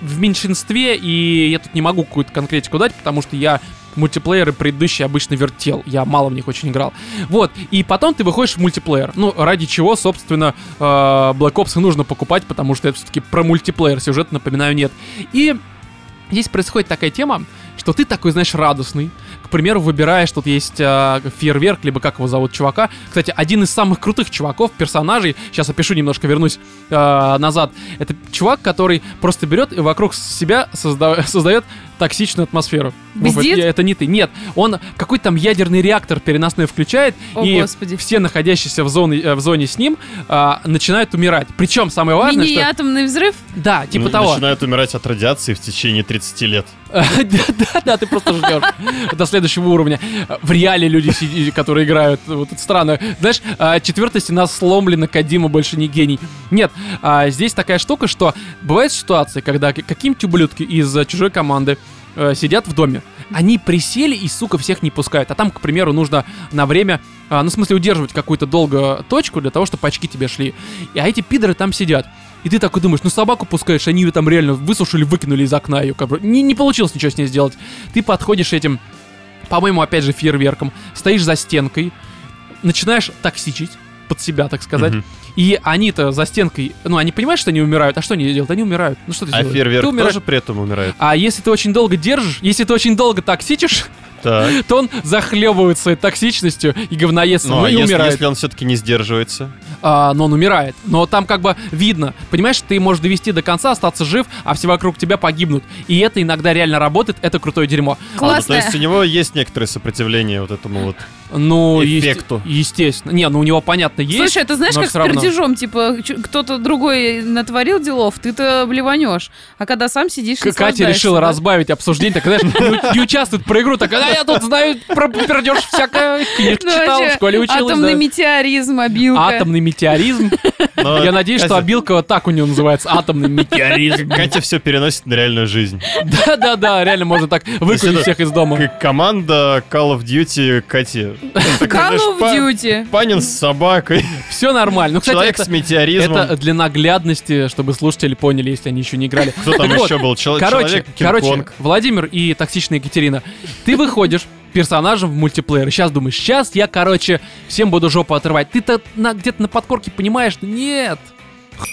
Speaker 1: в меньшинстве, и я тут не могу какую-то конкретику дать, потому что я мультиплееры предыдущие обычно вертел. Я мало в них очень играл. Вот, и потом ты выходишь в мультиплеер. Ну, ради чего, собственно, э, Black Ops и нужно покупать, потому что это все-таки про мультиплеер. Сюжет, напоминаю, нет. И здесь происходит такая тема, что ты такой, знаешь, радостный. К примеру, выбираешь, тут есть э, фейерверк, либо как его зовут, чувака. Кстати, один из самых крутых чуваков, персонажей, сейчас опишу немножко, вернусь э, назад. Это чувак, который просто берет и вокруг себя созда- создает токсичную атмосферу.
Speaker 3: Бздит?
Speaker 1: Э, Это не ты, нет. Он какой-то там ядерный реактор переносной включает,
Speaker 3: О,
Speaker 1: и
Speaker 3: господи.
Speaker 1: все, находящиеся в, зоне, э, в зоне с ним, а, начинают умирать. Причем самое важное, что...
Speaker 3: Мини-атомный взрыв?
Speaker 1: Да, типа
Speaker 2: Ну,
Speaker 1: того.
Speaker 2: Начинают умирать от радиации в течение 30 лет.
Speaker 1: Да-да-да, ты просто ждешь до следующего уровня. В реале люди, сиди- которые играют, вот это странно. Знаешь, а, четвертая стена сломлена, Кадима больше не гений. Нет, а, здесь такая штука, что бывают ситуации, когда к- какие-нибудь ублюдки из э, чужой команды э, сидят в доме. Они присели и, сука, всех не пускают. А там, к примеру, нужно на время, а, ну, в смысле, удерживать какую-то долго точку для того, чтобы очки тебе шли. И, а эти пидоры там сидят. И ты такой думаешь, ну собаку пускаешь, они ее там реально высушили, выкинули из окна ее, как бы. Не, не получилось ничего с ней сделать. Ты подходишь этим, по-моему, опять же, фейерверком, стоишь за стенкой, начинаешь токсичить под себя, так сказать.
Speaker 2: Мгм.
Speaker 1: И они-то за стенкой, ну, они понимают, что они умирают, а что они делают? Они умирают. Ну что ты
Speaker 2: А
Speaker 1: сделаешь?
Speaker 2: фейерверк
Speaker 1: Ты умираешь.
Speaker 2: тоже при этом умирает.
Speaker 1: А если ты очень долго держишь, если ты очень долго токсичишь,
Speaker 2: Так.
Speaker 1: то он захлебывает своей токсичностью и говноедством
Speaker 2: Ну, а
Speaker 1: и
Speaker 2: если,
Speaker 1: умирает.
Speaker 2: если он все-таки не сдерживается? ну,
Speaker 1: А, но он умирает. Но там как бы видно, понимаешь, ты можешь довести до конца, остаться жив, а все вокруг тебя погибнут. И это иногда реально работает, это крутое дерьмо.
Speaker 2: Ладно, то
Speaker 3: Классная.
Speaker 2: есть у него есть некоторое сопротивление вот этому вот.
Speaker 1: Ну, есте-
Speaker 2: Эффекту.
Speaker 1: естественно. Не, ну у него понятно есть.
Speaker 3: Слушай, это знаешь,
Speaker 1: но
Speaker 3: как с
Speaker 1: всё равно.
Speaker 3: пердежом, типа, чё- кто-то другой натворил делов, ты-то блеванешь. А когда сам сидишь
Speaker 1: К- Катя
Speaker 3: наслаждаешься,
Speaker 1: решила
Speaker 3: да?
Speaker 1: разбавить обсуждение, так, знаешь, не, не участвует про игру, так, а я тут знаю, про пердеж всякое, книжки
Speaker 3: Ну,
Speaker 1: читал, в
Speaker 3: вообще,
Speaker 1: школе училась.
Speaker 3: Атомный
Speaker 1: да.
Speaker 3: метеоризм, обилка.
Speaker 1: Атомный метеоризм.
Speaker 2: Но
Speaker 1: Я надеюсь, что
Speaker 2: А, Катя-
Speaker 1: обилка так у него называется. Атомный метеоризм.
Speaker 2: Катя все переносит на реальную жизнь.
Speaker 1: Да-да-да, реально можно так
Speaker 2: это
Speaker 1: выключить всех из дома.
Speaker 2: К- Команда Call of Duty Кати.
Speaker 3: Call of
Speaker 2: Па-
Speaker 3: Duty.
Speaker 2: Панин с собакой,
Speaker 1: Все нормально. Ну, кстати,
Speaker 2: человек
Speaker 1: это-
Speaker 2: с метеоризмом.
Speaker 1: Это для наглядности, чтобы слушатели поняли, если они еще не играли.
Speaker 2: Кто там
Speaker 1: Так вот,
Speaker 2: еще был? Чело-
Speaker 1: Короче,
Speaker 2: человек
Speaker 1: короче,
Speaker 2: Кинг-Конг.
Speaker 1: Владимир и токсичная Екатерина, ты выходишь персонажем в мультиплеер. Сейчас думаешь, сейчас я, короче, всем буду жопу отрывать. Ты-то на- где-то на подкорке понимаешь, ну, нет, хуй,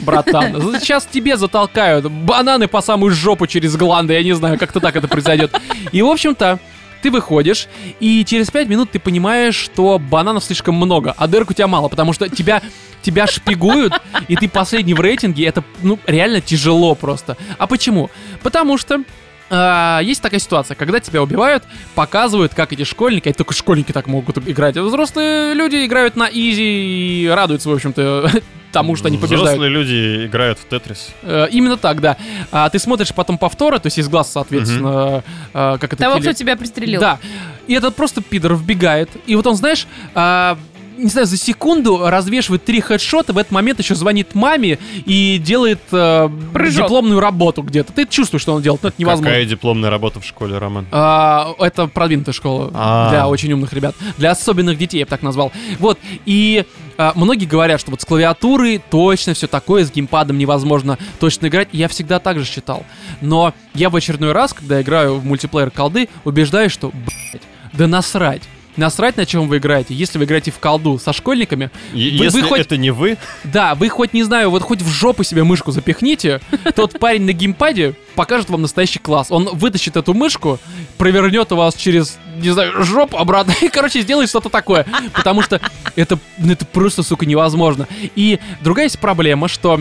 Speaker 1: братан, сейчас тебе затолкают бананы по самую жопу через гланды, я не знаю, как-то так это произойдет. И, в общем-то, ты выходишь, и через 5 минут ты понимаешь, что бананов слишком много, а дырок у тебя мало, потому что тебя, тебя шпигуют, и ты последний в рейтинге, это ну, реально тяжело просто. А почему? Потому что а, есть такая ситуация, когда тебя убивают, показывают, как эти школьники, а только школьники так могут играть, а взрослые люди играют на изи и радуются, в общем-то, тому, что они побеждают.
Speaker 2: Взрослые люди играют в Тетрис.
Speaker 1: Э, Именно так, да. А ты смотришь потом повторы, то есть из глаз, соответственно, э, как это
Speaker 3: Того,
Speaker 1: килит.
Speaker 3: кто тебя пристрелил.
Speaker 1: Да. И этот просто пидор вбегает. И вот он, знаешь, а, не знаю, за секунду развешивает три хедшота, в этот момент еще звонит маме и делает э,
Speaker 3: Прыжок.
Speaker 1: дипломную работу где-то. Ты чувствуешь, что он делает, но это невозможно.
Speaker 2: Какая дипломная работа в школе, Роман?
Speaker 1: А, это продвинутая школа
Speaker 2: А.
Speaker 1: для очень умных ребят. Для особенных детей, я бы так назвал. Вот, и а, многие говорят, что вот с клавиатуры точно все такое, с геймпадом невозможно точно играть. Я всегда так же считал. Но я в очередной раз, когда играю в мультиплеер колды, убеждаюсь, что, блядь, да насрать. Насрать, на чем вы играете. Если вы играете в колду со школьниками,
Speaker 2: Е-
Speaker 1: вы
Speaker 2: Если
Speaker 1: хоть-
Speaker 2: это не вы,
Speaker 1: да, вы хоть, не знаю, вот хоть в жопу себе мышку запихните, тот парень на геймпаде покажет вам настоящий класс. Он вытащит эту мышку, провернет вас через, не знаю, жопу обратно и, короче, сделает что-то такое. Потому что это, ну, это просто, сука, невозможно. И другая есть проблема, что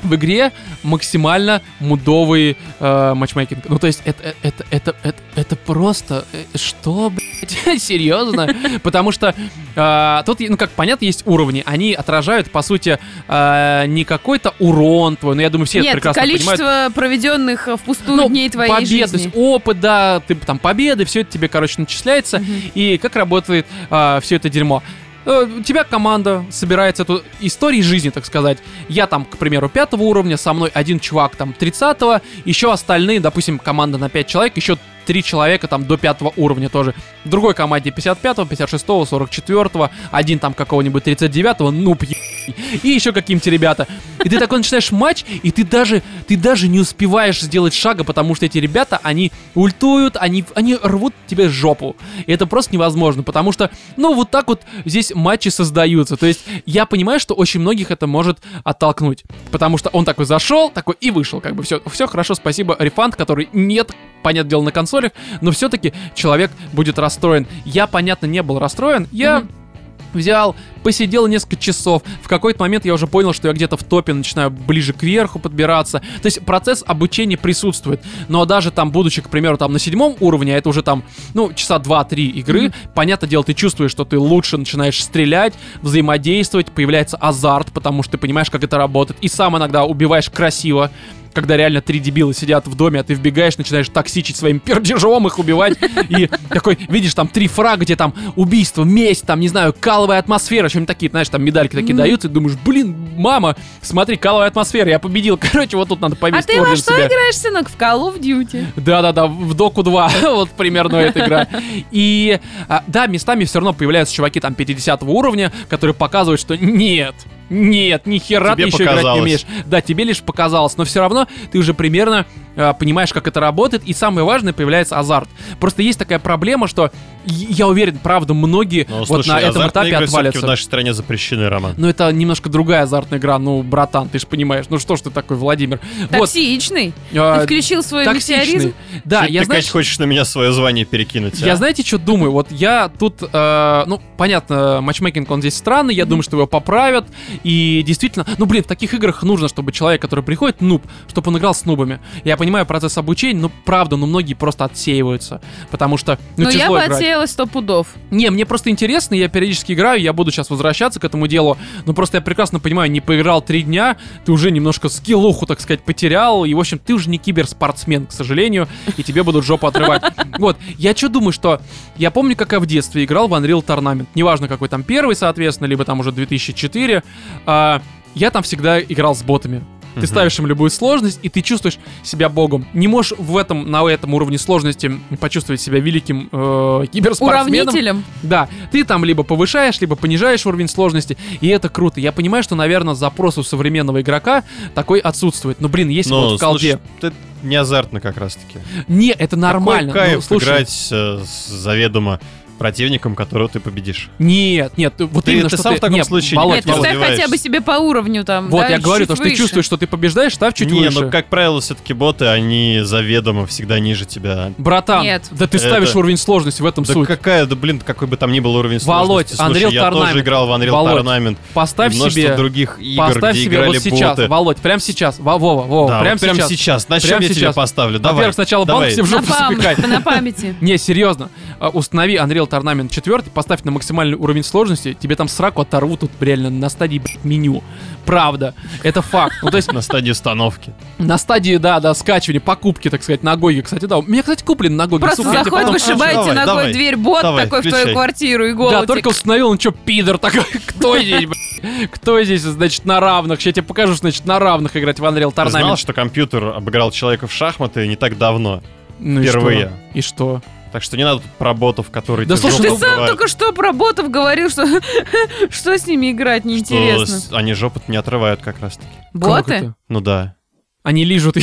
Speaker 1: в игре максимально мудовый э, матчмейкинг. Ну, то есть, э, это, это, это, это, это, это просто, э, что, блядь, серьезно? Потому что э, тут, ну как понятно, есть уровни. Они отражают, по сути, э, не какой-то урон твой, но я думаю, все это
Speaker 3: Нет,
Speaker 1: прекрасно
Speaker 3: количество
Speaker 1: понимают.
Speaker 3: проведенных впустую
Speaker 1: Ну,
Speaker 3: дней твоей
Speaker 1: побед, то
Speaker 3: жизни.
Speaker 1: есть опыт, да, ты там победы, все это тебе, короче, начисляется. И как работает все это дерьмо. Э, У тебя команда собирается эту истории жизни, так сказать. Я там, к примеру, пятого уровня, со мной один чувак там 30-го, еще остальные, допустим, команда на 5 человек, еще три человека там до пятого уровня тоже. В другой команде 55-го, 56-го, 44-го, один там какого-нибудь 39-го, ну пье- и еще каким-то ребята. И ты такой начинаешь матч, и ты даже, ты даже не успеваешь сделать шага, потому что эти ребята, они ультуют, они, они рвут тебе жопу. И это просто невозможно, потому что, ну, вот так вот здесь матчи создаются. То есть я понимаю, что очень многих это может оттолкнуть, потому что он такой зашел, такой и вышел, как бы все, все хорошо, спасибо, рефанд, который нет, понятное дело, на консолях, но все-таки человек будет расстроен. Я, понятно, не был расстроен, я
Speaker 3: Мгм.
Speaker 1: взял, посидел несколько часов. В какой-то момент я уже понял, что я где-то в топе начинаю ближе к верху подбираться. То есть процесс обучения присутствует. Но даже там, будучи, к примеру, там на седьмом уровне, а это уже там, ну, часа два-три игры,
Speaker 3: Мгм.
Speaker 1: понятное дело, ты чувствуешь, что ты лучше начинаешь стрелять, взаимодействовать, появляется азарт, потому что ты понимаешь, как это работает. И сам иногда убиваешь красиво, когда реально три дебила сидят в доме, а ты вбегаешь, начинаешь токсичить своим пердежом, их убивать. И такой, видишь, там три фрага, где там убийство, месть, там, не знаю, каловая атмосфера, чем такие, знаешь, там медальки такие
Speaker 3: Мгм.
Speaker 1: даются, и думаешь, блин, мама, смотри, каловая атмосфера, я победил. Короче, вот тут надо
Speaker 3: А
Speaker 1: повесить
Speaker 3: ты во
Speaker 1: орден
Speaker 3: что
Speaker 1: себе.
Speaker 3: играешь, сынок? В Call of Duty.
Speaker 1: Да-да-да, в Доку 2, вот примерно эта игра. И а, да, местами все равно появляются чуваки там 50 уровня, которые показывают, что нет, нет, ни хера
Speaker 2: Тебе
Speaker 1: ты еще играть не
Speaker 2: показалось.
Speaker 1: умеешь. Да, тебе лишь показалось, но все равно ты уже примерно а, понимаешь, как это работает, и самое важное, появляется азарт. Просто есть такая проблема, что и- я уверен, правда, многие
Speaker 2: Ну,
Speaker 1: вот
Speaker 2: слушай,
Speaker 1: на этом
Speaker 2: азартные
Speaker 1: этапе
Speaker 2: игры всё-таки
Speaker 1: отвалятся.
Speaker 2: в нашей стране запрещены, Роман.
Speaker 1: Но это немножко другая азартная игра, ну, братан, ты же понимаешь, ну что ж ты такой, Владимир. Вот,
Speaker 3: Токсичный.
Speaker 1: а,
Speaker 3: Ты включил свой
Speaker 1: токсичный.
Speaker 3: метеоризм.
Speaker 1: Да,
Speaker 2: Чё
Speaker 1: я
Speaker 2: ты,
Speaker 1: знаю,
Speaker 2: Кать, хочешь на меня свое звание перекинуть? а?
Speaker 1: Я знаете, что думаю? Вот я тут, э, ну, понятно, матчмейкинг он здесь странный, я думаю, что его поправят. И действительно, ну, блин, в таких играх нужно, чтобы человек, который приходит, нуб, чтобы он играл с нубами. Я понимаю процесс обучения, но правда, ну, многие просто отсеиваются, потому что, ну,
Speaker 3: Но я
Speaker 1: тяжело
Speaker 3: бы
Speaker 1: играть.
Speaker 3: отсеялась сто пудов.
Speaker 1: Не, мне просто интересно, я периодически играю, я буду сейчас возвращаться к этому делу, но просто я прекрасно понимаю, не поиграл три дня, ты уже немножко скиллуху, так сказать, потерял, и, в общем, ты уже не киберспортсмен, к сожалению, и тебе будут жопу отрывать. Вот, я что думаю, что... Я помню, как я в детстве играл в Unreal Tournament, неважно, какой там первый, соответственно, либо там уже 2004, а, я там всегда играл с ботами. Ты
Speaker 2: Мгм.
Speaker 1: ставишь им любую сложность, и ты чувствуешь себя богом. Не можешь в этом, на этом уровне сложности почувствовать себя великим э, киберспортсменом.
Speaker 3: Уравнителем.
Speaker 1: Да, ты там либо повышаешь, либо понижаешь уровень сложности, и это круто. Я понимаю, что, наверное, запрос у современного игрока такой отсутствует. Но, блин, если бы
Speaker 2: Ну,
Speaker 1: вот в колде...
Speaker 2: слушай, это не азартно как раз-таки.
Speaker 1: Не, это нормально.
Speaker 2: Какой кайф
Speaker 1: Ну, слушай,
Speaker 2: играть э, с заведомо противником, которого ты победишь.
Speaker 1: Нет, нет, ты- вот
Speaker 2: Ты-
Speaker 1: именно
Speaker 2: ты
Speaker 1: что
Speaker 2: сам в таком
Speaker 1: нет,
Speaker 2: случае
Speaker 1: Володь,
Speaker 2: не
Speaker 3: Нет, ты
Speaker 1: Володь,
Speaker 2: попал.
Speaker 3: ставь хотя бы себе по уровню там.
Speaker 1: Вот,
Speaker 3: да,
Speaker 1: я говорю,
Speaker 3: чуть
Speaker 1: то, что ты
Speaker 3: выше.
Speaker 1: чувствуешь, что ты побеждаешь, ставь чуть
Speaker 2: не,
Speaker 1: выше.
Speaker 2: ну как правило, все-таки боты, они заведомо всегда ниже тебя.
Speaker 1: Братан,
Speaker 3: Нет.
Speaker 1: да ты ставишь
Speaker 2: Это-
Speaker 1: уровень сложности в этом
Speaker 2: Да
Speaker 1: суть.
Speaker 2: какая, да блин, какой бы там ни был уровень
Speaker 1: Володь,
Speaker 2: сложности.
Speaker 1: Unreal
Speaker 2: Слушай, я
Speaker 1: Tournament.
Speaker 2: тоже играл в Unreal
Speaker 1: Володь,
Speaker 2: Tournament.
Speaker 1: Поставь
Speaker 2: и множество
Speaker 1: себе,
Speaker 2: других игр,
Speaker 1: поставь
Speaker 2: где
Speaker 1: себе
Speaker 2: играли
Speaker 1: вот сейчас,
Speaker 2: боты.
Speaker 1: Володь, прям сейчас, Во- Вова, Вова,
Speaker 2: да,
Speaker 1: прям,
Speaker 2: вот прям сейчас. На чем
Speaker 1: Прям
Speaker 2: я тебя
Speaker 1: сейчас.
Speaker 2: поставлю? Давай.
Speaker 1: Во-первых, сначала банк
Speaker 2: давай.
Speaker 1: себе в
Speaker 3: На,
Speaker 1: жопу
Speaker 3: пам-
Speaker 1: запихай.
Speaker 3: на памяти.
Speaker 1: Не, серьезно, А, установи Unreal Tournament 4, поставь на максимальный уровень сложности, тебе там сраку оторвут тут реально на стадии блядь, меню. Правда, это факт. Ну, то есть
Speaker 2: На стадии установки.
Speaker 1: на стадии, да, да, скачивания, покупки, так сказать, на Гоге, кстати, да. У меня, кстати, куплен на Гоге.
Speaker 3: Просто
Speaker 1: сука, я тебе
Speaker 3: заходит,
Speaker 1: потом
Speaker 2: выше-
Speaker 3: вышибаете
Speaker 2: Давай,
Speaker 3: ногой
Speaker 2: давай.
Speaker 3: дверь, бот
Speaker 2: Давай,
Speaker 3: такой в твою
Speaker 2: включай.
Speaker 3: квартиру и
Speaker 1: Да,
Speaker 3: голодик.
Speaker 1: только установил, он что, пидор такой? Кто здесь, блядь? Кто здесь, значит, на равных? Сейчас я тебе покажу, что, значит, на равных играть в Unreal
Speaker 2: Ты знал,
Speaker 1: Tournament.
Speaker 2: что компьютер обыграл человека в шахматы не так давно.
Speaker 1: Ну и
Speaker 2: впервые.
Speaker 1: что? И что?
Speaker 2: Так что не надо тут про ботов, которые
Speaker 1: Да
Speaker 2: тебе
Speaker 1: слушай,
Speaker 2: в
Speaker 3: Ты
Speaker 2: жопу
Speaker 1: ну,
Speaker 3: сам
Speaker 2: бывают,
Speaker 3: только что про ботов говорил, что что с ними играть,
Speaker 2: что
Speaker 3: неинтересно.
Speaker 2: с- они жопу не отрывают как раз таки.
Speaker 1: Как
Speaker 3: Боты?
Speaker 1: это?
Speaker 2: Ну да.
Speaker 1: Они лижут. и-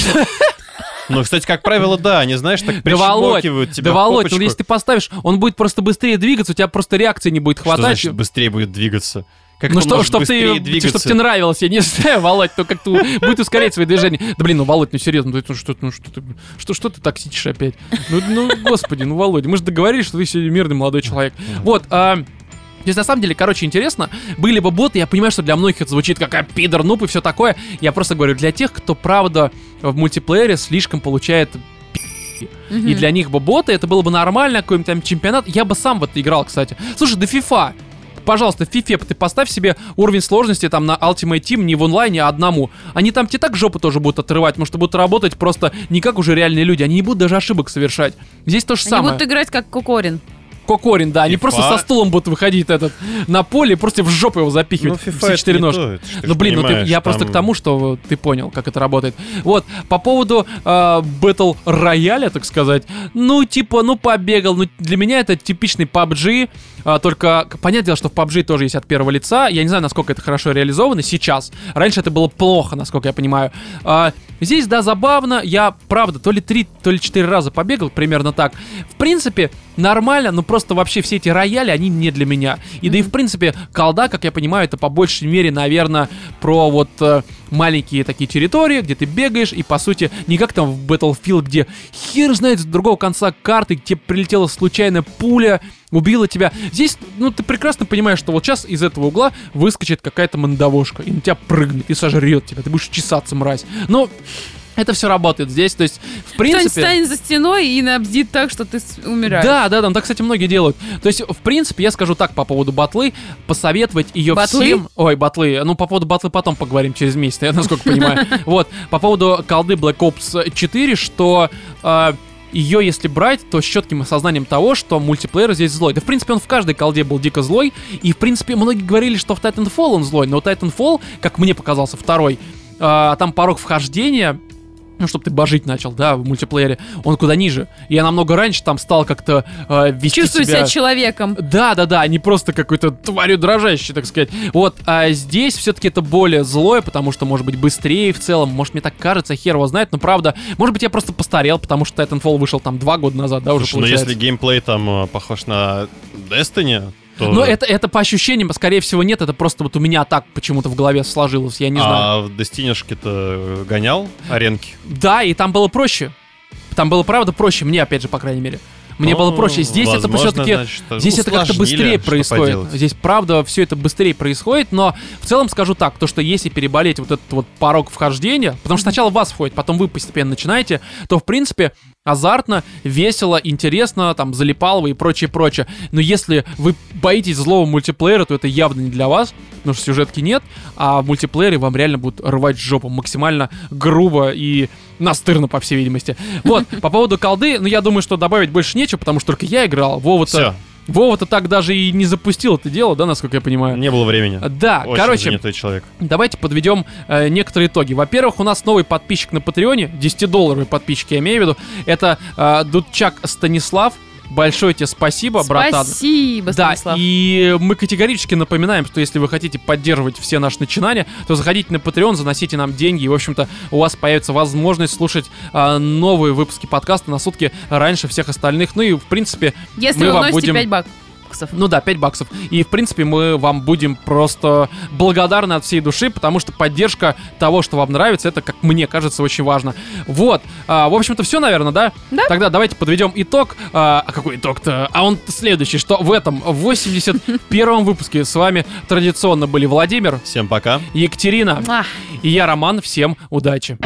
Speaker 2: Ну, кстати, как правило, да, они, знаешь, так
Speaker 1: Да, Володь,
Speaker 2: прищелкивают тебя
Speaker 1: Да,
Speaker 2: в
Speaker 1: Володь, ну
Speaker 2: попочку.
Speaker 1: если ты поставишь, он будет просто быстрее двигаться, у тебя просто реакции не будет
Speaker 2: Что
Speaker 1: хватать.
Speaker 2: значит быстрее будет двигаться? Как
Speaker 1: Ну
Speaker 2: он
Speaker 1: что,
Speaker 2: может
Speaker 1: чтоб
Speaker 2: быстрее
Speaker 1: ты, чтоб
Speaker 2: двигаться?
Speaker 1: тебе нравилось, я не знаю, Володь, то как-то будет ускорять свои движения. Да блин, ну Володь, ну серьезно, ну, это что, ну, что ты, что, что ты токсичишь опять? Ну, ну, господи, ну Володя, мы же договорились, что ты сегодня мирный молодой человек. Вот, а, то есть, на самом деле, короче, интересно, были бы боты, я понимаю, что для многих это звучит как а, пидор, нуп и все такое. Я просто говорю, для тех, кто, правда, в мультиплеере слишком получает пи***, И для них бы боты это было бы нормально, какой-нибудь там чемпионат. Я бы сам в это играл, кстати. Слушай, да FIFA. Пожалуйста, в FIFA ты поставь себе уровень сложности там на Ultimate Team не в онлайне, а одному. Они там тебе так жопу тоже будут отрывать, потому что будут работать просто не как уже реальные люди. Они не будут даже ошибок совершать. Здесь то же
Speaker 3: Они
Speaker 1: самое.
Speaker 3: будут играть как Кокорин.
Speaker 1: Кокорин, да, они
Speaker 2: FIFA.
Speaker 1: просто со стулом будут выходить этот на поле и просто в жопу его запихивать.
Speaker 2: FIFA
Speaker 1: все
Speaker 2: Ну, это
Speaker 1: четыре
Speaker 2: не
Speaker 1: ножки.
Speaker 2: то, это ж ты
Speaker 1: Ну
Speaker 2: ж
Speaker 1: блин, ну ты-
Speaker 2: понимаешь,
Speaker 1: я просто
Speaker 2: там-
Speaker 1: к тому, что э, ты понял, как это работает. Вот, по поводу э, Battle Royale, так сказать, ну типа, ну побегал, ну для меня это типичный PUBG, э, только к- понятное дело, что в PUBG тоже есть от первого лица, я не знаю, насколько это хорошо реализовано сейчас, раньше это было плохо, насколько я понимаю. А, здесь, да, забавно, я, правда, то ли три, то ли четыре раза побегал, примерно так. В принципе, нормально, но просто вообще все эти рояли, они не для меня. И да и, в принципе, колда, как я понимаю, это по большей мере, наверное, про вот э, маленькие такие территории, где ты бегаешь, и, по сути, не как там в Battlefield, где хер знает с другого конца карты, где прилетела случайная пуля, убила тебя. Здесь, ну, ты прекрасно понимаешь, что вот сейчас из этого угла выскочит какая-то мандавошка, и на тебя прыгнет, и сожрет тебя, ты будешь чесаться, мразь. Но это все работает здесь, то есть, в
Speaker 3: Кто-нибудь
Speaker 1: принципе...
Speaker 3: встанет за стеной и набздит так, что ты с- умираешь.
Speaker 1: Да, да, там так, кстати, многие делают. То есть, в принципе, я скажу так по поводу батлы, посоветовать ее
Speaker 3: Батлы?
Speaker 1: всем... Ой, батлы, ну по поводу батлы потом поговорим через месяц, я насколько понимаю. Вот, по поводу колды Black Ops 4, что... э, ее, если брать, то с четким осознанием того, что мультиплеер здесь злой. Да, в принципе, он в каждой колде был дико злой. И, в принципе, многие говорили, что в Titanfall он злой. Но Titanfall, как мне показался, второй, э, там порог вхождения ну, чтобы ты божить начал, да, в мультиплеере, он куда ниже. Я намного раньше там стал как-то э, вести
Speaker 3: Чувствую себя человеком.
Speaker 1: да, да, да, а не просто какой-то тварью дрожащей, так сказать. Вот, а здесь все-таки это более злое, потому что, может быть, быстрее в целом, может, мне так кажется, хер его знает, но правда, может быть, я просто постарел, потому что Titanfall вышел там два года назад, да, уже
Speaker 2: Слушай, ну
Speaker 1: получается.
Speaker 2: если геймплей там э, похож на Destiny, то...
Speaker 1: Но Ну, это, это по ощущениям, а, скорее всего, нет, это просто вот у меня так почему-то в голове сложилось, я не знаю.
Speaker 2: А в Destiny-шке-то гонял аренки?
Speaker 1: Да, и там было проще. Там было, правда, проще, мне, опять же, по крайней мере. Мне
Speaker 2: Ну,
Speaker 1: было проще. Здесь это
Speaker 2: возможно,
Speaker 1: все-таки...
Speaker 2: значит,
Speaker 1: Здесь это как-то
Speaker 2: усложнили,
Speaker 1: быстрее
Speaker 2: что
Speaker 1: происходит.
Speaker 2: поделать.
Speaker 1: Здесь, правда, все это быстрее происходит, но в целом скажу так, то, что если переболеть вот этот вот порог вхождения, потому что сначала вас входит, потом вы постепенно начинаете, то, в принципе, азартно, весело, интересно, там, залипалово и прочее, прочее. Но если вы боитесь злого мультиплеера, то это явно не для вас, потому что сюжетки нет, а в мультиплеере вам реально будут рвать жопу максимально грубо и настырно, по всей видимости. Вот, по поводу колды, ну, я думаю, что добавить больше нечего, потому что только я играл, Вова-то...
Speaker 2: Все,
Speaker 1: Вова-то так даже и не запустил это дело, да, насколько я понимаю?
Speaker 2: не было времени.
Speaker 1: Да,
Speaker 2: Очень
Speaker 1: А, короче,
Speaker 2: занятой человек.
Speaker 1: давайте подведем э, некоторые итоги. Во-первых, у нас новый подписчик на Патреоне, 10-долларовый подписчик, я имею в виду. Это э, Дудчак Станислав. Большое тебе спасибо, братан.
Speaker 3: Спасибо,
Speaker 1: Да,
Speaker 3: Станислав.
Speaker 1: и мы категорически напоминаем, что если вы хотите поддерживать все наши начинания, то заходите на Patreon, заносите нам деньги, и, в общем-то, у вас появится возможность слушать э, новые выпуски подкаста на сутки раньше всех остальных. Ну и, в принципе,
Speaker 3: Если
Speaker 1: мы
Speaker 3: вы
Speaker 1: вам
Speaker 3: вносите
Speaker 1: будем-
Speaker 3: 5 баксов.
Speaker 1: ну да, 5 баксов. И, в принципе, мы вам будем просто благодарны от всей души, потому что поддержка того, что вам нравится, это, как мне кажется, очень важно. Вот. А, в общем-то, все, наверное, да?
Speaker 3: Да.
Speaker 1: Тогда давайте подведем итог. А а какой итог-то? А он следующий, что в этом 81-м выпуске с вами традиционно были Владимир,
Speaker 2: Всем пока.
Speaker 3: А.
Speaker 1: Екатерина
Speaker 3: Муа.
Speaker 1: и я, Роман. Всем удачи.